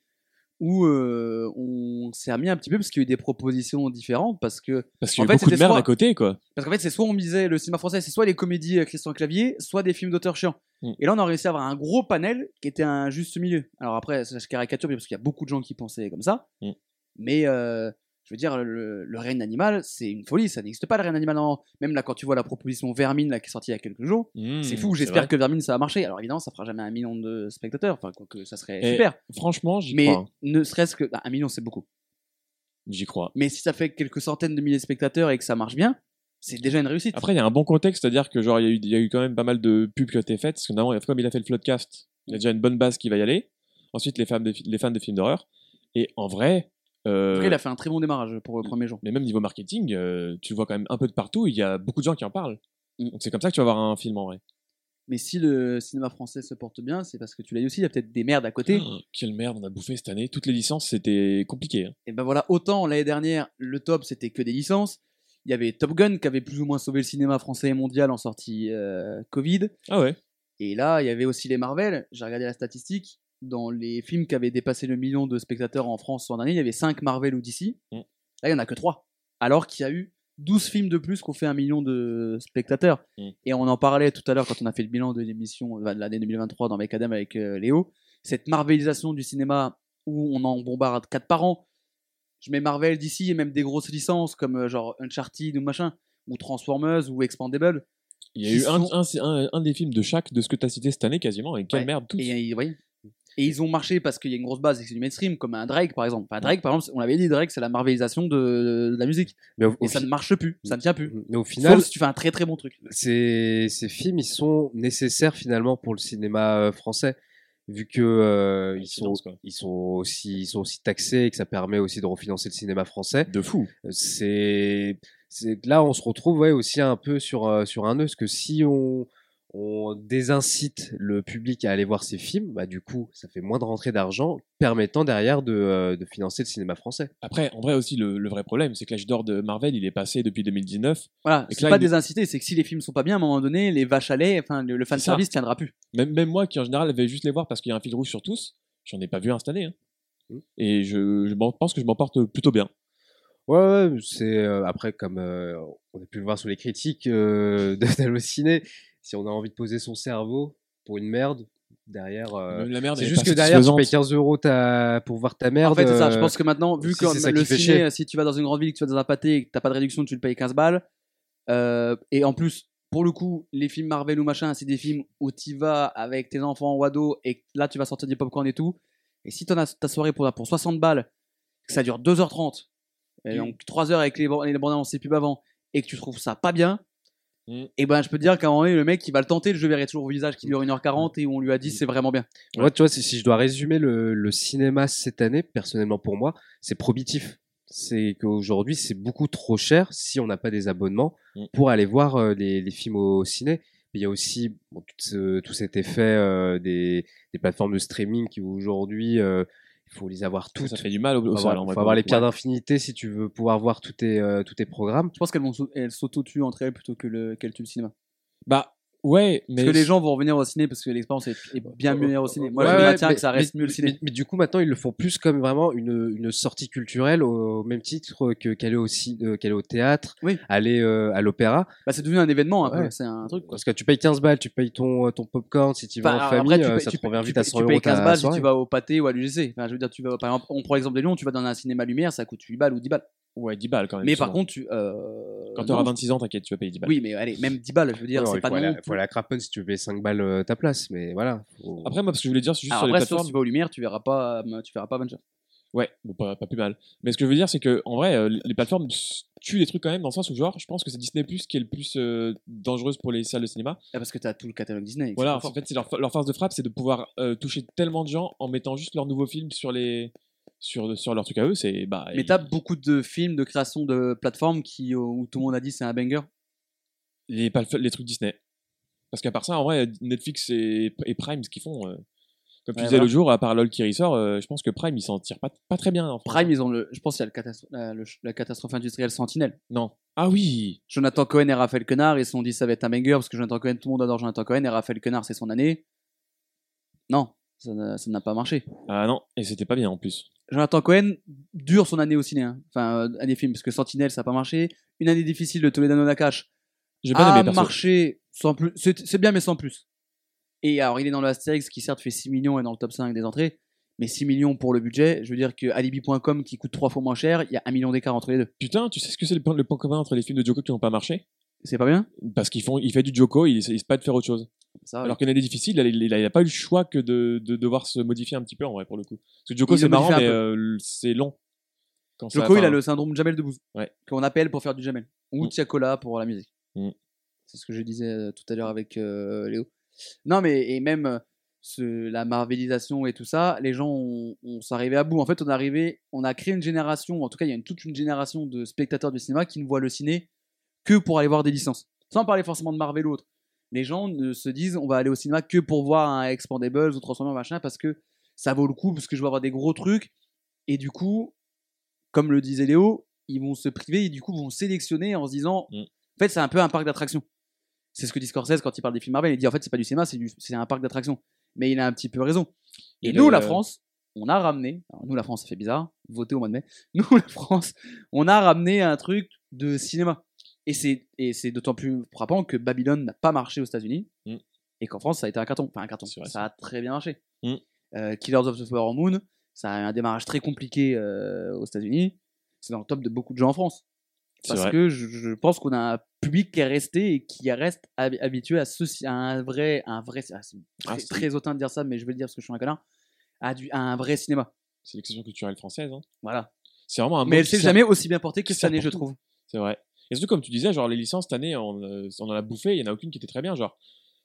Speaker 4: où euh, on s'est remis un petit peu parce qu'il y a eu des propositions différentes parce que
Speaker 2: Parce qu'il y
Speaker 4: En fait,
Speaker 2: a eu beaucoup de
Speaker 4: c'était
Speaker 2: merde
Speaker 4: soit-
Speaker 2: à côté, quoi.
Speaker 4: parce qu'en fait c'est soit on misait le cinéma français, c'est soit les comédies avec Christian Clavier, soit des films d'auteurs chiants.
Speaker 2: Mm.
Speaker 4: Et là on a réussi à avoir un gros panel qui était un juste milieu. Alors après ça, je caricature parce qu'il y a beaucoup de gens qui pensaient comme ça,
Speaker 2: Mm.
Speaker 4: mais euh, je veux dire, le, le règne animal, c'est une folie, ça n'existe pas le règne animal. en- Même là, quand tu vois la proposition Vermine là, qui est sortie il y a quelques jours, Mmh,
Speaker 2: Hmm,
Speaker 4: c'est fou, j'espère que Vermine ça va marcher. Alors évidemment, ça fera jamais un million de spectateurs, enfin quoi que ça serait
Speaker 2: Et-
Speaker 4: super.
Speaker 2: Franchement, j'y
Speaker 4: Mais
Speaker 2: crois. hein.
Speaker 4: ne serait-ce que bah, un million, c'est beaucoup.
Speaker 2: J'y crois.
Speaker 4: Mais si ça fait quelques centaines de milliers de spectateurs et que ça marche bien, c'est déjà une réussite.
Speaker 2: Après, il y a un bon contexte, c'est-à-dire que, genre, il y, a eu- il y a eu quand même pas mal de pubs qui ont été faites. Parce que, notamment, comme il a fait le Floodcast, il a déjà une bonne base qui va y aller. Ensuite, les fans de, fi- les fans de films d'horreur. Et en vrai. euh, hmm.
Speaker 4: En tout cas, il a fait un très bon démarrage pour le premier jour.
Speaker 2: Mais même niveau marketing, euh, tu le vois quand même un peu de partout. Il y a beaucoup de gens qui en parlent.
Speaker 4: Mm.
Speaker 2: Donc c'est comme ça que tu vas voir un film en vrai.
Speaker 4: Mais si le cinéma français se porte bien, c'est parce que tu l'as eu aussi. Il y a peut-être des merdes à côté.
Speaker 2: Oh, quelle merde on a bouffé cette année. Toutes les licences, c'était compliqué. hein.
Speaker 4: Et ben voilà, autant l'année dernière, le top c'était que des licences. Il y avait Top Gun qui avait plus ou moins sauvé le cinéma français et mondial en sortie euh, Covid.
Speaker 2: Ah ouais.
Speaker 4: Et là, il y avait aussi les Marvel. J'ai regardé la statistique. Dans les films qui avaient dépassé le million de spectateurs en France en année, il y avait 5 Marvel ou DC.
Speaker 2: Mm.
Speaker 4: Là, il n'y en a que 3. Alors qu'il y a eu 12 films de plus qui ont fait un million de spectateurs.
Speaker 2: Mm.
Speaker 4: Et on en parlait tout à l'heure quand on a fait le bilan de l'émission euh, de l'année 2023 dans Macadam avec euh, Léo. Cette marvelisation du cinéma où on en bombarde 4 par an. Je mets Marvel, DC et même des grosses licences comme euh, genre Uncharted ou machin, ou Transformers ou Expandable.
Speaker 2: Il y a
Speaker 4: Qui
Speaker 2: eu un,
Speaker 4: sont-
Speaker 2: un, c'est un- un des films de chaque de ce que tu as cité cette année quasiment. Et quelle
Speaker 4: Ouais.
Speaker 2: merde. Tous.
Speaker 4: Et, ils- oui. Et ils ont marché parce qu'il y a une grosse base et que c'est du mainstream, comme un Drake par exemple. Enfin, Drake, par exemple, on l'avait dit, Drake, c'est la marvelisation de, de la musique.
Speaker 5: mais au, au
Speaker 4: Et ça
Speaker 5: fi-
Speaker 4: ne marche plus, ça ne tient plus.
Speaker 5: mais au final,
Speaker 4: Sauf si tu fais un très très bon truc.
Speaker 5: ces, ces films, ils sont nécessaires finalement pour le cinéma euh, français, vu que euh, ils, sont,
Speaker 2: finances, quoi.
Speaker 5: ils sont aussi, ils sont aussi taxés et que ça permet aussi de refinancer le cinéma français.
Speaker 2: De fou.
Speaker 5: Euh, C'est, c'est là, on se retrouve ouais, aussi un peu sur euh, sur un nœud, parce que si on on désincite le public à aller voir ces films, bah du coup, ça fait moins de rentrée d'argent, permettant derrière de, euh, de financer le cinéma français.
Speaker 2: Après, en vrai aussi, le, le vrai problème, c'est que l'âge d'or de Marvel, il est passé depuis 2019.
Speaker 4: Voilà,
Speaker 2: Et que
Speaker 4: c'est
Speaker 2: là,
Speaker 4: pas
Speaker 2: il-
Speaker 4: des incités, c'est que si les films sont pas bien, à un moment donné, les vaches à lait, enfin, le, le
Speaker 2: ça.
Speaker 4: fanservice tiendra plus.
Speaker 2: Même, même moi qui en général vais juste les voir parce qu'il y a un fil rouge sur tous, j'en ai pas vu un cette année. hein.
Speaker 5: Mm.
Speaker 2: Et je, je m'en- pense que je m'en porte plutôt bien.
Speaker 5: Ouais, ouais, c'est euh, après comme euh, on a pu le voir sur les critiques euh, de d'Allociné, si on a envie de poser son cerveau pour une merde derrière, euh,
Speaker 2: Même la merde,
Speaker 5: c'est
Speaker 2: elle est
Speaker 5: juste
Speaker 2: pas
Speaker 5: que derrière tu
Speaker 2: satisfaisante.
Speaker 5: payes 15 euros ta- pour voir ta merde.
Speaker 4: En fait, c'est ça. Je
Speaker 5: euh,
Speaker 4: pense que maintenant, vu
Speaker 5: si
Speaker 4: que
Speaker 5: c'est ça
Speaker 4: le
Speaker 5: qui fait
Speaker 4: ciné,
Speaker 5: chier.
Speaker 4: euh, si tu vas dans une grande ville, que tu vas dans un pâté et que t'as pas de réduction, tu le payes 15 balles. Euh, et en plus, pour le coup, les films Marvel ou machin, c'est des films où tu vas avec tes enfants ou ados et que là, tu vas sortir des popcorn et tout. Et si t'en as ta soirée pour, pour 60 balles, que ça dure 2h30, et donc trois heures avec les, ban- les bandes annonces et pubs avant, et que tu trouves ça pas bien,
Speaker 2: Mm.
Speaker 4: et ben je peux te dire qu'à un moment donné, le mec, il va le tenter, le jeu verrait toujours au visage
Speaker 5: Mm.
Speaker 4: qui dure 1h40 et on lui a dit c'est vraiment bien.
Speaker 5: Moi, tu vois, si, si je dois résumer le, le cinéma cette année, personnellement pour moi, c'est prohibitif. C'est qu'aujourd'hui, c'est beaucoup trop cher si on n'a pas des abonnements
Speaker 2: Mm.
Speaker 5: pour aller voir euh, les, les films au ciné. Il y a aussi bon, tout, ce- tout cet effet euh, des, des plateformes de streaming qui aujourd'hui, euh, il faut les avoir toutes.
Speaker 2: Ça fait du mal au,
Speaker 5: Il
Speaker 2: au hein,
Speaker 5: faut
Speaker 2: sol. en
Speaker 5: avoir, faut
Speaker 2: vrai,
Speaker 5: avoir
Speaker 2: pour
Speaker 5: les
Speaker 2: le coup.
Speaker 5: pierres d'infinité si tu veux pouvoir voir tous tes, euh, tous tes programmes.
Speaker 4: Je pense qu'elles vont s'au- elles s'auto-tuent entre elles plutôt que le, qu'elles tuent le cinéma.
Speaker 2: Bah, ouais, mais.
Speaker 4: Parce que les gens vont revenir au ciné parce que l'expérience est, est bien meilleure au ciné. Moi,
Speaker 5: Ouais,
Speaker 4: je
Speaker 5: ouais,
Speaker 4: maintiens
Speaker 5: mais-
Speaker 4: que ça reste
Speaker 5: mais-
Speaker 4: mieux le ciné.
Speaker 5: Mais, mais du coup, maintenant, ils le font plus comme vraiment une, une sortie culturelle au même titre que qu'aller au, ci- euh, qu'aller au théâtre,
Speaker 4: Oui.
Speaker 5: aller euh, à l'opéra.
Speaker 4: Bah, c'est devenu un événement, un peu.
Speaker 5: Ouais.
Speaker 4: C'est un truc.
Speaker 5: Parce que tu payes 15 balles, tu payes ton, euh, ton popcorn si tu vas
Speaker 4: Enfin,
Speaker 5: en
Speaker 4: après,
Speaker 5: famille,
Speaker 4: tu
Speaker 5: euh,
Speaker 4: payes-
Speaker 5: ça te
Speaker 4: tu payes-
Speaker 5: revient
Speaker 4: tu
Speaker 5: vite à
Speaker 4: payes-
Speaker 5: 100
Speaker 4: tu
Speaker 5: euros.
Speaker 4: payes 15
Speaker 5: ta
Speaker 4: balles si
Speaker 5: soirée.
Speaker 4: tu vas au pâté ou à l'UGC. Enfin, je veux dire, tu vas, par exemple, on prend l'exemple des Lyons, tu vas dans un cinéma lumière, ça coûte 8 balles ou 10 balles.
Speaker 2: Ouais, 10 balles quand même.
Speaker 4: Mais par
Speaker 2: souvent.
Speaker 4: contre, tu. euh,
Speaker 2: Quand tu auras
Speaker 4: non.
Speaker 2: 26 ans, t'inquiète, tu vas payer 10 balles.
Speaker 4: Oui, mais allez, même 10 balles, je veux dire,
Speaker 5: Non,
Speaker 4: c'est
Speaker 5: il
Speaker 4: pas
Speaker 5: faut
Speaker 4: non.
Speaker 5: aller, à-
Speaker 4: plus-
Speaker 5: faut aller à Crapen si tu veux payer 5 balles euh, ta place. Mais voilà. faut-
Speaker 4: Ah
Speaker 2: Après, moi, parce que je voulais dire, c'est juste
Speaker 4: Alors
Speaker 2: sur les
Speaker 4: après, sauf si
Speaker 2: plateformes.
Speaker 4: tu vas aux Lumières, tu verras pas, euh, tu verras pas Avenger.
Speaker 2: Ouais, bon, pas, pas plus mal. Mais ce que je veux dire, c'est que en vrai, euh, les- les plateformes s- tuent des trucs quand même, dans le sens où, genre, je pense que c'est Disney Plus qui est le plus euh, dangereuse pour les salles de cinéma.
Speaker 4: Ah, parce que t'as tout le catalogue Disney. c'est
Speaker 2: Voilà,
Speaker 4: trop
Speaker 2: en
Speaker 4: fort.
Speaker 2: fait, c'est leur, leur force de frappe, c'est de pouvoir euh, toucher tellement de gens en mettant juste leurs nouveaux films sur les sur, sur leur truc à eux. C'est bah.
Speaker 4: Mais
Speaker 2: ils-
Speaker 4: t'as beaucoup de films de création de plateformes qui, euh, où tout le monde a dit c'est un banger.
Speaker 2: les, pal- les trucs Disney. Parce qu'à part ça, en vrai, Netflix et, et Prime, ce qu'ils font. euh,
Speaker 4: Ouais,
Speaker 2: comme tu disais
Speaker 4: voilà.
Speaker 2: l'autre jour, à part LOL qui ressort, euh, je pense que Prime, ils s'en tirent pas, pas très bien. en France.
Speaker 4: Prime, ils ont le, je pense qu'il y a le catastro- la, le ch- la catastrophe industrielle Sentinelle.
Speaker 2: Non. Ah oui
Speaker 4: Jonathan Cohen et Raphaël Quenard, ils se sont dit ça va être un banger parce que Jonathan Cohen, tout le monde adore Jonathan Cohen et Raphaël Quenard, c'est son année. Non, ça n'a- ça n'a pas marché.
Speaker 2: Ah non, et c'était pas bien en plus.
Speaker 4: Jonathan Cohen dure son année au ciné, hein. enfin euh, année film, parce que Sentinelle ça n'a pas marché. Une année difficile de Toledano Nakash
Speaker 2: J'ai bien
Speaker 4: a
Speaker 2: aimé, perso.
Speaker 4: marché sans plus. C'est c'est bien mais sans plus. Et alors il est dans le Astérix qui certes fait 6 millions et dans le top 5 des entrées, mais 6 millions pour le budget, je veux dire que Alibi.com qui coûte 3 fois moins cher, il y a 1 million d'écart entre les deux.
Speaker 2: Putain, tu sais ce que c'est le, point- le point commun entre les films de Joko qui n'ont pas marché
Speaker 4: C'est pas bien
Speaker 2: Parce qu'ils font, il fait du Joko, il essaie pas de faire autre chose.
Speaker 4: Ça,
Speaker 2: Alors qu'une année difficile, il a- il a, il a pas eu le choix que de, de devoir se modifier un petit peu en vrai pour le coup. Parce que Joko
Speaker 4: Il le
Speaker 2: c'est marrant,
Speaker 4: modifie
Speaker 2: mais
Speaker 4: un
Speaker 2: euh, c'est long. Quand ça-
Speaker 4: Joko, il
Speaker 2: enfin,
Speaker 4: a le syndrome Jamel de Bouze,
Speaker 2: Ouais.
Speaker 4: qu'on appelle pour faire du Jamel, ou
Speaker 2: Mm.
Speaker 4: Tiakola pour la musique.
Speaker 2: Mm.
Speaker 4: C'est ce que je disais euh, tout à l'heure avec euh, Léo. Non, mais et même euh, ce- la marvelisation et tout ça, les gens, on, on s'est arrivé à bout. En fait, on est arrivé, on a créé une génération, en tout cas, il y a une- toute une génération de spectateurs du cinéma qui ne voient le ciné que pour aller voir des licences, sans parler forcément de Marvel ou autre. Les gens ne se disent, on va aller au cinéma que pour voir un Expandables ou Transformers machin, parce que ça vaut le coup, parce que je vais avoir des gros trucs. Et du coup, comme le disait Léo, ils vont se priver et du coup vont sélectionner en se disant.
Speaker 2: Mm.
Speaker 4: En fait, c'est un peu un parc d'attractions. C'est ce que dit Scorsese quand il parle des films Marvel. Il dit en fait, c'est pas du cinéma, c'est du- c'est un parc d'attractions. Mais il a un petit peu raison. Et,
Speaker 2: Et
Speaker 4: nous,
Speaker 2: le-
Speaker 4: la France, on a ramené. alors nous, la France, ça fait bizarre. Voter au mois de mai. Nous, la France, on a ramené un truc de cinéma. Et c'est et c'est d'autant plus frappant que Babylone n'a pas marché aux États-Unis
Speaker 2: Mm.
Speaker 4: et qu'en France, ça a été un carton. Enfin, un carton.
Speaker 2: C'est vrai,
Speaker 4: ça a très bien marché.
Speaker 2: Mm.
Speaker 4: Euh, Killers of the Flower Moon, ça a eu un démarrage très compliqué euh, aux États-Unis. C'est dans le top de beaucoup de gens en France.
Speaker 2: c'est
Speaker 4: Parce
Speaker 2: vrai.
Speaker 4: que je, je pense qu'on a un public qui est resté et qui reste hab- habitué à, ceci, à un vrai. à un vrai ah, c'est
Speaker 2: Ah,
Speaker 4: très,
Speaker 2: c'est-
Speaker 4: très hautain de dire ça, mais je vais le dire parce que je suis un connard. À, du, à un vrai cinéma.
Speaker 2: C'est l'exception culturelle française. hein.
Speaker 4: Voilà.
Speaker 2: C'est vraiment un mot
Speaker 4: mais elle
Speaker 2: qui
Speaker 4: s'est
Speaker 2: sert-
Speaker 4: jamais aussi bien portée que
Speaker 2: qui
Speaker 4: cette
Speaker 2: sert
Speaker 4: année,
Speaker 2: pour
Speaker 4: je
Speaker 2: tout.
Speaker 4: trouve.
Speaker 2: C'est vrai. Et surtout, comme tu disais, genre, les licences, cette année, on, euh, on en a bouffé, il n'y en a aucune qui était très bien, genre.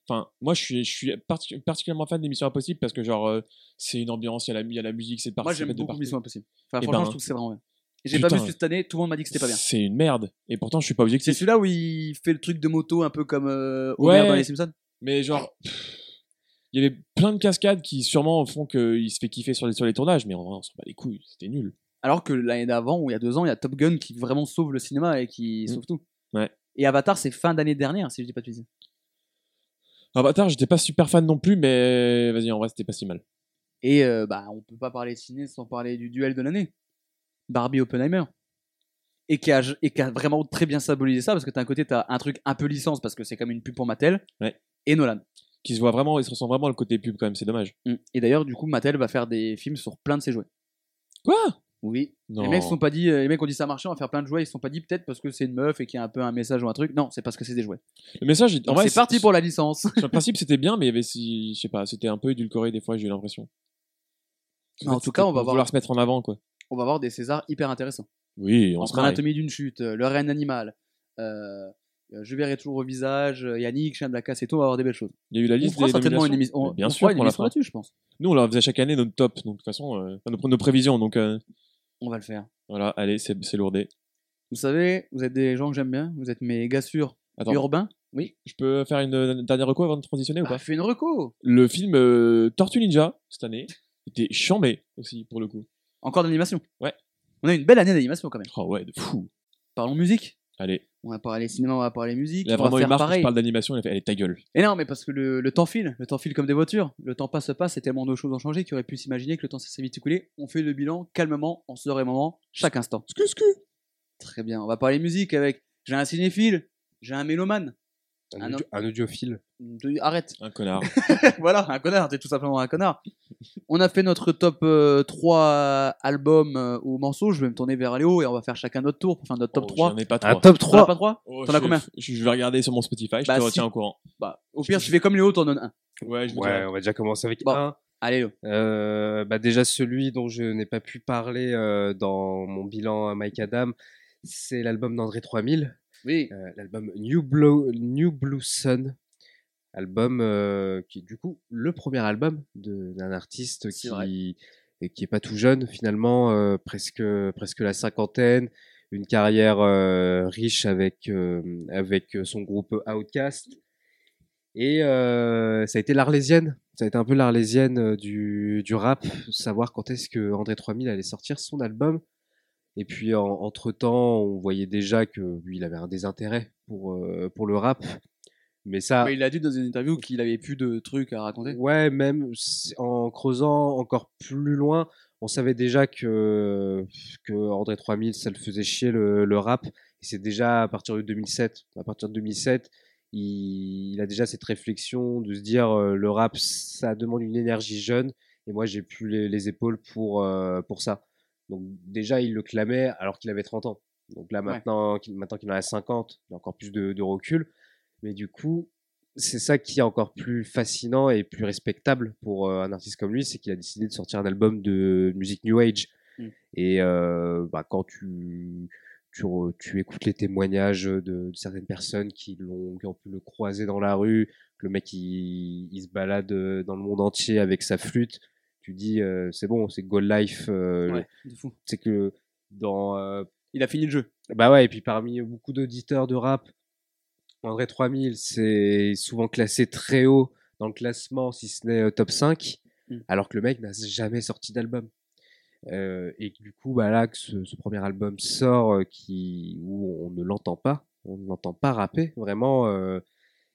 Speaker 2: Enfin, moi, je suis, je suis parti- particulièrement fan d'Émission Impossible parce que, genre, euh, c'est une ambiance, il y a la, il y a la musique, c'est parti.
Speaker 4: Moi,
Speaker 2: ça
Speaker 4: j'aime
Speaker 2: fait de
Speaker 4: beaucoup
Speaker 2: partout.
Speaker 4: Mission Impossible. Enfin,
Speaker 2: Eh
Speaker 4: franchement,
Speaker 2: ben,
Speaker 4: je trouve que c'est vraiment bien. J'ai pas vu
Speaker 2: putain.
Speaker 4: celui cette année, tout le monde m'a dit que c'était pas bien.
Speaker 2: C'est une merde. Et pourtant, je suis pas
Speaker 4: C'est
Speaker 2: objectif.
Speaker 4: celui-là où il fait le truc de moto un peu comme euh,
Speaker 2: Ouais.
Speaker 4: Homer dans les Simpsons
Speaker 2: Mais genre, pff, il y avait plein de cascades qui sûrement font qu'il se fait kiffer sur les, sur les tournages, mais en vrai, on s'en bat les couilles, c'était nul.
Speaker 4: Alors que l'année d'avant, ou il y a deux ans, il y a Top Gun qui vraiment sauve le cinéma et qui
Speaker 2: Mm.
Speaker 4: sauve tout.
Speaker 2: Ouais.
Speaker 4: Et Avatar, c'est fin d'année dernière, si je dis pas de bêtises.
Speaker 2: Avatar, j'étais pas super fan non plus, mais vas-y, en vrai, c'était pas si mal.
Speaker 4: Et euh, bah, on peut pas parler de ciné sans parler du duel de l'année. Barbie Oppenheimer. Et qui, a, et qui a vraiment très bien symbolisé ça, parce que t'as un côté, t'as un truc un peu licence, parce que c'est comme une pub pour Mattel,
Speaker 2: Ouais.
Speaker 4: et Nolan.
Speaker 2: Qui se voit vraiment, il se ressent vraiment le côté pub quand même, c'est dommage.
Speaker 4: Mm. Et d'ailleurs, du coup, Mattel va faire des films sur plein de ses jouets.
Speaker 2: Quoi
Speaker 4: Oui.
Speaker 2: Non.
Speaker 4: Les mecs se sont pas dit, euh, les mecs ont dit ça marchait, on va faire plein de jouets, ils se sont pas dit peut-être parce que c'est une meuf et qu'il y a un peu un message ou un truc. Non, c'est parce que c'est des jouets.
Speaker 2: Le message, il- en
Speaker 4: Donc
Speaker 2: vrai,
Speaker 4: c'est parti pour la licence.
Speaker 2: Sur le principe, c'était bien, mais il y avait, si, je sais pas, c'était un peu édulcoré des fois, j'ai eu l'impression.
Speaker 4: Mais en tout cas, on va
Speaker 2: Pour
Speaker 4: voir-
Speaker 2: vouloir se mettre en avant, quoi.
Speaker 4: On va voir des Césars hyper intéressants.
Speaker 2: Oui, on se
Speaker 4: entre
Speaker 2: marre.
Speaker 4: Anatomie d'une chute, euh, Le règne animal, euh, euh, Je verrai toujours au visage, euh, Yannick, Chien de la casse et tout, on va avoir des belles choses.
Speaker 2: Il y a eu la
Speaker 4: On
Speaker 2: liste
Speaker 4: fera
Speaker 2: des
Speaker 4: certainement une
Speaker 2: nominations.
Speaker 4: émission, on,
Speaker 2: Mais Bien
Speaker 4: on
Speaker 2: sûr,
Speaker 4: fera une
Speaker 2: qu'on la
Speaker 4: émission
Speaker 2: fera.
Speaker 4: là-dessus, je pense.
Speaker 2: Nous, on leur faisait chaque année notre top, donc de toute façon, euh, enfin, nos, nos prévisions. Donc euh,
Speaker 4: On va le faire.
Speaker 2: voilà, allez, c'est c'est lourdé.
Speaker 4: Vous savez, vous êtes des gens que j'aime bien, vous êtes mes gars sûrs
Speaker 2: Attends,
Speaker 4: urbains.
Speaker 2: je peux faire une, une dernière reco avant de transitionner ou
Speaker 4: Ah,
Speaker 2: pas
Speaker 4: fais une reco
Speaker 2: Le film euh, Tortue Ninja cette année était chambé aussi pour le coup.
Speaker 4: Encore d'animation.
Speaker 2: Ouais.
Speaker 4: On a une belle année d'animation quand même.
Speaker 2: Oh ouais, de fou.
Speaker 4: Parlons musique.
Speaker 2: Allez,
Speaker 4: On va parler cinéma, on va parler musique.
Speaker 2: il a
Speaker 4: on va
Speaker 2: vraiment eu
Speaker 4: faire
Speaker 2: marre quand je
Speaker 4: pareil.
Speaker 2: parle d'animation. Il a fait, allez ta gueule.
Speaker 4: Et non, mais parce que le, le temps file, le temps file comme des voitures. Le temps passe, passe, et tellement de choses ont changé qu'il aurait pu s'imaginer que le temps s'est vite écoulé. On fait le bilan calmement, en ce et moment, chaque instant.
Speaker 2: Excuse que.
Speaker 4: Très bien, on va parler musique avec. J'ai un cinéphile, j'ai un mélomane.
Speaker 5: Un,
Speaker 4: Ah
Speaker 5: audio- un audiophile.
Speaker 4: De- Arrête,
Speaker 2: Un connard.
Speaker 4: voilà, un connard, t'es tout simplement un connard. On a fait notre top euh, 3 albums euh, ou morceaux. Je vais me tourner vers Léo et on va faire chacun notre tour pour faire notre top
Speaker 2: Oh,
Speaker 4: 3.
Speaker 2: J'en ai pas
Speaker 5: Un
Speaker 2: trois.
Speaker 5: top
Speaker 4: T'en as
Speaker 5: 3
Speaker 4: pas 3
Speaker 2: Oh,
Speaker 4: T'en as
Speaker 2: je-
Speaker 4: combien
Speaker 2: je, je vais regarder sur mon Spotify, je
Speaker 4: Bah,
Speaker 2: te
Speaker 4: si.
Speaker 2: retiens au courant.
Speaker 4: Bah, au pire, tu fais comme Léo, t'en donnes un.
Speaker 2: Ouais, je
Speaker 5: Ouais, on va déjà commencer avec
Speaker 4: hein. Bon.
Speaker 5: un.
Speaker 4: Allez, Léo.
Speaker 5: Euh, bah déjà celui dont je n'ai pas pu parler euh, dans mon bilan à Mike Adam, c'est l'album d'André 3000,
Speaker 4: Oui.
Speaker 5: euh, l'album New Blue, New Blue Sun, album euh, qui est du coup le premier album de- d'un artiste
Speaker 4: C'est
Speaker 5: qui et qui est pas tout jeune finalement, euh, presque presque la cinquantaine, une carrière euh, riche avec euh, avec son groupe Outcast. Et euh, ça a été l'arlésienne. Ça a été un peu l'arlésienne euh, du, du rap, savoir quand est-ce que André 3000 allait sortir son album. Et puis en- entre-temps, on voyait déjà que lui, il avait un désintérêt pour, euh, pour le rap. Mais ça,
Speaker 4: Mais il a dit dans une interview qu'il avait plus de trucs à raconter.
Speaker 5: ouais, même s- en creusant encore plus loin, on savait déjà que, que André 3000, ça le faisait chier le, le rap. Et c'est déjà à partir de 2007. À partir de 2007, il, il a déjà cette réflexion de se dire euh, le rap, ça demande une énergie jeune. Et moi, j'ai plus les, les épaules pour, euh, pour ça. Donc, déjà, il le clamait alors qu'il avait 30 ans. Donc là, maintenant qu'il maintenant qu'il en a 50, il a encore plus de, de recul. Mais du coup, c'est ça qui est encore plus fascinant et plus respectable pour euh, un artiste comme lui, c'est qu'il a décidé de sortir un album de musique New Age.
Speaker 4: Mm.
Speaker 5: Et euh, bah, quand tu, tu, re- tu écoutes les témoignages de, de certaines personnes qui, l'ont, qui ont pu le croiser dans la rue, que le mec il, il se balade euh, dans le monde entier avec sa flûte, tu dis euh, c'est bon, c'est Go Life. euh,
Speaker 4: Ouais, de fou.
Speaker 5: C'est que dans euh,
Speaker 4: Il a fini le jeu.
Speaker 5: bah ouais, et puis parmi beaucoup d'auditeurs de rap, André 3000, c'est souvent classé très haut dans le classement, si ce n'est euh, top 5,
Speaker 4: Mm.
Speaker 5: alors que le mec n'a jamais sorti d'album. Euh, et que du coup, bah là, que ce, ce premier album sort euh, qui, où on ne l'entend pas, on ne l'entend pas rapper, vraiment. euh,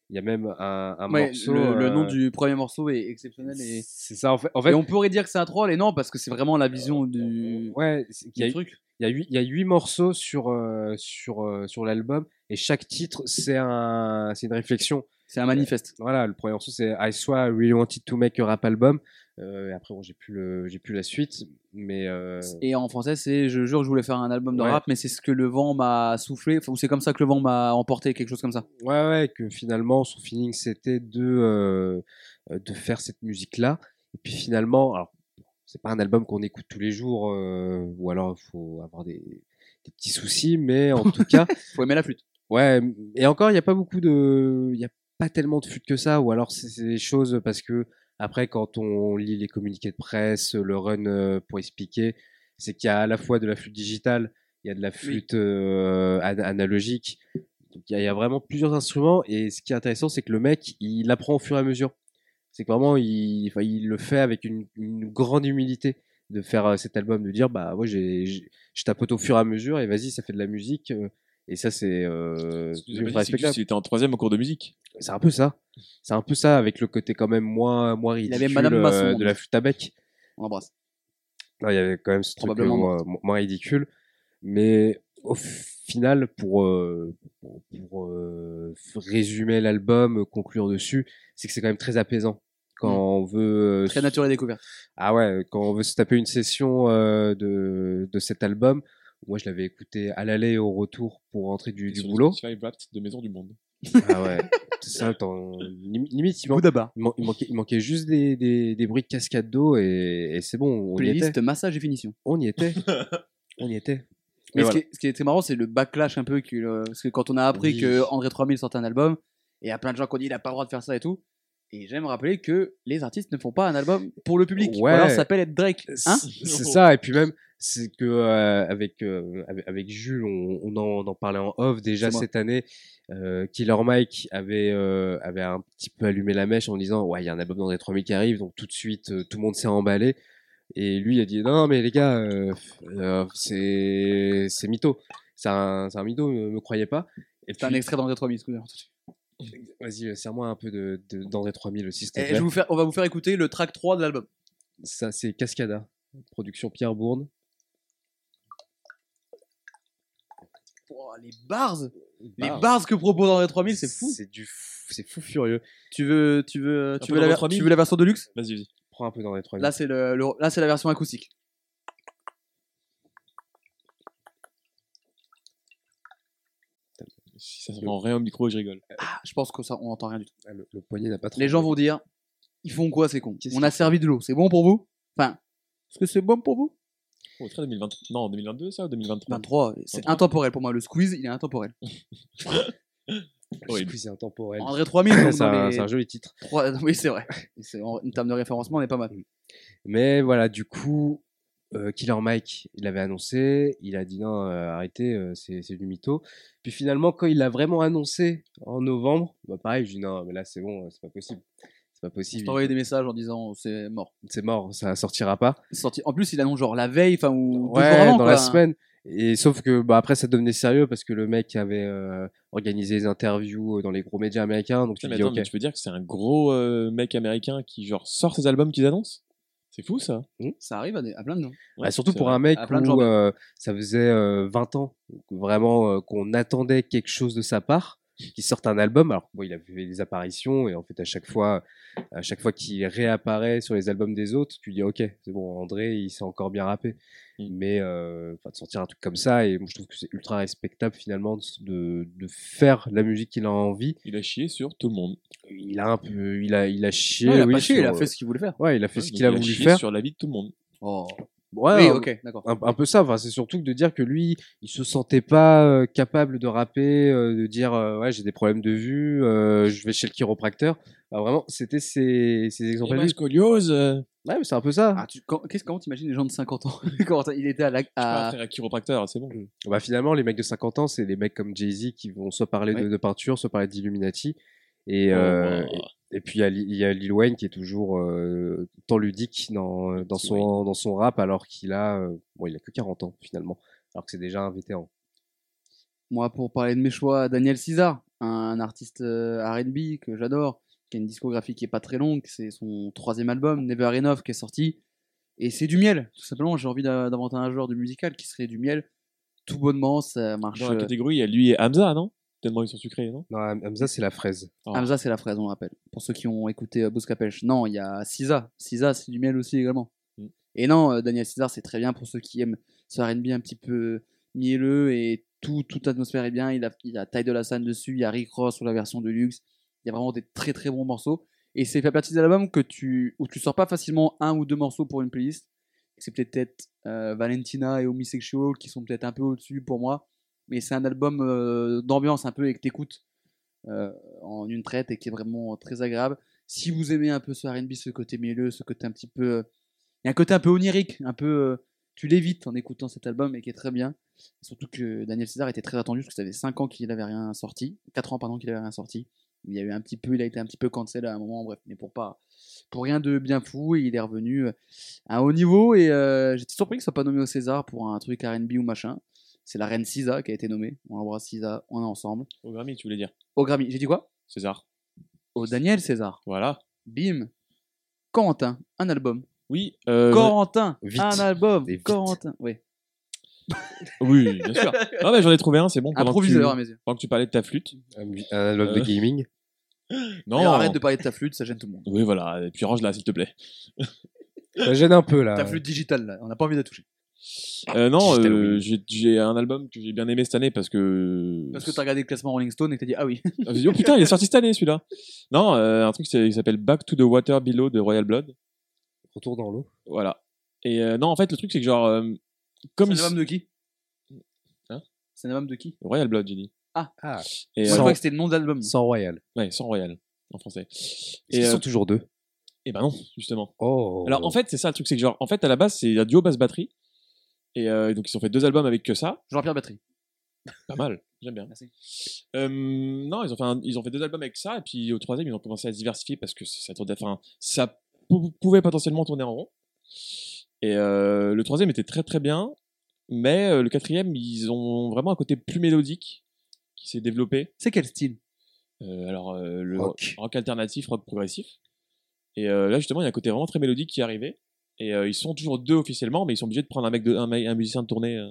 Speaker 5: Il y a même un, un
Speaker 4: Ouais,
Speaker 5: morceau.
Speaker 4: le, le nom
Speaker 5: euh,
Speaker 4: du premier morceau est exceptionnel. Et,
Speaker 5: C'est ça, en fait. En fait
Speaker 4: et on pourrait dire que c'est un troll, et non, parce que c'est vraiment la vision du,
Speaker 5: Euh, ouais, c'est- il
Speaker 4: du
Speaker 5: y a eu-
Speaker 4: truc.
Speaker 5: Il y a huit, il y a huit morceaux sur, euh, sur, euh, sur l'album et chaque titre, c'est un, c'est une réflexion.
Speaker 4: C'est un manifeste.
Speaker 5: Voilà, le premier morceau, c'est I Swear I Really Wanted to Make a Rap Album. Euh, et après, bon, j'ai plus, le- j'ai plus la suite, mais euh,
Speaker 4: Et en français, c'est Je jure, je voulais faire un album de
Speaker 5: Ouais.
Speaker 4: rap, mais c'est ce que le vent m'a soufflé, enfin, ou c'est comme ça que le vent m'a emporté, quelque chose comme ça.
Speaker 5: ouais, ouais, que finalement, son feeling, c'était de, euh, euh, de faire cette musique-là. Et puis finalement, alors, c'est pas un album qu'on écoute tous les jours, euh, ou alors il faut avoir des, des petits soucis, mais en tout cas,
Speaker 4: Faut aimer la flûte.
Speaker 5: Ouais, m- et encore, il n'y a pas beaucoup de. Il n'y a pas tellement de fuites que ça, ou alors c'est c'est des choses parce que, après, quand on lit les communiqués de presse, le run euh, pour expliquer, c'est qu'il y a à la fois de la flûte digitale, il y a de la flûte euh, an- analogique. Donc, il y, a- il y a vraiment plusieurs instruments, et ce qui est intéressant, c'est que le mec, il apprend au fur et à mesure. C'est que vraiment, il, enfin, il le fait avec une, une grande humilité de faire euh, cet album, de dire, bah, moi, j'ai, j'ai- je tapote au fur et à mesure, et vas-y, ça fait de la musique. euh, et ça, c'est euh,
Speaker 2: Ce que j'ai pas dit,
Speaker 5: c'est
Speaker 2: c'est que
Speaker 5: respectable.
Speaker 2: juste, il était en troisième au cours de musique.
Speaker 5: C'est un peu ça. C'est un peu ça, avec le côté quand même moins, moins
Speaker 4: Il
Speaker 5: ridicule
Speaker 4: avait Madame
Speaker 5: euh,
Speaker 4: Masson,
Speaker 5: de
Speaker 4: donc.
Speaker 5: la flûte à bec.
Speaker 4: On embrasse.
Speaker 5: Non, il y avait quand même ce truc euh,
Speaker 4: Probablement
Speaker 5: moins, moins ridicule. Mais au final, pour, euh, pour, pour, euh, résumer l'album, conclure dessus, c'est que c'est quand même très apaisant. Quand on veut euh,
Speaker 4: Mm. Très naturel découverte.
Speaker 5: ah ouais, quand on veut se taper une session euh, de, de cet album, moi je l'avais écouté à l'aller et au retour pour rentrer du, du
Speaker 2: Sur
Speaker 5: boulot.
Speaker 2: Spotify Wrapped de Maison du Monde.
Speaker 5: Ah ouais, c'est ça, t'en- lim- limite il, man-
Speaker 4: Coup d'abat.
Speaker 5: il man- il manquait, il manquait juste des, des, des bruits de cascade d'eau et, et c'est bon, on y était.
Speaker 4: Playlist, massage et finition.
Speaker 5: On y était. on y était.
Speaker 4: Mais
Speaker 5: Mais
Speaker 4: ce,
Speaker 5: voilà.
Speaker 4: qui est, ce qui était marrant, c'est le backlash un peu. qu'il, euh, parce que quand on a appris
Speaker 5: Oui.
Speaker 4: que André 3000 sortait un album, et il y a plein de gens qui ont dit il a pas le droit de faire ça et tout. Et j'aime rappeler que les artistes ne font pas un album pour le public. Ou
Speaker 5: Ouais.
Speaker 4: alors ça s'appelle être Drake. Hein
Speaker 5: C'est- c'est ça, et puis même, c'est que euh, avec, euh, avec avec Jules, on, on en, on en parlait en off déjà
Speaker 4: C'est moi.
Speaker 5: cette année. Euh, Killer Mike avait euh, avait un petit peu allumé la mèche en disant ouais il y a un album dans les 3000 qui arrive, donc tout de suite euh, tout le monde s'est emballé. Et lui il a dit non mais les gars euh, euh, c'est c'est mytho, c'est un c'est un mytho, ne me croyez pas. Et
Speaker 4: C'est un
Speaker 5: puis-
Speaker 4: extrait d'André 3000, excusez-moi.
Speaker 5: Vas-y, euh, serre-moi un peu de, de dans les 3000 aussi, s'il te
Speaker 4: Et
Speaker 5: plaît.
Speaker 4: je vous faire, on va vous faire écouter le track 3 de l'album.
Speaker 5: Ça, c'est Cascada, production Pierre Bourne.
Speaker 4: Oh, les bars Les bars que propose André 3000, c'est fou.
Speaker 5: Ah, C'est du, f- c'est fou furieux.
Speaker 4: Tu veux, tu veux, tu
Speaker 2: peu
Speaker 4: veux, la,
Speaker 2: d'André
Speaker 4: ver-
Speaker 2: 3000?
Speaker 4: tu veux la version de luxe
Speaker 2: Vas-y, vas-y.
Speaker 5: Prends un peu dans les 3000.
Speaker 4: Là, c'est le, le- là, c'est la version acoustique.
Speaker 2: Si ça s'entend rien au micro, je rigole.
Speaker 4: Ah, je pense que ça, on n'entend rien du tout.
Speaker 5: Ah, le, le poignet n'a pas trop.
Speaker 4: Les gens vont dire, ils font quoi ces cons
Speaker 5: Qu'est-ce
Speaker 4: On a servi de l'eau, c'est bon pour vous Enfin, est-ce que c'est bon pour vous
Speaker 2: Oh, très 2020. Non, 2022, ça ou 2023
Speaker 4: 23, c'est
Speaker 2: 23.
Speaker 4: intemporel pour moi. Le squeeze, il est intemporel.
Speaker 5: Oui,
Speaker 2: horribles.
Speaker 5: puis c'est intemporel.
Speaker 4: André 3000, donc,
Speaker 5: C'est
Speaker 4: dans
Speaker 5: un,
Speaker 4: les
Speaker 5: c'est un joli titre.
Speaker 4: trois- oui, c'est vrai. C'est- En, en termes de référencement, on est pas mal.
Speaker 5: Mais voilà, du coup, euh, Killer Mike, il l'avait annoncé. Il a dit non, euh, arrêtez, euh, c'est c'est du mytho. Puis finalement, quand il l'a vraiment annoncé en novembre, bah pareil, je dis non, mais là c'est bon, euh, c'est pas possible. C'est pas
Speaker 4: Je
Speaker 5: possible.
Speaker 4: t'envoyais des messages en disant, c'est mort.
Speaker 5: C'est mort, ça sortira pas.
Speaker 4: Sorti- En plus, il annonce genre la veille, enfin, ou deux
Speaker 5: ouais,
Speaker 4: jours avant,
Speaker 5: dans la
Speaker 4: quoi.
Speaker 5: semaine. Et sauf que bah, après, ça devenait sérieux parce que le mec avait euh, organisé des interviews euh, dans les gros médias américains. Donc tu
Speaker 2: Putain,
Speaker 5: te
Speaker 2: mais
Speaker 5: dis,
Speaker 2: attends,
Speaker 5: ok.
Speaker 2: mais tu peux dire que c'est un gros euh, mec américain qui genre sort ses albums qu'ils annoncent C'est fou ça.
Speaker 4: Ça arrive à, des- à plein de gens.
Speaker 5: Bah, surtout
Speaker 2: c'est
Speaker 5: pour
Speaker 2: vrai.
Speaker 5: un mec
Speaker 4: À plein de gens,
Speaker 5: où euh, ça faisait euh, 20 ans donc vraiment euh, qu'on attendait quelque chose de sa part, qui sorte un album. Alors bon, il a fait des apparitions et en fait à chaque fois, à chaque fois qu'il réapparaît sur les albums des autres, tu dis ok, c'est bon, André, il s'est encore bien rappé.
Speaker 2: Mm.
Speaker 5: Mais euh, enfin, de sortir un truc comme ça et moi, je trouve que c'est ultra respectable finalement de- de, de faire la musique qu'il a envie.
Speaker 2: Il a chié sur tout le monde.
Speaker 5: Il a un peu, il a, il a chié.
Speaker 4: Non, il a
Speaker 5: oui,
Speaker 4: pas chié, il a
Speaker 5: sur-
Speaker 4: fait ce qu'il voulait faire.
Speaker 5: Ouais, il a fait ce
Speaker 2: Donc,
Speaker 5: qu'il a
Speaker 2: il
Speaker 5: voulu
Speaker 2: chié
Speaker 5: faire.
Speaker 2: sur la vie de tout le monde.
Speaker 5: Ouais,
Speaker 4: oui,
Speaker 5: euh,
Speaker 4: ok, d'accord.
Speaker 5: un, un peu ça. Enfin, c'est surtout que de dire que lui, il se sentait pas euh, capable de rapper, euh, de dire euh, ouais j'ai des problèmes de vue, euh, je vais chez le chiropracteur. Ah, vraiment, c'était ses, ses exemples.
Speaker 2: Et ma scoliose. euh,
Speaker 5: Ouais, mais c'est un peu ça.
Speaker 4: Ah, tu, quand- qu'est-ce, comment t'imagines les gens de 50 ans Quand il était à la.
Speaker 2: Je peux
Speaker 4: à-
Speaker 5: Ah.
Speaker 2: pas faire un chiropracteur, c'est bon.
Speaker 5: Bah finalement, les mecs de 50 ans, c'est les mecs comme Jay Z qui vont soit parler de,
Speaker 4: Ouais.
Speaker 5: de peinture, soit parler d'Illuminati. Et, euh,
Speaker 2: Oh,
Speaker 5: et, et puis il y a Li- il y, a Lil Wayne qui est toujours euh, tant ludique dans, euh, dans
Speaker 2: petit
Speaker 5: son dans son rap alors qu'il a euh, bon il a que 40 ans finalement alors que c'est déjà un vétéran.
Speaker 4: Moi, pour parler de mes choix, Daniel César, un artiste euh, RB que j'adore, qui a une discographie qui est pas très longue, c'est son troisième album, Never Enough, qui est sorti. Et c'est du miel, tout simplement. J'ai envie d'a- d'inventer un genre de musical qui serait du miel. Tout bonnement, ça marche.
Speaker 2: Dans la
Speaker 4: euh,
Speaker 2: catégorie, il y a lui et Hamza, non Tellement ils sont sucrés, non
Speaker 5: Non, Ham- Hamza c'est la fraise.
Speaker 2: Ah.
Speaker 4: Hamza, c'est la fraise, on le rappelle. Pour ceux qui ont écouté euh, Bouscapèche. Non, il y a Cisa. Cisa, c'est du miel aussi également.
Speaker 2: Mm.
Speaker 4: Et non, euh, Daniel César, c'est très bien pour ceux qui aiment ce RB un petit peu mielleux et tout, toute l'atmosphère est bien. Il a, il a Ty de la San dessus, il y a Rick Ross sur la version de luxe. Il y a vraiment des très très bons morceaux. Et c'est fait partie des albums que tu, où tu sors pas facilement un ou deux morceaux pour une playlist. C'est peut-être euh, Valentina et Homosexual qui sont peut-être un peu au-dessus pour moi. Mais c'est un album euh, d'ambiance un peu et que t'écoutes euh, en une traite et qui est vraiment très agréable. Si vous aimez un peu ce RB, ce côté mielleux, ce côté un petit peu. euh, Il y a un côté un peu onirique, un peu. euh, Tu l'évites en écoutant cet album et qui est très bien. Surtout que Daniel César était très attendu parce que ça fait 5 ans qu'il n'avait rien sorti. 4 ans, pardon, qu'il n'avait rien sorti. Il y a eu un petit peu, il a été un petit peu cancel à un moment, bref, mais pour pas. Pour rien de bien fou, et il est revenu euh, à un haut niveau et euh, j'étais surpris qu'il soit pas nommé au César pour un truc RB ou machin. C'est la reine Sisa qui a été nommée. On l'embrasse Sisa, on est ensemble.
Speaker 2: Au Grammy, tu voulais dire.
Speaker 4: Au Grammy, j'ai dit quoi
Speaker 2: César.
Speaker 4: au Daniel César.
Speaker 2: Voilà.
Speaker 4: Bim. Corentin, un album.
Speaker 2: Oui. euh,
Speaker 4: Corentin,
Speaker 5: vite.
Speaker 4: un album.
Speaker 5: Et vite.
Speaker 4: Corentin, oui.
Speaker 2: Oui, bien sûr. Non, mais j'en ai trouvé un, c'est bon. pendant que
Speaker 4: Improviseur
Speaker 2: tu-
Speaker 4: à mes yeux.
Speaker 2: Pendant que tu parlais de ta flûte.
Speaker 5: Un, un album de
Speaker 2: Euh.
Speaker 5: gaming.
Speaker 2: Non.
Speaker 4: D'ailleurs, arrête de parler de ta flûte, ça gêne tout le monde.
Speaker 2: Oui, voilà. Et puis range-la, s'il te plaît.
Speaker 5: Ça gêne un peu là.
Speaker 4: Ta flûte digitale, là, on n'a pas envie de la toucher.
Speaker 2: Euh, non,
Speaker 5: Digital
Speaker 2: euh,
Speaker 5: Wing.
Speaker 2: j'ai- j'ai un album que j'ai bien aimé cette année parce que.
Speaker 4: Parce que t'as regardé le classement Rolling Stone et que t'as dit ah oui.
Speaker 2: Ah, j'ai dit, Oh putain, il est sorti cette année celui-là. Non, euh, un truc qui s'est- qui s'appelle Back to the Water Below de Royal Blood.
Speaker 5: Retour dans l'eau.
Speaker 2: Voilà. Et euh, non, en fait, le truc, c'est que genre. euh, comme
Speaker 4: C'est
Speaker 2: ils-
Speaker 4: l'album de qui
Speaker 5: Hein
Speaker 4: C'est un album de qui
Speaker 2: Royal Blood, j'ai dit.
Speaker 4: Ah.
Speaker 2: Et,
Speaker 5: Ah.
Speaker 4: Moi,
Speaker 2: euh,
Speaker 4: Je
Speaker 5: Sans-
Speaker 4: crois que c'était le nom de l'album.
Speaker 5: Sans Royal.
Speaker 2: ouais, sans Royal, en français.
Speaker 5: Ils
Speaker 2: Et, euh,
Speaker 5: sont toujours deux.
Speaker 2: et ben non, justement.
Speaker 5: Oh.
Speaker 2: Alors en fait, c'est ça le truc, c'est que genre, en fait, à la base, c'est un duo basse-batterie. Et euh, donc, ils ont fait deux albums avec que ça.
Speaker 4: Jean-Pierre Batterie.
Speaker 2: Pas mal, j'aime bien.
Speaker 4: Merci.
Speaker 2: Euh, non, ils ont, fait un- ils ont fait deux albums avec ça, et puis au troisième, ils ont commencé à se diversifier parce que ça, tournait, enfin, ça pou- pouvait potentiellement tourner en rond. Et euh, le troisième était très très bien, mais euh, le quatrième, ils ont vraiment un côté plus mélodique qui s'est développé.
Speaker 4: C'est quel style
Speaker 2: Euh, alors, euh, le
Speaker 5: Rock.
Speaker 2: rock. alternatif, rock progressif. Et euh, là, justement, il y a un côté vraiment très mélodique qui est arrivé. Et euh, ils sont toujours deux officiellement, mais ils sont obligés de prendre un, mec de, un, ma- un musicien de tournée euh,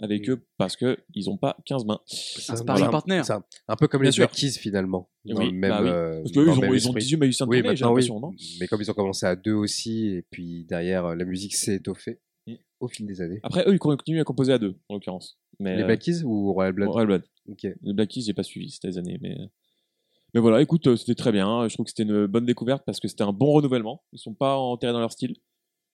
Speaker 2: avec eux parce qu'ils n'ont pas 15 mains.
Speaker 5: c'est
Speaker 4: un sparring partner.
Speaker 5: Un, un peu comme
Speaker 2: Bien
Speaker 5: les
Speaker 2: sûr.
Speaker 5: Jackies finalement. Dans
Speaker 2: Oui,
Speaker 5: le même,
Speaker 2: bah oui.
Speaker 5: euh,
Speaker 2: Parce
Speaker 5: dans
Speaker 2: qu'eux,
Speaker 5: le
Speaker 2: ils,
Speaker 5: même
Speaker 2: ont- ils ont
Speaker 5: esprit.
Speaker 2: 18 musiciens de
Speaker 5: Oui,
Speaker 2: tournée, j'ai
Speaker 5: maintenant, oui.
Speaker 2: l'impression, non
Speaker 5: Mais comme ils ont commencé à deux aussi, et puis derrière, euh, la musique s'est étoffée
Speaker 2: Mm.
Speaker 5: au fil des années.
Speaker 2: Après, eux, ils continuent à composer à deux, en l'occurrence. Mais,
Speaker 5: les
Speaker 2: euh,
Speaker 5: Black Keys ou Royal Blood
Speaker 2: Royal Blood.
Speaker 5: Ok.
Speaker 2: Les Black Keys, j'ai pas suivi ces années, mais. euh, Mais voilà, écoute, euh, c'était très bien. hein. Je trouve que c'était une bonne découverte parce que c'était un bon renouvellement. Ils sont pas enterrés dans leur style.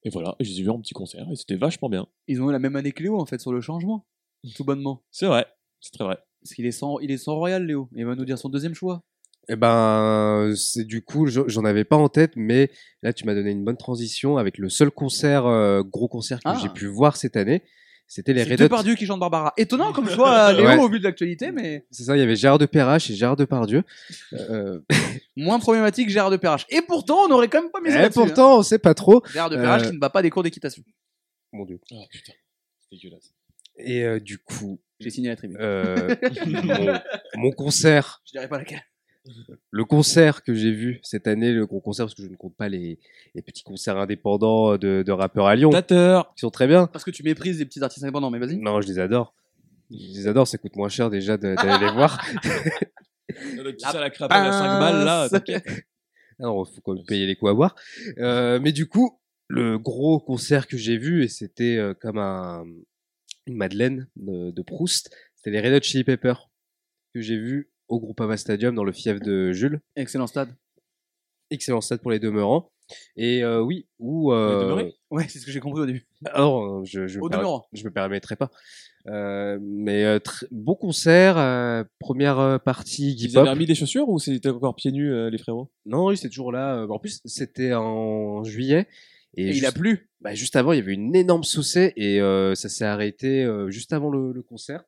Speaker 2: Et voilà, je les ai vus en petit concert et c'était vachement bien.
Speaker 4: Ils ont eu la même année que Léo en fait sur le changement. Tout bonnement.
Speaker 2: C'est vrai, c'est très vrai.
Speaker 4: Parce qu'il est sans, il est sans Royal, Léo. Il va nous dire son deuxième choix.
Speaker 5: Eh ben, c'est du coup, je- j'en avais pas en tête, mais là, tu m'as donné une bonne transition avec le seul concert, euh, gros concert que
Speaker 4: Ah.
Speaker 5: j'ai pu voir cette année. C'était les
Speaker 4: C'est
Speaker 5: Red Hot.
Speaker 4: Depardieu qui chante Barbara. Étonnant comme choix, Léo,
Speaker 5: Ouais.
Speaker 4: au vu de l'actualité, mais
Speaker 5: C'est ça, il y avait Gérard Deperrache et Gérard Depardieu. Euh,
Speaker 4: moins problématique Gérard Deperrache. Et pourtant, on aurait quand même pas mis ça hein.
Speaker 5: et
Speaker 4: là-dessus,
Speaker 5: pourtant, on sait pas trop.
Speaker 4: hein. Gérard Deperrache
Speaker 5: Euh,
Speaker 4: qui ne bat pas des cours d'équitation.
Speaker 5: Mon Dieu.
Speaker 2: Oh putain, c'est dégueulasse.
Speaker 5: Et euh, du coup,
Speaker 4: J'ai signé la tribune.
Speaker 5: euh, mon- mon concert
Speaker 4: Je dirais pas laquelle.
Speaker 5: le concert que j'ai vu cette année, le gros concert, parce que je ne compte pas les, les petits concerts indépendants de, de rappeurs à Lyon,
Speaker 2: Tateur
Speaker 5: qui sont très bien.
Speaker 4: Parce que tu méprises les petits artistes indépendants, mais vas-y.
Speaker 5: Non, je les adore. Je les adore, ça coûte moins cher déjà de- d'aller les voir.
Speaker 2: Ça, la cravate à 5 balles là,
Speaker 5: pince.
Speaker 2: t'inquiète.
Speaker 5: Ah Non, faut quand même payer les coups à boire. Euh, mais du coup, le gros concert que j'ai vu, et c'était euh, comme un, une Madeleine de, de Proust, c'était les Red Hot Chili Peppers que j'ai vu au Groupama Stadium dans le fief de Jules.
Speaker 4: Excellent stade.
Speaker 5: Excellent stade pour les demeurants. Et euh, oui, où...
Speaker 2: Les
Speaker 5: Euh,
Speaker 2: demeurés
Speaker 4: Ouais, c'est ce que j'ai compris au début.
Speaker 5: alors, je, je,
Speaker 4: Au
Speaker 5: me permets-
Speaker 4: demeurant.
Speaker 5: je me permettrai pas. Euh, mais euh, tr- beau concert, euh, première euh, partie hip
Speaker 2: Ils avaient remis des chaussures ou c'était encore pieds nus euh, les frérots
Speaker 5: Non, il c'est toujours là. euh, En plus, c'était en juillet. Et,
Speaker 4: Et
Speaker 5: juste,
Speaker 4: il a plu.
Speaker 5: bah, juste avant, il y avait une énorme saucée et euh, ça s'est arrêté euh, juste avant le, le concert.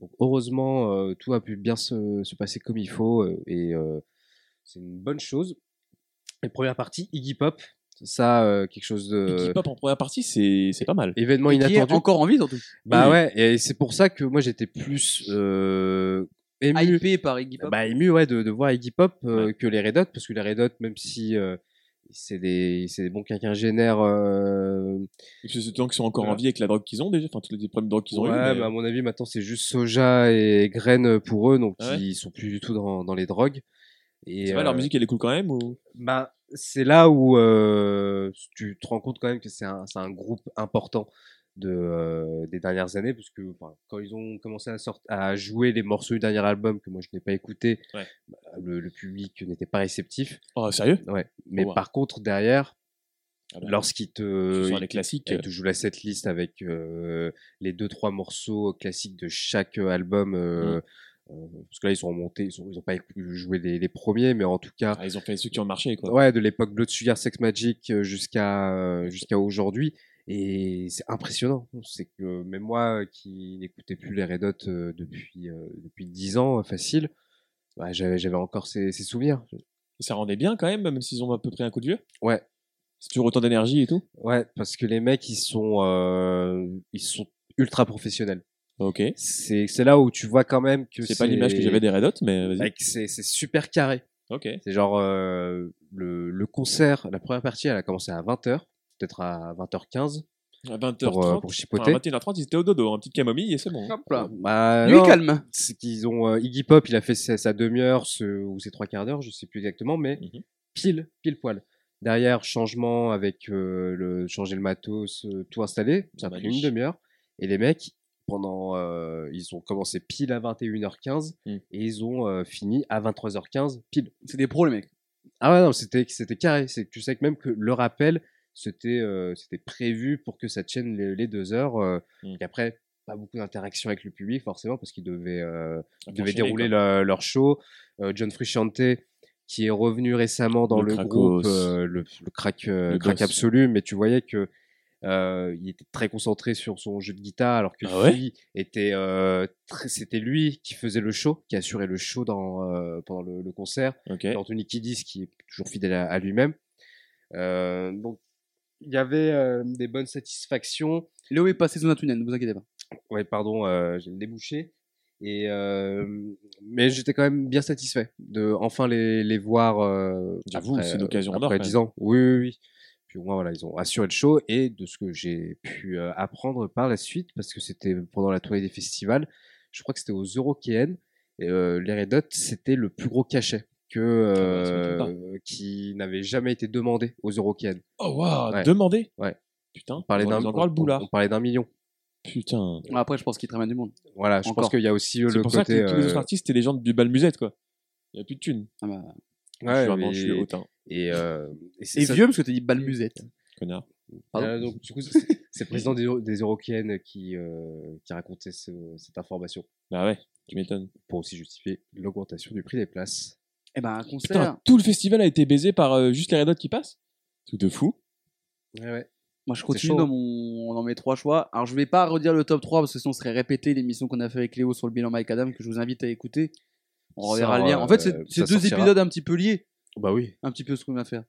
Speaker 5: Donc, heureusement, euh, tout a pu bien se, se passer comme il faut euh, et euh, c'est une bonne chose. Et première partie, Iggy Pop. Ça, euh, quelque chose
Speaker 2: Iggy
Speaker 5: de.
Speaker 2: Pop en première partie, c'est c'est pas mal.
Speaker 5: Événement
Speaker 4: et qui est
Speaker 5: inattendu.
Speaker 4: encore en vie, surtout.
Speaker 5: Bah
Speaker 2: Oui.
Speaker 5: ouais, et c'est pour ça que moi j'étais plus euh, ému,
Speaker 4: Hypé par Iggy Pop.
Speaker 5: bah, ému ouais, de, de voir Iggy Pop euh, que les Red Hot, parce que les Red Hot, même si euh, c'est des, c'est des bons quinquagénaires, euh,
Speaker 2: Et puis, c'est des gens qui sont encore
Speaker 5: Voilà.
Speaker 2: en vie avec la drogue qu'ils ont déjà, enfin tous les problèmes de drogue qu'ils ont
Speaker 5: ouais,
Speaker 2: eu. mais-
Speaker 5: bah, à mon avis maintenant c'est juste soja et graines pour eux, donc
Speaker 2: Ah ouais
Speaker 5: ils sont plus du tout dans, dans les drogues. Et
Speaker 2: C'est vrai, leur
Speaker 5: euh,
Speaker 2: musique elle est cool quand même ou
Speaker 5: bah, c'est là où euh, tu te rends compte quand même que c'est un, c'est un groupe important de, euh, des dernières années, parce que enfin, quand ils ont commencé à, sort- à jouer les morceaux du dernier album que moi je n'ai pas écouté,
Speaker 2: Ouais.
Speaker 5: bah, le, le public n'était pas réceptif.
Speaker 2: Oh, sérieux
Speaker 5: Ouais. Mais
Speaker 2: wow.
Speaker 5: par contre, derrière,
Speaker 2: Ah bah,
Speaker 5: lorsqu'ils
Speaker 2: ce
Speaker 5: te,
Speaker 2: soir, les classiques. euh,
Speaker 5: et tu joues la setlist avec euh, les deux trois morceaux euh, classiques de chaque euh, album. euh, euh, parce que là, ils sont remontés, ils n'ont pas écou- joué les, les premiers, mais en tout cas,
Speaker 2: Ah, ils ont fait ceux qui ont marché quoi.
Speaker 5: ouais, de l'époque Blood Sugar Sex Magic euh, jusqu'à euh, jusqu'à aujourd'hui. Et c'est impressionnant. C'est que même moi euh, qui n'écoutais plus les Red Hot euh, depuis, euh, depuis 10 ans, euh, facile, bah, j'avais j'avais encore ces, ces souvenirs.
Speaker 2: Et ça rendait bien quand même, même s'ils ont à peu près un coup de vieux.
Speaker 5: Ouais.
Speaker 2: C'est toujours autant d'énergie et tout.
Speaker 5: Ouais, parce que les mecs, ils sont, euh, ils sont ultra professionnels.
Speaker 2: Ok.
Speaker 5: C'est c'est là où tu vois quand même que
Speaker 2: C'est pas l'image que j'avais des Red Hot, mais vas-y.
Speaker 5: bah, que C'est c'est super carré.
Speaker 2: Ok.
Speaker 5: C'est genre euh, le, le concert, la première partie, elle a commencé à 20h, peut-être à 20h15
Speaker 2: À 20h30.
Speaker 5: pour, euh, pour chipoter.
Speaker 2: 21h30, ils étaient au dodo, un petit camomille et c'est bon. hein.
Speaker 4: Hop là.
Speaker 5: Bah,
Speaker 4: Lui
Speaker 5: non,
Speaker 4: calme.
Speaker 5: c'est qu'ils ont euh, Iggy Pop, il a fait sa, sa demi-heure ce- ou ses trois quarts d'heure, je sais plus exactement, mais
Speaker 2: Mhm.
Speaker 5: pile, pile poil. Derrière, changement avec euh, le changer le matos, euh, tout installer, ça a pris une
Speaker 2: Magnifique.
Speaker 5: demi-heure. Et les mecs, pendant, euh, ils ont commencé pile à 21h15
Speaker 2: Mm.
Speaker 5: et ils ont euh, fini à 23h15 pile.
Speaker 4: C'est des pros, les mecs.
Speaker 5: Ah ouais, non, c'était c'était carré. C'est- Tu sais que même que le rappel, c'était euh, c'était prévu pour que ça tienne les, les deux heures. euh,
Speaker 2: Mm.
Speaker 5: Et après, pas beaucoup d'interactions avec le public, forcément, parce qu'ils devaient, euh, ils
Speaker 2: Enfin,
Speaker 5: devaient
Speaker 2: enchaîner,
Speaker 5: dérouler
Speaker 2: quoi.
Speaker 5: le- leur show. Euh, John Frusciante, qui est revenu récemment dans
Speaker 2: Le
Speaker 5: le,
Speaker 2: Krakos.
Speaker 5: groupe, euh, le, le crack, euh,
Speaker 2: Le
Speaker 5: crack
Speaker 2: boss.
Speaker 5: absolu, mais tu voyais que euh, il était très concentré sur son jeu de guitare, alors que
Speaker 2: Ah ouais
Speaker 5: lui était, euh, très- c'était lui qui faisait le show, qui assurait le show dans, euh, pendant le- le concert.
Speaker 2: Ok.
Speaker 5: Et Anthony Kiddis qui est toujours fidèle à, à lui-même. Euh, donc il y avait euh, des bonnes satisfactions.
Speaker 4: Léo est passé sous un tunnel, ne vous inquiétez pas.
Speaker 5: Ouais, pardon, euh, j'ai le débouché. Et euh, mais j'étais quand même bien satisfait de enfin les, les voir. Euh,
Speaker 2: J'avoue,
Speaker 5: après-
Speaker 2: c'est une occasion en or,
Speaker 5: Après
Speaker 2: quand
Speaker 5: 10 ans, oui, oui, oui. Puis au moins voilà, ils ont assuré le show et de ce que j'ai pu euh, apprendre par la suite, parce que c'était pendant la tournée des festivals, je crois que c'était aux Eurokéennes, et euh, les Red Hot, c'était le plus gros cachet que
Speaker 2: bah, ça
Speaker 5: euh,
Speaker 2: m'étonne
Speaker 5: qui n'avait jamais été demandé aux Eurokéennes.
Speaker 2: Oh, waouh,
Speaker 5: Ouais.
Speaker 2: demander
Speaker 5: Ouais.
Speaker 2: Putain, on
Speaker 5: On parlait d'un
Speaker 2: nous encore le boulard.
Speaker 5: on- on parlait d'un million.
Speaker 2: Putain.
Speaker 4: Après, je pense qu'il te ramène du monde.
Speaker 5: Voilà, je pense
Speaker 4: Encore.
Speaker 5: qu'il y a aussi euh,
Speaker 2: C'est
Speaker 5: le
Speaker 2: pour
Speaker 5: côté.
Speaker 2: ça que tous les
Speaker 5: euh,
Speaker 2: autres artistes, c'était les gens du bal musette, quoi. Il n'y a plus de thunes.
Speaker 4: Ah bah,
Speaker 5: ouais,
Speaker 2: je suis vraiment,
Speaker 5: mais-
Speaker 2: je suis hautain,
Speaker 5: Et, euh, et c'est
Speaker 4: Et
Speaker 5: ça-
Speaker 4: vieux, parce que t'as dit balmusette.
Speaker 2: connard.
Speaker 4: Pardon.
Speaker 5: Euh, donc, du coup, c'est c'est le président des, des Eurokéennes qui, euh, qui racontait ce- cette information
Speaker 2: Bah ouais, tu m'étonnes.
Speaker 5: pour aussi justifier l'augmentation du prix des places.
Speaker 4: Eh ben, un concert.
Speaker 2: Putain, tout le festival a été baisé par euh, juste les Red Hot qui passent Truc de fou.
Speaker 4: Moi, je
Speaker 5: chaud.
Speaker 4: continue dans mon, dans mes trois choix. Alors, je vais pas redire le top 3 parce que sinon, on serait répété l'émission qu'on a fait avec Léo sur le bilan Mike Adam que je vous invite à écouter. On
Speaker 5: Ça,
Speaker 4: reverra le lien. En
Speaker 5: euh,
Speaker 4: fait, c'est
Speaker 5: ça
Speaker 4: c'est deux
Speaker 5: sortira.
Speaker 4: épisodes un petit peu liés,
Speaker 5: Bah oui,
Speaker 4: un petit peu ce qu'on va faire.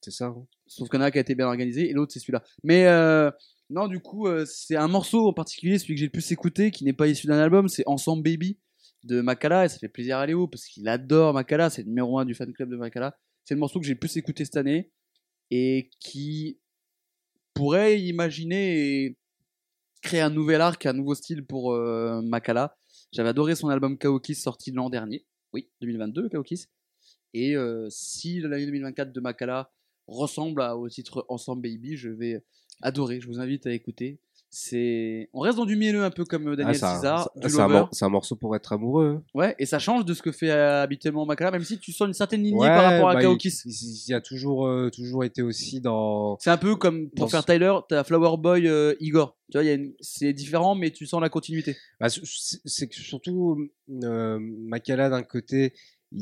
Speaker 5: c'est ça. hein.
Speaker 4: Sauf qu'il y en a un qui a été bien organisé et l'autre, c'est celui-là. Mais euh, non, du coup, euh, c'est un morceau en particulier, celui que j'ai le plus écouté, qui n'est pas issu d'un album, c'est Ensemble Baby de Makala. Et ça fait plaisir à Léo parce qu'il adore Makala, c'est le numéro un du fan club de Makala. C'est le morceau que j'ai le plus écouté cette année et qui pourrait imaginer et créer un nouvel arc, un nouveau style pour euh, Makala. J'avais adoré son album Kaokis sorti l'an dernier, oui, 2022, Kaokis. Et euh, si l'année 2024 de Makala ressemble à- au titre Ensemble Baby, je vais adorer, je vous invite à écouter. C'est, On reste dans du mielleux un peu comme euh, Daniel
Speaker 5: Ah, ça,
Speaker 4: César,
Speaker 5: ça-
Speaker 4: du
Speaker 5: c'est un,
Speaker 4: Lover.
Speaker 5: mor- c'est un morceau pour être amoureux. hein.
Speaker 4: Ouais, et ça change de ce que fait euh, habituellement Makala, même si tu sens une certaine lignée
Speaker 5: Ouais,
Speaker 4: par rapport à
Speaker 5: bah,
Speaker 4: Kaokis.
Speaker 5: Il, il y a toujours, euh, toujours été aussi dans.
Speaker 4: C'est un peu comme pour
Speaker 5: Dans
Speaker 4: faire
Speaker 5: ce-
Speaker 4: Tyler, t'as Flower Boy, euh, Igor. Tu vois, il y a une- c'est différent, mais tu sens la continuité.
Speaker 5: Bah, c'est- c'est c'est que surtout euh, Makala d'un côté,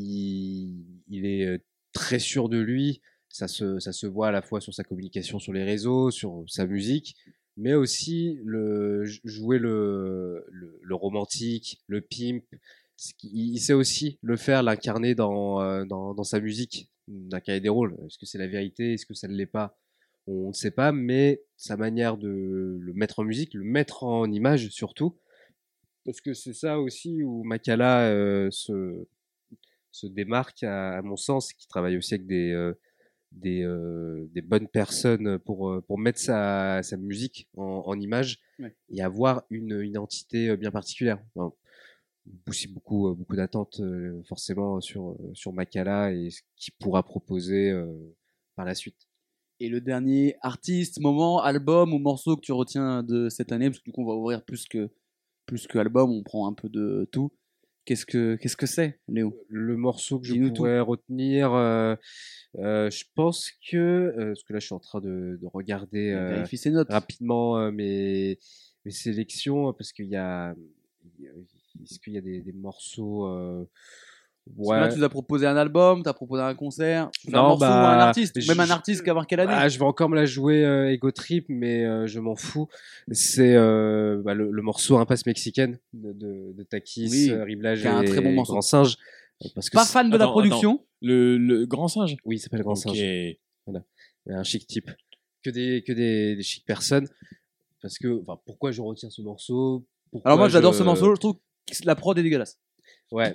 Speaker 5: il, il est euh, très sûr de lui. Ça se, ça se voit à la fois sur sa communication sur les réseaux, sur sa musique, mais aussi le j- jouer le, le, le romantique, le pimp. Ce qui- Il, il sait aussi le faire, l'incarner dans, euh, dans, dans sa musique, d'incarner des rôles. Est-ce que c'est la vérité Est-ce que ça ne l'est pas On ne sait pas, mais sa manière de le mettre en musique, le mettre en image surtout, parce que c'est ça aussi où Makala euh, se, se démarque, à, à mon sens, qui travaille aussi avec des, euh, des, euh, des bonnes personnes pour, euh, pour mettre sa, sa musique en, en image
Speaker 4: Ouais.
Speaker 5: et avoir une identité euh, bien particulière. Enfin, aussi beaucoup, euh, beaucoup d'attentes euh, forcément sur, euh, sur Makala et ce qu'il pourra proposer euh, par la suite.
Speaker 4: Et le dernier artiste, moment, album ou morceau que tu retiens de cette année, parce que du coup, on va ouvrir plus que, plus que album, on prend un peu de tout. Qu'est-ce que qu'est-ce que c'est, Léo
Speaker 5: le morceau que je
Speaker 4: Dis-nous tout.
Speaker 5: pourrais retenir, euh, euh, je pense que, euh, parce que là je suis en train de, de regarder euh,
Speaker 4: Vérifie ses notes.
Speaker 5: rapidement euh, mes, mes sélections, hein, parce qu'il y a, il y a- est-ce qu'il y a des, des morceaux, euh,
Speaker 4: Parce que Là, tu nous as proposé un album, tu as proposé un concert, tu fais un
Speaker 5: Non,
Speaker 4: morceau ou un
Speaker 5: bah,
Speaker 4: artiste,
Speaker 5: je-
Speaker 4: même un artiste qui a marqué l'année.
Speaker 5: Ah, je vais encore me la jouer euh, Ego Trip, mais euh, je m'en fous. C'est euh, bah, le, le morceau Impasse mexicaine de, de, de Takis,
Speaker 4: Oui,
Speaker 5: euh, Riblage
Speaker 4: qui est un
Speaker 5: et
Speaker 4: très bon morceau.
Speaker 5: Grand Singe. euh, Parce que
Speaker 4: Pas
Speaker 5: c'est-
Speaker 4: fan de la
Speaker 2: Attends,
Speaker 4: production,
Speaker 2: Le, le grand singe.
Speaker 5: Oui, il s'appelle Grand
Speaker 2: Ok.
Speaker 5: Singe. un chic type. Que des, que des, des chic personnes. Parce que, enfin, pourquoi je retiens ce morceau Pourquoi
Speaker 4: Alors moi, j'adore
Speaker 5: je-
Speaker 4: ce morceau. Je trouve que la prod est dégueulasse.
Speaker 5: Ouais.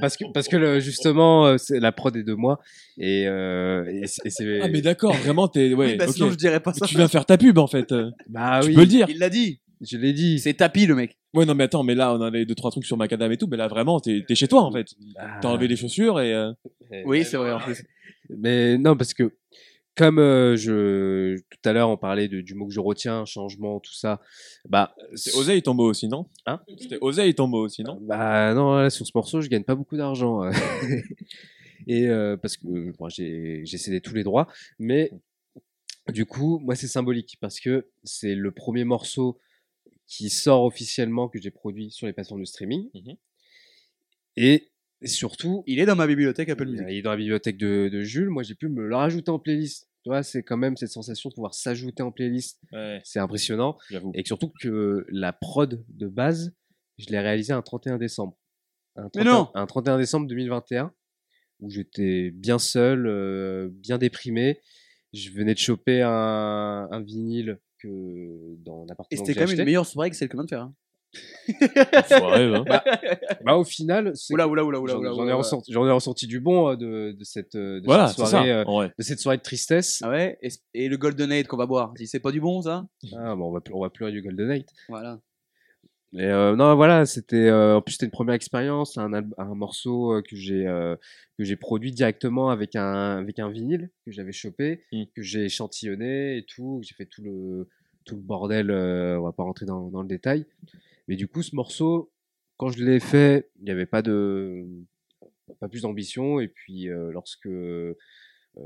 Speaker 5: parce que, parce que le- justement, euh, c'est- la prod est de moi. Et, euh, et c'est- et c'est.
Speaker 2: Ah, mais d'accord, vraiment, t'es. Ouais,
Speaker 4: Oui, bah,
Speaker 2: ok.
Speaker 4: sinon, je dirais pas
Speaker 2: Mais
Speaker 4: ça.
Speaker 2: Tu viens faire ta pub, en fait. euh.
Speaker 5: bah
Speaker 2: tu
Speaker 5: oui,
Speaker 2: peux le dire.
Speaker 4: Il l'a dit.
Speaker 5: je l'ai dit.
Speaker 4: C'est tapis, le mec.
Speaker 2: Ouais, non, mais attends, mais là, on avait deux, trois trucs sur Macadam et tout, mais là, vraiment, t'es t'es chez toi, en fait.
Speaker 5: Ah.
Speaker 2: T'as enlevé les chaussures et. euh,
Speaker 4: Oui, c'est vrai, en plus.
Speaker 5: eh, Mais non, parce que comme euh, je tout à l'heure on parlait de- du mot que je retiens, changement, tout ça, bah
Speaker 2: C'est Oseille Tombeau aussi, non
Speaker 5: Hein
Speaker 2: C'était Oseille Tombeau aussi, non
Speaker 5: Bah non, là, sur ce morceau, je gagne pas beaucoup d'argent. hein. et euh, parce que euh, bon, j'ai j'ai cédé tous les droits, mais du coup, moi c'est symbolique parce que c'est le premier morceau qui sort officiellement, que j'ai produit sur les plateformes de streaming.
Speaker 2: Mhm.
Speaker 5: Et surtout,
Speaker 4: Il est dans ma bibliothèque Apple
Speaker 5: il
Speaker 2: Ah,
Speaker 4: Music.
Speaker 5: est dans la bibliothèque de, de Jules. Moi, j'ai pu me le rajouter en playlist. Tu vois, c'est quand même cette sensation de pouvoir s'ajouter en playlist.
Speaker 2: Ouais,
Speaker 5: C'est impressionnant.
Speaker 2: j'avoue.
Speaker 5: Et surtout que la prod de base, je l'ai réalisée un 31 décembre. Un 31,
Speaker 4: non
Speaker 5: Un 31 décembre 2021, où j'étais bien seul, euh, bien déprimé. Je venais de choper un, un vinyle que dans
Speaker 4: Et
Speaker 5: l'appartement.
Speaker 4: c'était
Speaker 5: que j'ai
Speaker 4: quand même
Speaker 5: acheté.
Speaker 4: une meilleure soirée que celle que vient de faire. hein.
Speaker 2: Enfoiré, hein.
Speaker 5: Bah, au final, c'est-
Speaker 4: Oula, oula, oula, oula.
Speaker 5: j'en
Speaker 4: oula,
Speaker 5: j'en ai,
Speaker 4: oula.
Speaker 5: ressorti- j'en ai ressorti du bon euh, de, de cette, euh, de
Speaker 2: Voilà,
Speaker 5: cette
Speaker 2: c'est
Speaker 5: soirée,
Speaker 2: ça.
Speaker 5: euh,
Speaker 2: En vrai.
Speaker 5: de cette soirée de tristesse.
Speaker 4: Ah ouais et, et le Golden Aid qu'on va boire. Si c'est pas du bon, ça
Speaker 5: Ah, bah, on, va, pl- on va pleurer du Golden Night.
Speaker 4: Voilà.
Speaker 5: Mais euh, non, voilà, c'était euh, en plus c'était une première expérience, un, al- un morceau euh, que j'ai euh, que j'ai produit directement avec un avec un vinyle que j'avais chopé,
Speaker 2: Mm.
Speaker 5: que j'ai échantillonné et tout, que j'ai fait tout le tout le bordel. euh, on va pas rentrer dans, dans le détail, mais du coup ce morceau, quand je l'ai fait, il n'y avait pas de pas plus d'ambition et puis euh, lorsque euh,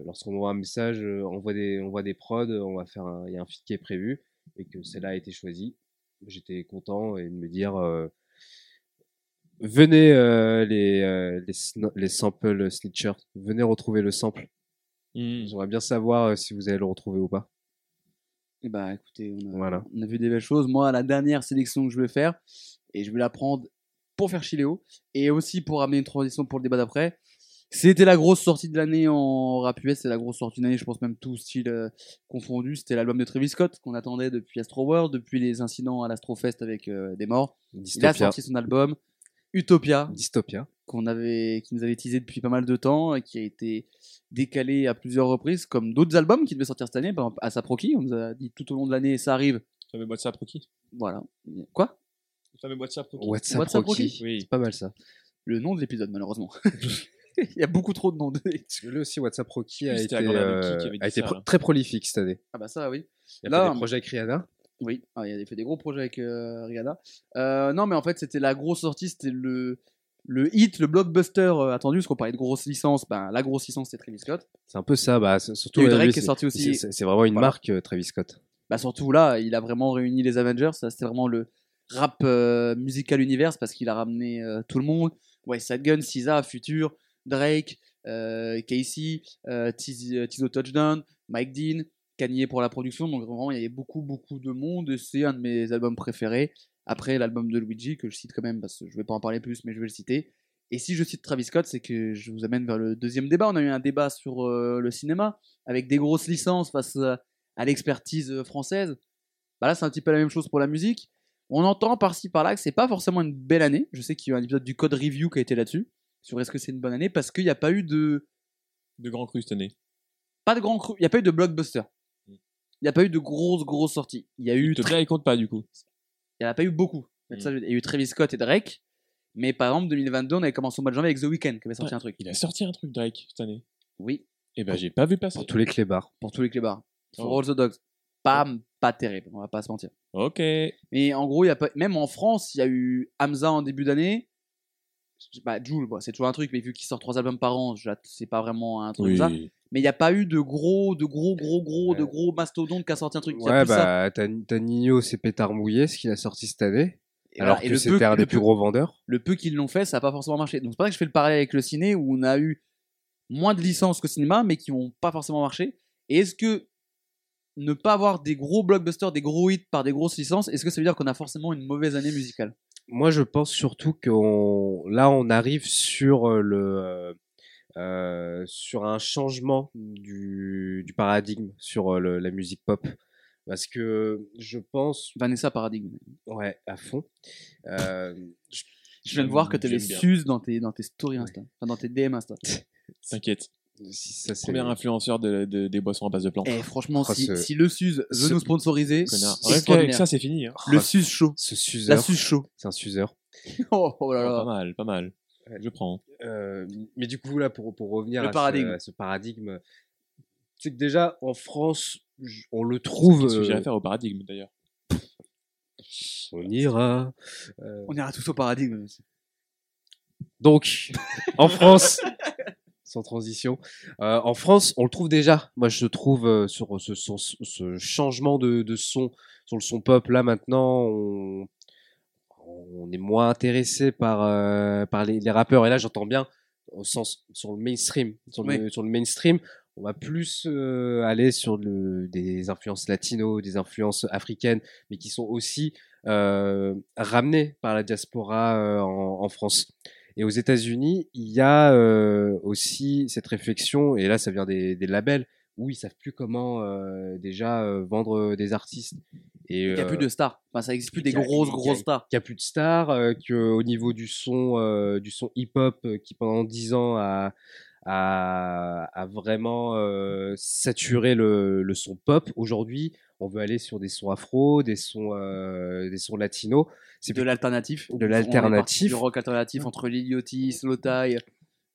Speaker 5: lorsqu'on envoie un message, euh, on voit des on voit des prods, on va faire un- il y a un feed qui est prévu et que celle-là a été choisie j'étais content et de me dire euh, venez euh, les, euh, les, sno- les samples snitchers, venez retrouver le sample.
Speaker 2: Mm.
Speaker 5: J'aimerais bien savoir euh, si vous allez le retrouver ou pas.
Speaker 4: Eh ben, écoutez, on a,
Speaker 5: Voilà.
Speaker 4: on a vu des belles choses. Moi, la dernière sélection que je vais faire, et je vais la prendre pour faire Chiléo, et aussi pour amener une transition pour le débat d'après, c'était la grosse sortie de l'année en rap US, c'est la grosse sortie de l'année, je pense même tout style euh, confondu. C'était l'album de Travis Scott qu'on attendait depuis Astro World, depuis les incidents à l'Astrofest avec euh, des morts. Il a
Speaker 5: Dystopia.
Speaker 4: sorti son album Utopia,
Speaker 5: Dystopia.
Speaker 4: qu'on avait, qui nous avait teasé depuis pas mal de temps et qui a été décalé à plusieurs reprises, comme d'autres albums qui devaient sortir cette année, par exemple Asaproki, on nous a dit tout au long de l'année, ça arrive,
Speaker 2: Fameux WhatsApp Rocky.
Speaker 4: voilà. Quoi
Speaker 2: Fameux WhatsApp Rocky.
Speaker 5: WhatsApp,
Speaker 4: WhatsApp
Speaker 5: Rocky.
Speaker 4: Rocky.
Speaker 2: Oui.
Speaker 5: C'est pas mal ça.
Speaker 4: Le nom de l'épisode, malheureusement. Il y a beaucoup trop de noms. de-
Speaker 5: Parce que lui aussi, WhatsApp Rocky a
Speaker 2: Oui, c'était
Speaker 5: été,
Speaker 2: la grande amie qui-
Speaker 5: euh,
Speaker 2: qui avait dit
Speaker 5: a été
Speaker 2: ça,
Speaker 5: pro-
Speaker 2: là.
Speaker 5: très prolifique cette année.
Speaker 4: Ah bah ça, oui.
Speaker 5: Il y
Speaker 4: Là,
Speaker 5: a fait
Speaker 4: on-
Speaker 5: des projets avec Rihanna.
Speaker 4: Oui, ah, il a fait des gros projets avec euh, Rihanna. Euh, non, mais en fait, c'était la grosse sortie, c'était le, le hit, le blockbuster euh, attendu, parce qu'on parlait de grosse licence. Ben, la grosse licence, c'est Travis Scott.
Speaker 5: C'est un peu ça. Bah, c'est- surtout
Speaker 4: Il y a eu
Speaker 5: euh,
Speaker 4: Drake
Speaker 5: lui,
Speaker 4: qui est
Speaker 5: c'est-
Speaker 4: sorti aussi.
Speaker 5: c'est- C'est c'est vraiment une
Speaker 4: Voilà.
Speaker 5: marque, euh, Travis Scott.
Speaker 4: bah surtout là, il a vraiment réuni les Avengers. Ça, c'était vraiment le rap euh, musical univers parce qu'il a ramené euh, tout le monde. West Side Gun, SZA, Future, Drake, euh, Casey, euh, Tiz- euh, Tizo Touchdown, Mike Dean, Kanye pour la production. Donc vraiment, il y avait beaucoup, beaucoup de monde. et C'est un de mes albums préférés. Après l'album de Luigi, que je cite quand même parce que je vais pas en parler plus, mais je vais le citer. Et si je cite Travis Scott, c'est que je vous amène vers le deuxième débat. On a eu un débat sur euh, le cinéma avec des grosses licences face à à l'expertise euh, française. Bah là, c'est un petit peu la même chose pour la musique. On entend par-ci par-là que c'est pas forcément une belle année. Je sais qu'il y a eu un épisode du Code Review qui a été là-dessus sur est-ce que c'est une bonne année parce qu'il n'y a pas eu de
Speaker 2: De grands crus cette année.
Speaker 4: pas de grand cru, il n'y a pas eu de blockbuster, il n'y a pas eu de grosses grosses sorties. Il y a eu
Speaker 2: Te Mm.
Speaker 4: très-
Speaker 2: plaît, il compte pas du coup.
Speaker 4: il n'y en a pas eu beaucoup. C'est ça que je veux dire. Il y a eu Travis Scott et Drake, mais par exemple 2022, on avait commencé au mois de janvier avec The Weeknd qui avait sorti
Speaker 2: Ouais.
Speaker 4: un truc.
Speaker 2: Il a sorti un truc, Drake, cette année.
Speaker 4: Oui,
Speaker 2: Et
Speaker 5: Oh.
Speaker 2: ben, j'ai pas vu passer.
Speaker 5: Pour tous les clébards.
Speaker 4: pour tous les clébards. For
Speaker 2: Oh.
Speaker 4: All the Dogs, pas pas terrible, on va pas se mentir.
Speaker 2: Ok.
Speaker 4: Mais en gros, il y a pas... même en France, il y a eu Hamza en début d'année. Je- Bah, Jules, bon, c'est toujours un truc, mais vu qu'il sort trois albums par an, je- c'est pas vraiment un truc
Speaker 2: Oui.
Speaker 4: comme ça. Mais il n'y a pas eu de gros, de gros, gros, gros, de
Speaker 5: Ouais.
Speaker 4: gros mastodonte qui a sorti un truc. Il y a
Speaker 5: Ouais,
Speaker 4: plus ça.
Speaker 5: bah, t'as t'as Nino, c'est pétard mouillé, ce qu'il a sorti cette année.
Speaker 4: Et
Speaker 5: Alors
Speaker 4: voilà. Et
Speaker 5: que
Speaker 4: le peu-
Speaker 5: c'était un
Speaker 4: le
Speaker 5: des
Speaker 4: peu-
Speaker 5: plus gros vendeurs.
Speaker 4: le peu qu'ils l'ont fait, ça n'a pas forcément marché. Donc c'est pour ça que je fais le parallèle avec le ciné où on a eu moins de licences qu'au cinéma, mais qui n'ont pas forcément marché. Et est-ce que ne pas avoir des gros blockbusters, des gros hits par des grosses licences, est-ce que ça veut dire qu'on a forcément une mauvaise année musicale
Speaker 5: moi, je pense surtout que là, on arrive sur euh, le euh, euh, sur un changement du, du paradigme sur euh, le- la musique pop, parce que je pense,
Speaker 4: Vanessa Paradigme.
Speaker 5: ouais, à fond. Euh, je-
Speaker 4: Je viens de voir que tu les
Speaker 2: J'aime bien.
Speaker 4: sus dans tes, dans tes stories
Speaker 5: Ouais. Oh,
Speaker 4: Insta, enfin dans tes DM Insta.
Speaker 2: T'inquiète.
Speaker 5: si ça, c'est-
Speaker 2: Premier influenceur de- de- des boissons à base de plantes.
Speaker 4: Eh, franchement,
Speaker 5: Oh,
Speaker 4: si,
Speaker 5: ce-
Speaker 4: si le sus veut
Speaker 5: ce-
Speaker 4: nous sponsoriser,
Speaker 2: Connard.
Speaker 4: c'est
Speaker 2: Rien qu'avec
Speaker 4: extraordinaire.
Speaker 2: ça, c'est fini. hein.
Speaker 4: le sus chaud,
Speaker 5: ce
Speaker 4: la
Speaker 5: suseur,
Speaker 4: sus chaud.
Speaker 5: c'est Ah, un suseur.
Speaker 4: Oh, oh là
Speaker 2: Pas
Speaker 4: là.
Speaker 2: mal, pas mal.
Speaker 5: Ouais.
Speaker 2: Je prends.
Speaker 5: Euh, mais du coup, là, pour, pour revenir
Speaker 4: Le
Speaker 5: à, ce-
Speaker 4: paradigme.
Speaker 5: à Ce, paradigme, c'est que déjà, en France, j- on le trouve.
Speaker 2: Qu'est-ce que j'ai à
Speaker 5: euh,
Speaker 2: faire au paradigme d'ailleurs
Speaker 5: on ira. euh,
Speaker 4: On ira tous au paradigme. monsieur.
Speaker 5: Donc, en France, sans transition. Euh, en France, on le trouve déjà. Moi, je trouve euh, sur ce, son- ce changement de, de son, sur le son pop, là maintenant, on, on est moins intéressé par, euh, par les, les rappeurs. Et là, j'entends bien au sens sur le mainstream, sur le, sur le mainstream. On va plus euh, aller sur le, des influences latino, des influences africaines, mais qui sont aussi euh, ramenées par la diaspora euh, en, en France. Et aux États-Unis, il y a euh, aussi cette réflexion, et là ça vient des, des labels, où ils savent plus comment euh, déjà euh, vendre des artistes. Et, euh,
Speaker 4: Il n'y a plus de stars. Enfin, ça n'existe plus des
Speaker 5: il y a-
Speaker 4: grosses,
Speaker 5: il y a-
Speaker 4: grosses stars.
Speaker 5: qu'il n'y a plus de stars, euh, qu'au niveau du son, euh, du son hip-hop euh, qui pendant 10 ans a, a, a vraiment euh, saturé le, le son pop. Aujourd'hui, on veut aller sur des sons afro, des sons, euh, des sons latinos. C'est
Speaker 4: De
Speaker 5: plus-
Speaker 4: l'alternatif.
Speaker 5: De
Speaker 4: On est parti
Speaker 5: l'alternatif.
Speaker 4: Du rock alternatif entre Liliotis, Slotai,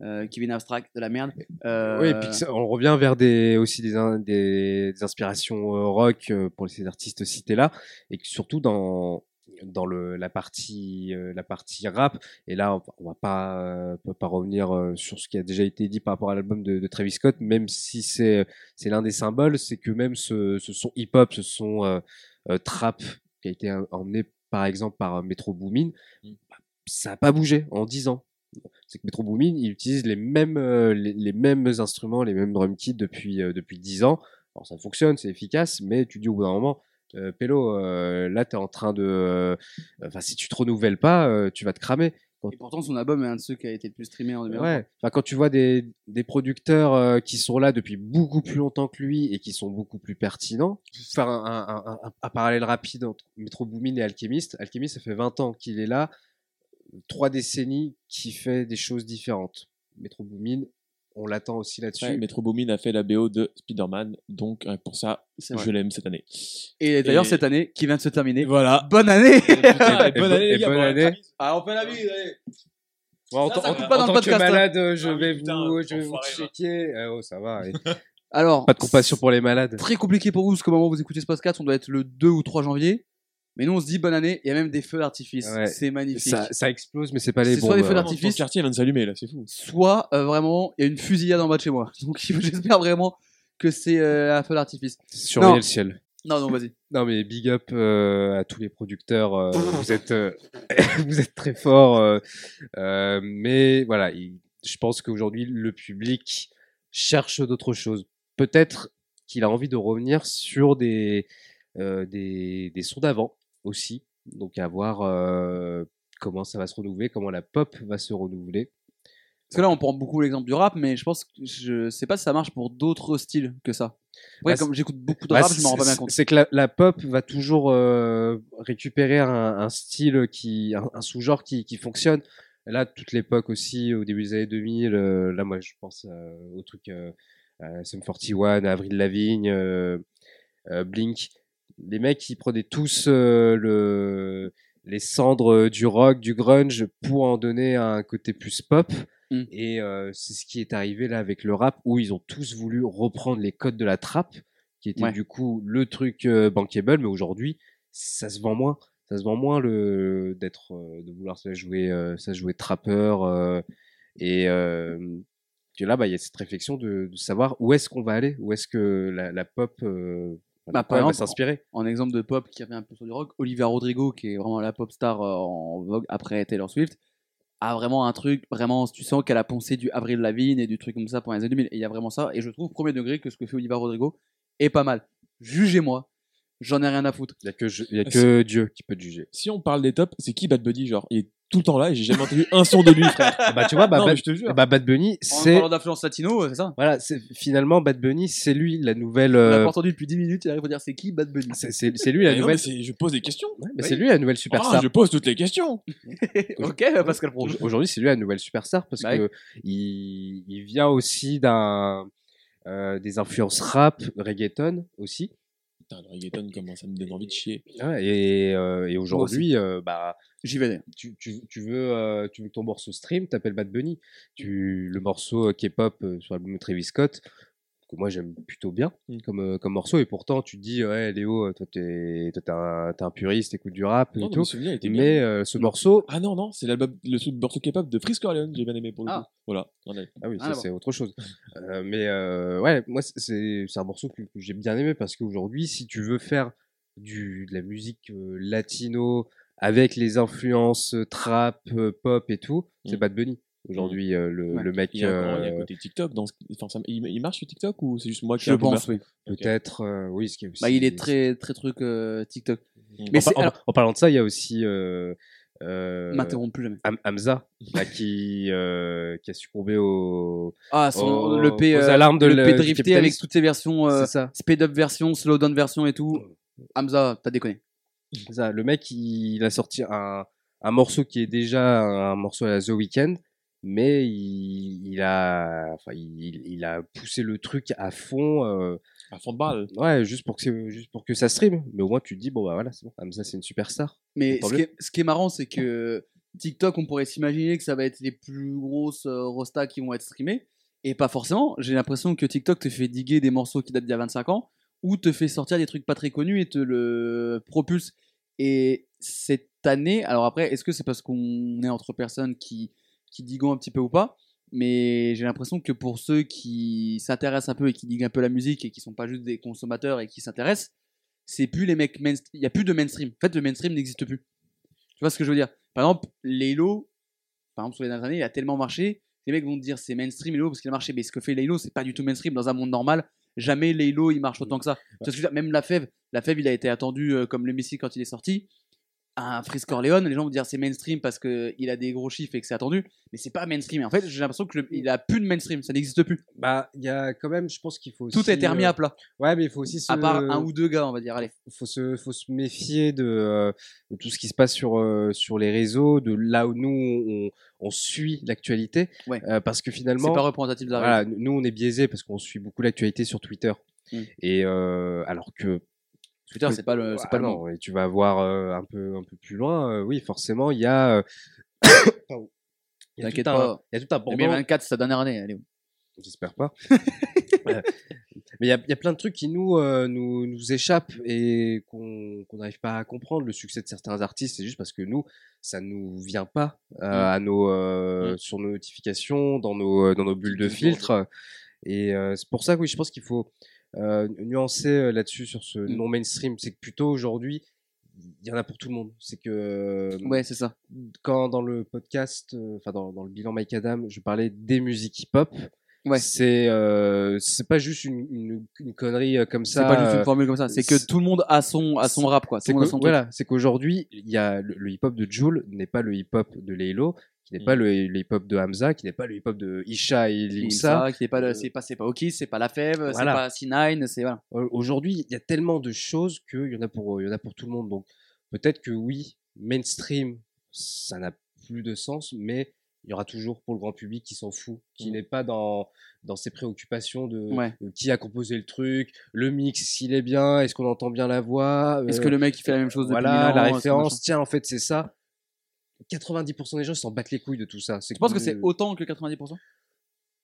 Speaker 4: euh, Kevin Abstract, de la merde. Euh,
Speaker 5: Oui, et puis que ça- on revient vers des, aussi des, in- des, des inspirations euh, rock euh, pour ces artistes cités là, et que surtout dans dans le, la partie euh, la partie rap. Et là, on, on va pas euh, on peut pas revenir euh, sur ce qui a déjà été dit par rapport à l'album de, de Travis Scott, même si c'est c'est l'un des symboles, c'est que même ce, ce son hip-hop, ce son euh, euh, trap qui a été euh, emmené par exemple par euh, Metro Boomin,
Speaker 2: Mm.
Speaker 5: bah, ça n'a pas bougé en 10 ans c'est que Metro Boomin, il utilise les mêmes, euh, les, les mêmes instruments, les mêmes drum kits depuis, euh, depuis 10 ans. Alors ça fonctionne, c'est efficace, mais tu dis au bout d'un moment, euh, Pélo, euh, là t'es en train de. euh, Enfin, si tu te renouvelles pas, euh, tu vas te cramer.
Speaker 4: Et pourtant, son album est un de ceux qui a été le plus streamé en 2020.
Speaker 5: Ouais. Enfin, quand tu vois des, des producteurs euh, qui sont là depuis beaucoup plus longtemps que lui et qui sont beaucoup plus pertinents, faire un, un- un- un- un parallèle rapide entre Metro Boomin et Alchemist. Alchemist, ça fait 20 ans qu'il est là, trois décennies qui fait des choses différentes. Metro Boomin, on l'attend aussi là-dessus.
Speaker 2: Ouais, Metro Boomin a fait la BO de Spider-Man, donc euh, pour ça,
Speaker 4: C'est vrai.
Speaker 2: je l'aime cette année.
Speaker 4: Et d'ailleurs,
Speaker 2: Et-
Speaker 4: cette année, qui vient de se terminer.
Speaker 2: voilà.
Speaker 4: Bonne année
Speaker 2: Ah, et
Speaker 5: Et
Speaker 2: bonne
Speaker 5: bo-
Speaker 2: année, les
Speaker 5: et
Speaker 2: gars,
Speaker 5: bonne
Speaker 2: bon,
Speaker 5: année.
Speaker 2: la bise. Ah, on fait la bise, allez.
Speaker 5: Moi, en
Speaker 2: Ça,
Speaker 5: tant-
Speaker 2: ça
Speaker 5: en-
Speaker 2: compte
Speaker 5: en
Speaker 4: pas dans le
Speaker 5: tant que
Speaker 4: podcast, hein.
Speaker 5: malade, euh, je
Speaker 2: Ah oui,
Speaker 5: vais
Speaker 2: putain,
Speaker 5: vous, je vais vous
Speaker 2: enfoiré, va.
Speaker 5: checker. Eh oh, ça va. eh.
Speaker 4: Alors,
Speaker 5: Pas de compassion pour les malades.
Speaker 4: très compliqué pour vous, parce qu'au moment où vous écoutez ce podcast, on doit être le 2 ou 3 janvier. Mais nous, on se dit bonne année. Il y a même des feux d'artifice.
Speaker 5: Ouais.
Speaker 4: C'est magnifique.
Speaker 5: Ça, ça explose, mais c'est pas les hein.
Speaker 4: C'est
Speaker 5: bons.
Speaker 4: soit les feux
Speaker 2: Vraiment,
Speaker 4: L'artifice.
Speaker 2: Ton quartier vient de s'allumer, là, c'est fou.
Speaker 4: soit euh, vraiment il y a une fusillade en bas de chez moi. Donc j'espère vraiment que c'est euh, un feu d'artifice. Non.
Speaker 5: Surveillez le ciel.
Speaker 4: Non, non, vas-y.
Speaker 5: Non mais big up euh, à tous les producteurs, euh, vous êtes euh, vous êtes très forts, euh, euh, mais voilà, il- je pense qu'aujourd'hui le public cherche d'autres choses. Peut-être qu'il a envie de revenir sur des euh, des, des sons d'avant aussi, donc à voir euh, comment ça va se renouveler, comment la pop va se renouveler.
Speaker 4: Parce que là, on prend beaucoup l'exemple du rap, mais je pense que je sais pas si ça marche pour d'autres styles que ça. Ouais,
Speaker 5: Bah,
Speaker 4: comme
Speaker 5: c'est-
Speaker 4: j'écoute beaucoup de
Speaker 5: Bah,
Speaker 4: rap, je m'en rends pas bien
Speaker 5: c'est-
Speaker 4: compte.
Speaker 5: C'est que la, la pop va toujours euh, récupérer un, un style qui, un, un sous-genre qui, qui fonctionne. Là, toute l'époque aussi, au début des années 2000, euh, là, moi, je pense euh, au truc euh, euh, Sum 41, Avril Lavigne, euh, euh, Blink. Les mecs, ils prenaient tous euh, le, les cendres du rock, du grunge, pour en donner un côté plus pop.
Speaker 4: Mm.
Speaker 5: Et euh, c'est ce qui est arrivé là avec le rap, où ils ont tous voulu reprendre les codes de la trappe, qui était
Speaker 4: Ouais.
Speaker 5: du coup le truc euh, bankable, mais aujourd'hui, ça se vend moins. Ça se vend moins le d'être, euh, de vouloir ça jouer, euh, ça jouer trappeur. euh, et euh, que là, bah, il y a cette réflexion de, de savoir où est-ce qu'on va aller, où est-ce que la, la pop euh, la
Speaker 4: Bah, par
Speaker 5: pop va
Speaker 4: exemple,
Speaker 5: s'inspirer.
Speaker 4: En exemple de pop qui revient un peu sur du rock, Olivia Rodrigo, qui est vraiment la pop star euh, en vogue après Taylor Swift, a vraiment un truc, vraiment, tu sens qu'elle a poncé du Avril Lavigne et du truc comme ça pendant les années 2000. Et il y a vraiment ça. Et je trouve, premier degré, que ce que fait Olivia Rodrigo est pas mal. Jugez-moi. J'en ai rien à foutre.
Speaker 5: Il n'y a que, je- il y a
Speaker 2: Ah,
Speaker 5: que Dieu qui peut te juger.
Speaker 2: Si on parle des tops, c'est qui Bad Buddy, genre Il est tout le temps là et j'ai jamais entendu un son de lui, frère.
Speaker 5: Ah bah, tu vois, bah,
Speaker 2: non, mais
Speaker 5: Bad,
Speaker 2: je te jure.
Speaker 5: bah, Bad Bunny,
Speaker 4: En
Speaker 5: c'est
Speaker 4: parlant d'influence latino, euh, c'est ça
Speaker 5: voilà, c'est- finalement Bad Bunny, c'est lui la nouvelle.
Speaker 4: On l'a
Speaker 5: euh,
Speaker 4: pas entendu depuis 10 minutes, il arrive à dire c'est qui Bad Bunny
Speaker 5: c'est- c'est c'est lui la
Speaker 2: Mais non, mais
Speaker 5: nouvelle.
Speaker 2: c'est- je pose des questions.
Speaker 5: Ouais, mais
Speaker 2: Oui.
Speaker 5: c'est lui la nouvelle
Speaker 2: Ah,
Speaker 5: superstar.
Speaker 2: je pose toutes les questions.
Speaker 4: Ok, bah, Pascal Pro.
Speaker 5: Au- Aujourd'hui, c'est lui la nouvelle superstar parce
Speaker 4: Bah
Speaker 5: que il, il vient aussi d'un euh, des influences rap, reggaeton aussi.
Speaker 2: Putain, le reggaeton, comment ça me donne envie de chier.
Speaker 5: Ouais, et euh, et aujourd'hui, euh, bah
Speaker 4: J'y vais. d'ailleurs.
Speaker 5: tu, tu, tu veux, euh, tu veux que ton morceau stream, t'appelles Bad Bunny. Tu, le morceau euh, K-pop euh, sur l'album de Travis Scott, que moi j'aime plutôt bien
Speaker 2: Mm.
Speaker 5: comme, euh, comme morceau. Et pourtant, tu te dis, ouais, Léo, toi t'es toi, t'es un, t'es un puriste, t'écoutes du rap et
Speaker 2: Non,
Speaker 5: tout.
Speaker 2: mon souvenir était bien.
Speaker 5: Mais euh, ce morceau,
Speaker 2: Ah non, non, c'est l'album, le sou- morceau K-pop de Frisk Corleone, j'ai bien aimé pour le
Speaker 4: Ah.
Speaker 2: coup. Voilà. on a-
Speaker 5: Ah oui,
Speaker 4: Rien à
Speaker 5: ça c'est autre chose. Euh, mais euh, ouais, moi c'est- c'est c'est un morceau que, que j'ai bien aimé parce qu'aujourd'hui, si tu veux faire du, de la musique euh, latino avec les influences trap, euh, pop et tout, c'est
Speaker 2: Mm.
Speaker 5: Bad Bunny. Aujourd'hui, euh, le,
Speaker 4: Mmh. Ouais.
Speaker 5: le mec,
Speaker 2: Il y a encore- il y a un
Speaker 5: euh,
Speaker 2: côté TikTok. Dans ce- enfin, ça- il, il marche sur TikTok ou c'est juste moi qui
Speaker 4: Je
Speaker 2: ai un boomer
Speaker 4: pense, oui.
Speaker 5: peut-être, euh, oui, ce qui est aussi-
Speaker 4: Bah, il est très, très truc euh, TikTok.
Speaker 5: En,
Speaker 4: Mais c'est.
Speaker 5: par- en-
Speaker 4: alors,
Speaker 5: en parlant de ça, il y a aussi euh, euh,
Speaker 4: M'interromps plus jamais.
Speaker 5: Ham- Hamza là, qui, euh, qui a succombé au,
Speaker 4: Ah, son,
Speaker 5: aux-
Speaker 4: le P.
Speaker 5: aux
Speaker 4: euh,
Speaker 5: alarmes de
Speaker 4: le
Speaker 5: le-
Speaker 4: P
Speaker 5: du
Speaker 4: drifté avec
Speaker 5: capitalisme.
Speaker 4: toutes ses versions. euh,
Speaker 5: c'est ça.
Speaker 4: speed up version, slow down version et tout. Hamza, t'as déconné.
Speaker 5: C'est ça, le mec, il, il a sorti un, un morceau qui est déjà un morceau à la The Weeknd, mais il, il a, enfin, il, il a poussé le truc à fond, euh,
Speaker 2: À fond de
Speaker 4: Ah
Speaker 2: balle.
Speaker 5: ouais, juste pour que c'est- juste pour que ça stream. Mais au moins, tu te dis bon bah voilà, c'est bon, Hamza c'est une superstar.
Speaker 4: Mais
Speaker 5: Tant
Speaker 4: ce qui, est, ce qui est marrant, c'est que TikTok, on pourrait s'imaginer que ça va être les plus grosses euh, rostas qui vont être streamées. Et pas forcément. J'ai l'impression que TikTok te fait diguer des morceaux qui datent d'il y a 25 ans ou te fait sortir des trucs pas très connus et te le propulse. Et cette année, alors après, est-ce que c'est parce qu'on est entre personnes qui, qui diguent un petit peu ou pas mais j'ai l'impression que pour ceux qui s'intéressent un peu et qui diguent un peu la musique et qui sont pas juste des consommateurs et qui s'intéressent, c'est plus les mecs mainstream. Il y a plus de mainstream. En fait, le mainstream n'existe plus. Tu vois ce que je veux dire Par exemple, Laylo, par exemple, sur les dernières années, il a tellement marché. Les mecs vont te dire c'est mainstream Laylo parce qu'il a marché. Mais ce que fait Laylo, c'est pas du tout mainstream. Dans un monde normal, jamais Laylo il marche autant que ça. Tu vois ce que je veux dire Même La Fève, La Fève, il a été attendu euh, comme le Messi quand il est sorti. Un Frisk Corleone, les gens vont dire c'est mainstream parce qu'il a des gros chiffres et que c'est attendu. Mais c'est pas mainstream. Et en fait, j'ai l'impression qu'il a plus de mainstream. Ça n'existe plus.
Speaker 5: Bah il y a quand même, je pense qu'il faut
Speaker 4: Tout
Speaker 5: aussi,
Speaker 4: a été remis
Speaker 5: euh,
Speaker 4: à plat.
Speaker 5: Ouais, euh, mais il faut aussi se...
Speaker 4: À part un ou deux gars, on va dire. Allez.
Speaker 5: faut se faut se méfier de, euh, de tout ce qui se passe sur euh, sur les réseaux, de là où nous on, on suit l'actualité,
Speaker 4: Ouais.
Speaker 5: Euh, parce que finalement
Speaker 4: C'est pas représentatif de la
Speaker 5: Voilà,
Speaker 4: réalité.
Speaker 5: n- nous on est biaisé parce qu'on suit beaucoup l'actualité sur Twitter.
Speaker 4: Mm.
Speaker 5: Et euh, alors que euh,
Speaker 4: Twitter, c'est pas le, c'est pas le monde.
Speaker 5: non, et tu vas voir euh, un peu un peu plus loin, euh, oui, forcément, il y a euh, pardon. il y a
Speaker 4: T'inquiète
Speaker 5: tout un,
Speaker 4: pas.
Speaker 5: il y a tout un pendant
Speaker 4: 2024, c'est sa dernière année. Allez.
Speaker 5: J'espère pas. Euh, Mais il y a, il y a plein de trucs qui nous, euh, nous, nous échappent et qu'on qu'on n'arrive pas à comprendre. Le succès de certains artistes, c'est juste parce que nous, ça nous vient pas euh, à nos, euh, sur nos notifications, dans nos, euh, dans nos bulles de
Speaker 2: Petit bonjour.
Speaker 5: filtre. Et euh, c'est pour ça que oui, je pense qu'il faut euh, nuancer euh, là-dessus sur ce
Speaker 4: Mm.
Speaker 5: non-mainstream. C'est que plutôt aujourd'hui, il y en a pour tout le monde. C'est que euh,
Speaker 4: Ouais, c'est ça.
Speaker 5: quand dans le podcast, euh, enfin dans, dans le bilan Mike Adam, je parlais des musiques hip-hop.
Speaker 4: Ouais.
Speaker 5: C'est euh, c'est pas juste une, une, une connerie euh, comme
Speaker 4: C'est
Speaker 5: ça.
Speaker 4: pas juste
Speaker 5: euh,
Speaker 4: une formule comme ça. C'est que
Speaker 5: c'est-
Speaker 4: tout le monde a son, a son rap, quoi. Tout
Speaker 5: C'est
Speaker 4: le monde a
Speaker 5: que-
Speaker 4: son truc.
Speaker 5: voilà, c'est qu'aujourd'hui, il y a le, le hip-hop de Jul n'est pas le hip-hop de Laylo, qui n'est
Speaker 2: Mm.
Speaker 5: pas le, le hip-hop de Hamza, qui n'est pas le hip-hop de Isha et
Speaker 4: Il y a
Speaker 5: Limsa.
Speaker 4: ça, euh, qui est pas, le- c'est pas, c'est pas Oki, c'est pas La Fève, c'est
Speaker 5: Voilà.
Speaker 4: pas C9, c'est voilà.
Speaker 5: Au- Aujourd'hui, il y a tellement de choses qu'il y en a pour il y en a pour tout le monde. Donc peut-être que oui, mainstream, ça n'a plus de sens, mais il y aura toujours pour le grand public qui s'en fout, qui
Speaker 2: Mm.
Speaker 5: n'est pas dans dans ses préoccupations de
Speaker 4: Mmh. Ouais.
Speaker 5: euh, qui a composé le truc, le mix, s'il est bien, est-ce qu'on entend bien la voix,
Speaker 4: Est-ce
Speaker 5: euh,
Speaker 4: que le mec il fait la même chose depuis
Speaker 5: voilà
Speaker 4: 1000 ans,
Speaker 5: la
Speaker 4: est-ce que machin
Speaker 5: référence, tiens en fait c'est ça. 90% des gens ils s'en battent les couilles de tout ça.
Speaker 4: Tu penses que c'est autant que 90%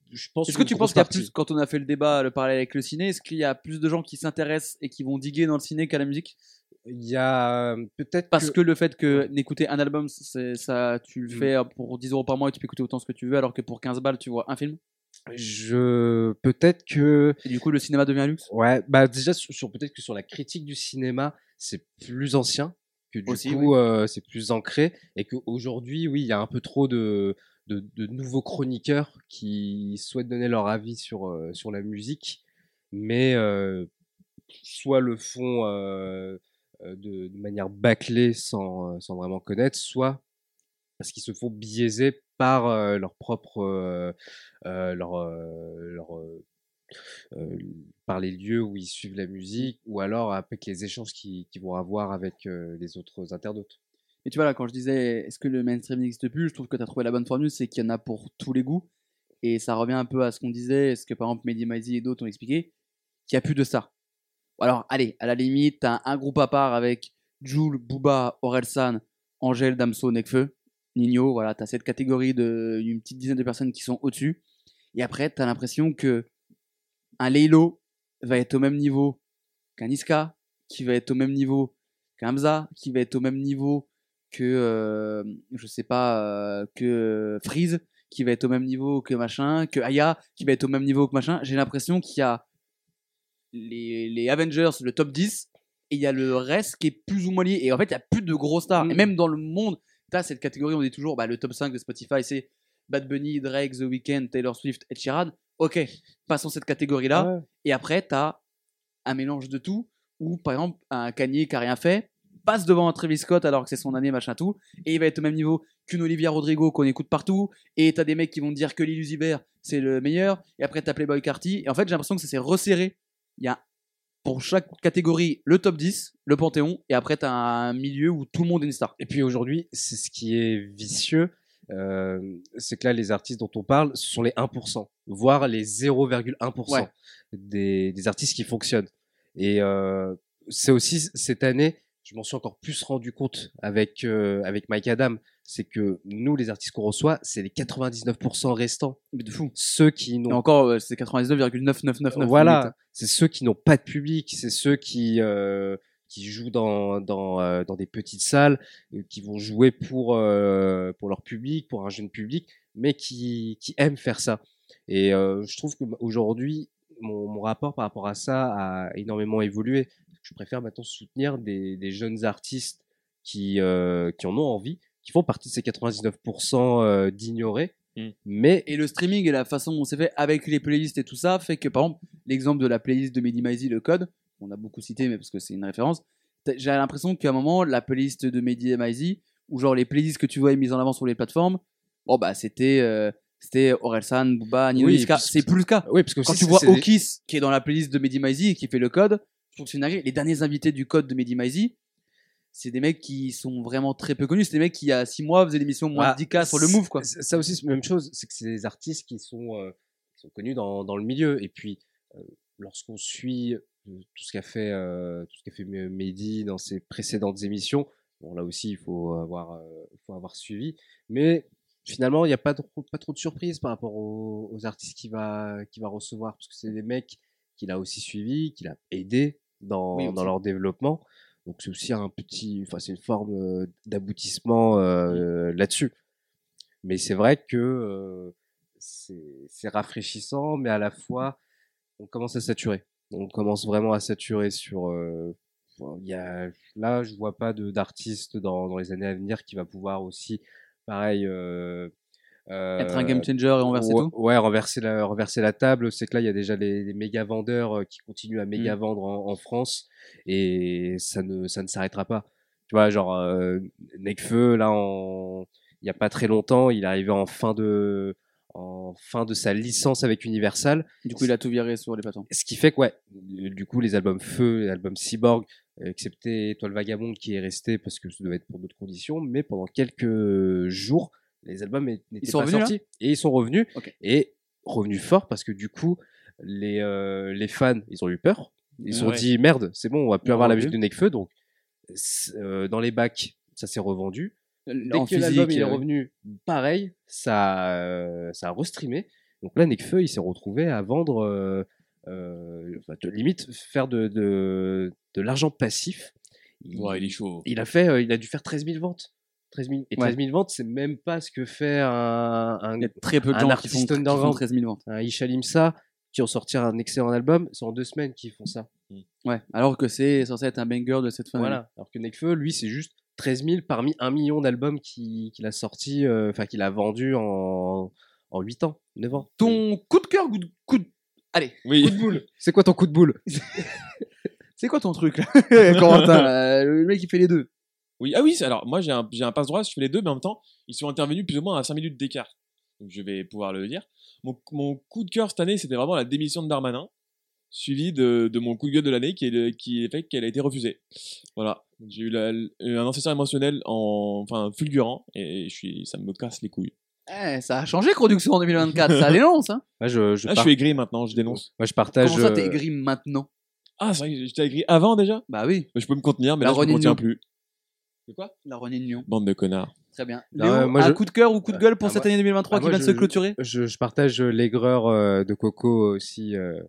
Speaker 5: je pense
Speaker 4: Est-ce Mm. que
Speaker 5: une
Speaker 4: tu
Speaker 5: grosse
Speaker 4: penses qu'il y a
Speaker 5: partie.
Speaker 4: plus, quand on a fait le débat, le parallèle avec le ciné, est-ce qu'il y a plus de gens qui s'intéressent et qui vont diguer dans le ciné qu'à la musique
Speaker 5: Il y a euh, peut-être
Speaker 4: Parce que le fait que n'écouter un album, c'est, ça, tu le
Speaker 5: Mm.
Speaker 4: fais pour 10 euros par mois et tu peux écouter autant ce que tu veux, alors que pour 15 balles, tu vois un film.
Speaker 5: je peut-être que
Speaker 4: Et du coup, le cinéma devient un luxe.
Speaker 5: Ouais, bah déjà sur, sur- peut-être que sur la critique du cinéma, c'est plus ancien que du
Speaker 4: Aussi,
Speaker 5: coup euh, c'est plus ancré et qu'aujourd'hui, oui, il y a un peu trop de, de, de nouveaux chroniqueurs qui souhaitent donner leur avis sur, euh, sur la musique, mais euh, soit le font euh, euh, de, de manière bâclée sans, euh, sans vraiment connaître, soit parce qu'ils se font biaiser par euh, leur propre euh, euh, leur, euh, leur, euh, euh, par les lieux où ils suivent la musique ou alors avec les échanges qu'ils qu'ils vont avoir avec euh, les autres internautes.
Speaker 4: Et tu vois, là, quand je disais est-ce que le mainstream n'existe plus, je trouve que tu as trouvé la bonne formule, c'est qu'il y en a pour tous les goûts. Et ça revient un peu à ce qu'on disait, ce que par exemple Mehdi Maizi et d'autres ont expliqué, qu'il n'y a plus de ça. Ou Alors, allez, à la limite, t'as un groupe à part avec Jul, Booba, Orelsan, Angèle, Damso, Nekfeu, Nino. Voilà, t'as cette catégorie de- d'une petite dizaine de personnes qui sont au-dessus. Et après, t'as l'impression que un Leilo va être au même niveau qu'un Iska, qui va être au même niveau qu'un Hamza, qui va être au même niveau que, euh, je sais pas, euh, que Freeze, qui va être au même niveau que machin, que Aya, qui va être au même niveau que machin. J'ai l'impression qu'il y a les, les Avengers, le top 10, et il y a le reste qui est plus ou moins lié. Et en fait, il n'y a plus de gros stars.
Speaker 5: Mm.
Speaker 4: Et même dans le monde, t'as cette catégorie, on dit toujours, bah, le top 5 de Spotify, c'est Bad Bunny, Drake, The Weeknd, Taylor Swift, Ed Sheeran. Ok, passons cette catégorie-là. Et après, tu as un mélange de tout, où par exemple, un Kanye qui a rien fait passe devant un Travis Scott alors que c'est son année, machin tout, et il va être au même niveau qu'une Olivia Rodrigo qu'on écoute partout, et t'as des mecs qui vont te dire que Lil Uzi Vert, c'est le meilleur, et après t'as Playboy Carty, et en fait j'ai l'impression que ça s'est resserré. Il y a pour chaque catégorie le top 10, le panthéon, et après t'as un milieu où tout le monde est une star.
Speaker 5: Et puis aujourd'hui, c'est ce qui est vicieux, euh, c'est que là, les artistes dont on parle, ce sont les 1%, voire les 0,1%
Speaker 4: Ouais.
Speaker 5: des, des artistes qui fonctionnent. Et euh, c'est aussi c- cette année, je m'en suis encore plus rendu compte avec, euh, avec Mike Adam, c'est que nous, les artistes qu'on reçoit, c'est les 99% restants,
Speaker 4: Mais de fou.
Speaker 5: ceux qui
Speaker 4: Et
Speaker 5: n'ont
Speaker 4: encore, euh, c'est 99,9999.
Speaker 5: voilà, c'est ceux qui n'ont pas de public, c'est ceux qui euh, qui jouent dans dans, euh, dans des petites salles, euh, qui vont jouer pour euh, pour leur public, pour un jeune public, mais qui qui aiment faire ça. Et euh, je trouve que m- aujourd'hui mon, mon rapport par rapport à ça a énormément évolué. Je préfère maintenant soutenir des, des jeunes artistes qui euh, qui en ont envie, qui font partie de ces 99% euh, d'ignorés,
Speaker 4: Mmh.
Speaker 2: Mm.
Speaker 5: mais
Speaker 4: Et le streaming et la façon dont c'est fait avec les playlists et tout ça fait que, par exemple, l'exemple de la playlist de Mehdi Maizi, le code, on a beaucoup cité, mais parce que c'est une référence, t'as- j'ai l'impression qu'à un moment, la playlist de Mehdi Maizi, ou genre les playlists que tu vois mises en avant sur les plateformes, bon bah c'était euh, c'était Orelsan, Booba, Nino
Speaker 5: Oui, et
Speaker 4: Niska.
Speaker 5: puis-
Speaker 4: c'est plus le cas.
Speaker 5: oui, parce que
Speaker 4: Quand
Speaker 5: aussi,
Speaker 4: tu
Speaker 5: c'est-
Speaker 4: vois
Speaker 5: c'est des-
Speaker 4: Okis qui est dans la playlist de Mehdi Maizi et qui fait le code, je trouve que c'est une dinguerie. Les derniers invités du code de Mehdi Maizi, c'est des mecs qui sont vraiment très peu connus. C'est des mecs qui, il y a 6 mois, faisaient l'émission moins
Speaker 5: Ah,
Speaker 4: de 10K sur le move, quoi.
Speaker 5: Ça ça aussi, c'est la même chose, c'est que c'est des artistes qui sont, euh, qui sont connus dans, dans le milieu. Et puis, euh, lorsqu'on suit euh, tout ce qu'a fait, euh, tout ce qu'a fait Me- Mehdi dans ses précédentes émissions, bon, là aussi, il faut avoir, euh, il faut avoir suivi. Mais finalement, il n'y a pas trop, pas trop de surprises par rapport aux, aux artistes qu'il va, qu'il va recevoir, parce que c'est des mecs qu'il a aussi suivis, qu'il a aidés dans,
Speaker 4: Oui, aussi.
Speaker 5: dans leur développement. Donc c'est aussi un petit, enfin c'est une forme euh, d'aboutissement euh, là-dessus. Mais c'est vrai que euh, c'est c'est rafraîchissant, mais à la fois, on commence à saturer. On commence vraiment à saturer sur. euh, bon, il y a, là, je vois pas de- d'artiste dans, dans les années à venir qui va pouvoir aussi, pareil. euh, euh,
Speaker 4: Être un game changer et renverser
Speaker 5: ouais,
Speaker 4: tout.
Speaker 5: ouais, renverser la, renverser la table. C'est que là, il y a déjà les, les méga vendeurs euh, qui continuent à
Speaker 4: Mmh.
Speaker 5: méga vendre en, en France et ça ne, ça ne s'arrêtera pas. Tu vois, genre, euh, Necfeu, là, en- il n'y a pas très longtemps, il est arrivé en fin de, en fin de sa licence avec Universal.
Speaker 4: Du coup, il a tout viré sur les plateformes.
Speaker 5: Ce qui fait que, ouais, du coup, les albums Feu, les albums Cyborg, euh, excepté Étoile Vagabonde qui est resté parce que ça devait être pour d'autres conditions, mais pendant quelques jours, les albums é- n'étaient
Speaker 4: sont
Speaker 5: pas
Speaker 4: revenus, là
Speaker 5: sortis. Et ils sont revenus.
Speaker 4: Ok.
Speaker 5: Et revenus fort parce que, du coup, les, euh, les fans, ils ont eu peur. Ils se sont
Speaker 2: Ouais.
Speaker 5: dit, merde, c'est bon, on va plus
Speaker 2: Ils ont
Speaker 5: avoir la
Speaker 2: revu.
Speaker 5: musique de Necfeu. Donc, c'est- euh, dans les bacs, ça s'est revendu. Dès
Speaker 4: en
Speaker 5: que l'album
Speaker 4: physique,
Speaker 5: il est
Speaker 4: euh,
Speaker 5: revenu, pareil, ça, euh, ça a restreamé. Donc là, Nekfeu, il s'est retrouvé à vendre, euh, euh, enfin, de- limite faire de, de, de l'argent passif. Il,
Speaker 2: Ouais, il est chaud.
Speaker 5: il a fait, euh, il a dû faire 13 000 ventes. 13 000, et
Speaker 4: Ouais.
Speaker 5: 13 000 ventes, c'est même pas ce que fait un, un,
Speaker 4: Il y a très peu de
Speaker 5: Un
Speaker 4: gens qui font,
Speaker 5: artiste
Speaker 4: qui font
Speaker 5: underground.
Speaker 4: 13 000 ventes.
Speaker 5: un Isha Limsa qui ont sorti un excellent album. C'est en deux semaines qu'ils font ça.
Speaker 4: Ouais. Alors que c'est censé être un banger de cette fin d'année.
Speaker 5: Voilà. Alors que Nekfeu, lui, c'est juste 13 000 parmi 1 million d'albums qui- qu'il a sorti, euh, enfin qu'il a vendu en, en 8 ans, 9 ans.
Speaker 4: Ton coup de cœur, coup de, coup de- Allez,
Speaker 2: Oui.
Speaker 5: C'est quoi ton coup de boule
Speaker 4: c'est quoi ton truc là Corentin, là, le mec il fait les deux.
Speaker 2: Oui, ah oui, c'est- alors moi j'ai un, j'ai un passe droit, je fais les deux, mais en même temps, ils sont intervenus plus ou moins à 5 minutes d'écart. Donc je vais pouvoir le dire. Mon, mon coup de cœur cette année, c'était vraiment la démission de Darmanin, suivi de, de mon coup de gueule de l'année qui est, le- qui est fait qu'elle a été refusée. Voilà. J'ai eu la- l- un ancestral émotionnel en, enfin, fulgurant et je suis, ça me casse les couilles.
Speaker 4: Eh, ça a changé production en 2024, ça dénonce. Hein
Speaker 5: Moi, je, je,
Speaker 2: Là, Ah, je
Speaker 5: par-
Speaker 2: suis aigri maintenant, je dénonce.
Speaker 5: moi, je
Speaker 4: Comment
Speaker 5: partage.
Speaker 4: ça t'es
Speaker 5: euh,
Speaker 4: aigri maintenant
Speaker 2: Ah, c'est vrai, que j'étais aigri avant déjà
Speaker 4: Bah oui,
Speaker 2: Je peux me contenir, mais
Speaker 4: La
Speaker 2: là, je me
Speaker 4: Ronin
Speaker 2: contiens
Speaker 4: Lyon.
Speaker 2: plus. C'est quoi
Speaker 4: la Ronin Lyon.
Speaker 2: Bande de connards.
Speaker 4: Très bien.
Speaker 5: Non,
Speaker 4: Léo,
Speaker 5: ouais, moi,
Speaker 4: un
Speaker 5: je-
Speaker 4: coup de cœur ou coup de gueule pour
Speaker 5: Ah,
Speaker 4: cette
Speaker 5: moi-
Speaker 4: année 2023
Speaker 5: ah,
Speaker 4: qui
Speaker 5: moi,
Speaker 4: vient de se
Speaker 5: je-
Speaker 4: clôturer
Speaker 5: Je, je partage l'aigreur euh, de Coco aussi. euh,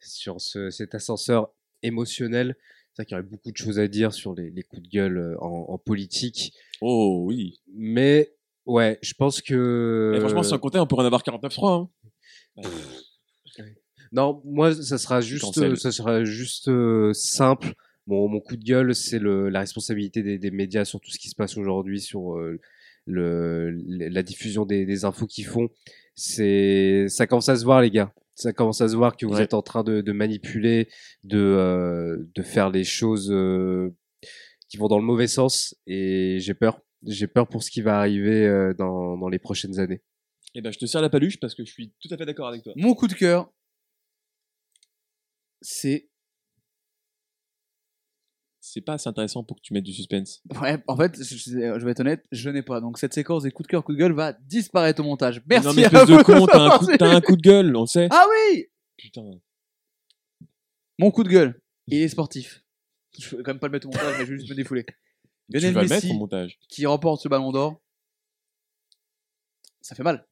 Speaker 5: sur ce- cet ascenseur émotionnel. C'est vrai qu'il y aurait beaucoup de choses à dire sur les, les coups de gueule euh, en, en politique.
Speaker 2: Oh oui.
Speaker 5: Mais ouais, je pense que.
Speaker 4: Euh.
Speaker 2: Et franchement, sans compter, on pourrait en avoir 49-3. hein.
Speaker 5: Non, moi, ça sera juste,
Speaker 2: Cancel.
Speaker 5: euh, ça sera juste euh, simple. Mon, mon coup de gueule, c'est le- la responsabilité des, des médias sur tout ce qui se passe aujourd'hui, sur euh, le, le- la diffusion des, des infos qu'ils font. C'est, ça commence à se voir, les gars. Ça commence à se voir que vous
Speaker 2: Ouais.
Speaker 5: êtes en train de, de manipuler, de, euh, de faire les choses euh, qui vont dans le mauvais sens. Et j'ai peur. J'ai peur pour ce qui va arriver euh, dans, dans les prochaines années.
Speaker 2: Et ben, je te sers la paluche parce que je suis tout à fait d'accord avec toi.
Speaker 4: Mon coup de cœur, c'est.
Speaker 2: C'est pas assez intéressant pour que tu mettes du suspense.
Speaker 4: Ouais, en fait, je, je- je vais être honnête, je n'ai pas. Donc cette séquence des coups de cœur, coups de gueule va disparaître au montage. Merci
Speaker 2: non, mais
Speaker 4: à
Speaker 2: espèce de
Speaker 4: vous
Speaker 2: con, t'as un,
Speaker 4: d'avoir
Speaker 2: coup,
Speaker 4: suivi.
Speaker 2: t'as un coup de gueule, on le sait.
Speaker 4: Ah oui
Speaker 2: Putain.
Speaker 4: Mon coup de gueule, il est sportif. Je vais quand même pas le mettre au montage, mais je vais juste me défouler.
Speaker 2: Tu
Speaker 4: Lionel
Speaker 2: vas le
Speaker 4: Messi
Speaker 2: mettre au montage.
Speaker 4: qui remporte ce ballon d'or, ça fait mal.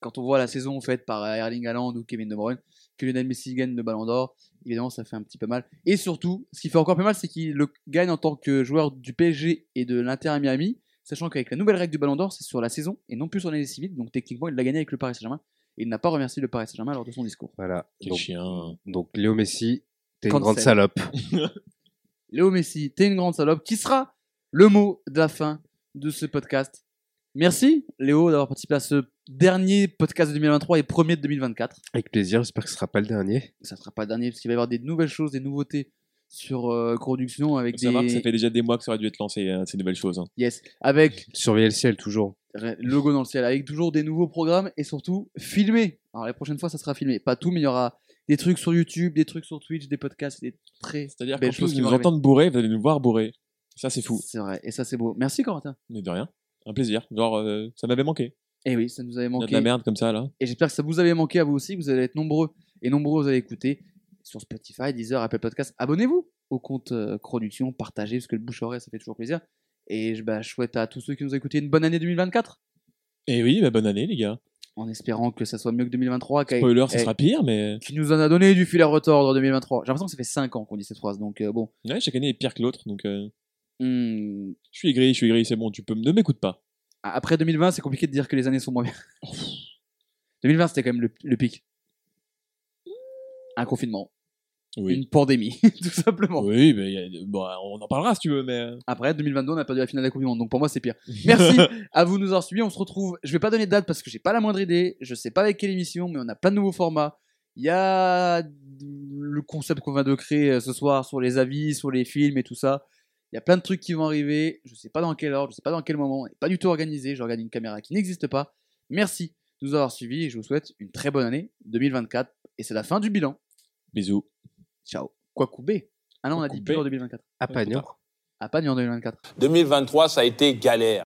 Speaker 4: Quand on voit la saison faite par Erling Haaland ou Kevin De Bruyne, que Lionel Messi gagne le ballon d'or, évidemment ça fait un petit peu mal. Et surtout, ce qui fait encore plus mal, c'est qu'il le gagne en tant que joueur du PSG et de l'Inter à Miami, sachant qu'avec la nouvelle règle du ballon d'or, c'est sur la saison et non plus sur l'année civile, donc techniquement il l'a gagné avec le Paris Saint-Germain. Et il n'a pas remercié le Paris Saint-Germain lors de son discours.
Speaker 5: Voilà.
Speaker 2: Quel
Speaker 5: Donc,
Speaker 2: chien.
Speaker 5: donc, Léo Messi, t'es une
Speaker 4: Cancel.
Speaker 5: grande salope.
Speaker 4: Léo Messi, t'es une grande salope, qui sera le mot de la fin de ce podcast. Merci Léo d'avoir participé à ce dernier podcast de 2023 et premier de 2024.
Speaker 5: Avec plaisir, j'espère que ce sera pas le dernier.
Speaker 4: Ça ne sera pas le dernier parce qu'il va y avoir des nouvelles choses, des nouveautés sur euh, Production avec
Speaker 2: Faut savoir
Speaker 4: des
Speaker 2: que ça fait déjà des mois que ça aurait dû être lancé, hein, ces nouvelles choses. hein.
Speaker 4: yes, avec
Speaker 5: Surveillez le ciel toujours.
Speaker 4: le logo dans le ciel, avec toujours des nouveaux programmes et surtout filmé. Alors la prochaine fois ça sera filmé, pas tout mais il y aura des trucs sur YouTube, des trucs sur Twitch, des podcasts, des très
Speaker 2: C'est-à-dire
Speaker 4: Belle
Speaker 2: qu'en
Speaker 4: chose
Speaker 2: plus,
Speaker 4: qui
Speaker 2: vous nous
Speaker 4: va arriver.
Speaker 2: entendre bourrer, vous allez nous voir bourrer. Ça, c'est fou.
Speaker 4: C'est vrai et ça c'est beau. Merci Corentin.
Speaker 2: Mais de rien. Un plaisir. Genre, euh, ça m'avait manqué.
Speaker 4: Eh oui, ça nous avait
Speaker 2: Il y a
Speaker 4: manqué.
Speaker 2: De la merde comme ça, là.
Speaker 4: Et j'espère que ça vous avait manqué à vous aussi. Vous allez être nombreux et nombreuses à l'écouter sur Spotify, Deezer, Apple Podcast. Abonnez-vous au compte euh, production, partagez, parce que le bouche à oreille, ça fait toujours plaisir. Et je, bah, je souhaite à tous ceux qui nous ont écouté une bonne année 2024,
Speaker 2: Et oui, bah, bonne année, les gars.
Speaker 4: en espérant que ça soit mieux que 2023. qu'a-
Speaker 2: Spoiler, ça
Speaker 4: eh,
Speaker 2: sera pire, mais.
Speaker 4: Qui nous en a donné du fil à retordre en 2023. J'ai l'impression que ça fait 5 ans qu'on dit cette phrase, donc euh, bon.
Speaker 2: Ouais, chaque année est pire que l'autre, donc. euh,
Speaker 4: Hmm.
Speaker 2: Je suis aigri, je suis aigri, c'est bon, tu peux. me- Ne m'écoute pas.
Speaker 4: A- Après 2020, c'est compliqué de dire que les années sont moins bien. 2020, c'était quand même le, le pic. Un confinement,
Speaker 2: Oui.
Speaker 4: une pandémie, tout simplement.
Speaker 2: Oui, mais y a- bon, on en parlera si tu veux, mais. euh,
Speaker 4: Après, 2022, on a perdu la finale de la Coupe du Monde, donc pour moi, c'est pire. Merci à vous de nous avoir suivis. On se retrouve. Je vais pas donner de date parce que j'ai pas la moindre idée. Je sais pas avec quelle émission, mais on a plein de nouveaux formats. Il y a le concept qu'on vient de créer euh, ce soir sur les avis, sur les films et tout ça. Il y a plein de trucs qui vont arriver. Je sais pas dans quelle heure, je sais pas dans quel moment. On n'est pas du tout organisé. Je regarde une caméra qui n'existe pas. Merci de nous avoir suivis et je vous souhaite une très bonne année 2024. Et c'est la fin du bilan.
Speaker 2: Bisous.
Speaker 4: Ciao. Quoi couper Ah non, on a dit
Speaker 2: Quoicoubé.
Speaker 4: Ah, bilan 2024.
Speaker 5: À
Speaker 2: Ouais,
Speaker 5: Pagnan.
Speaker 4: À Pagne en 2024.
Speaker 3: 2023, ça a été galère.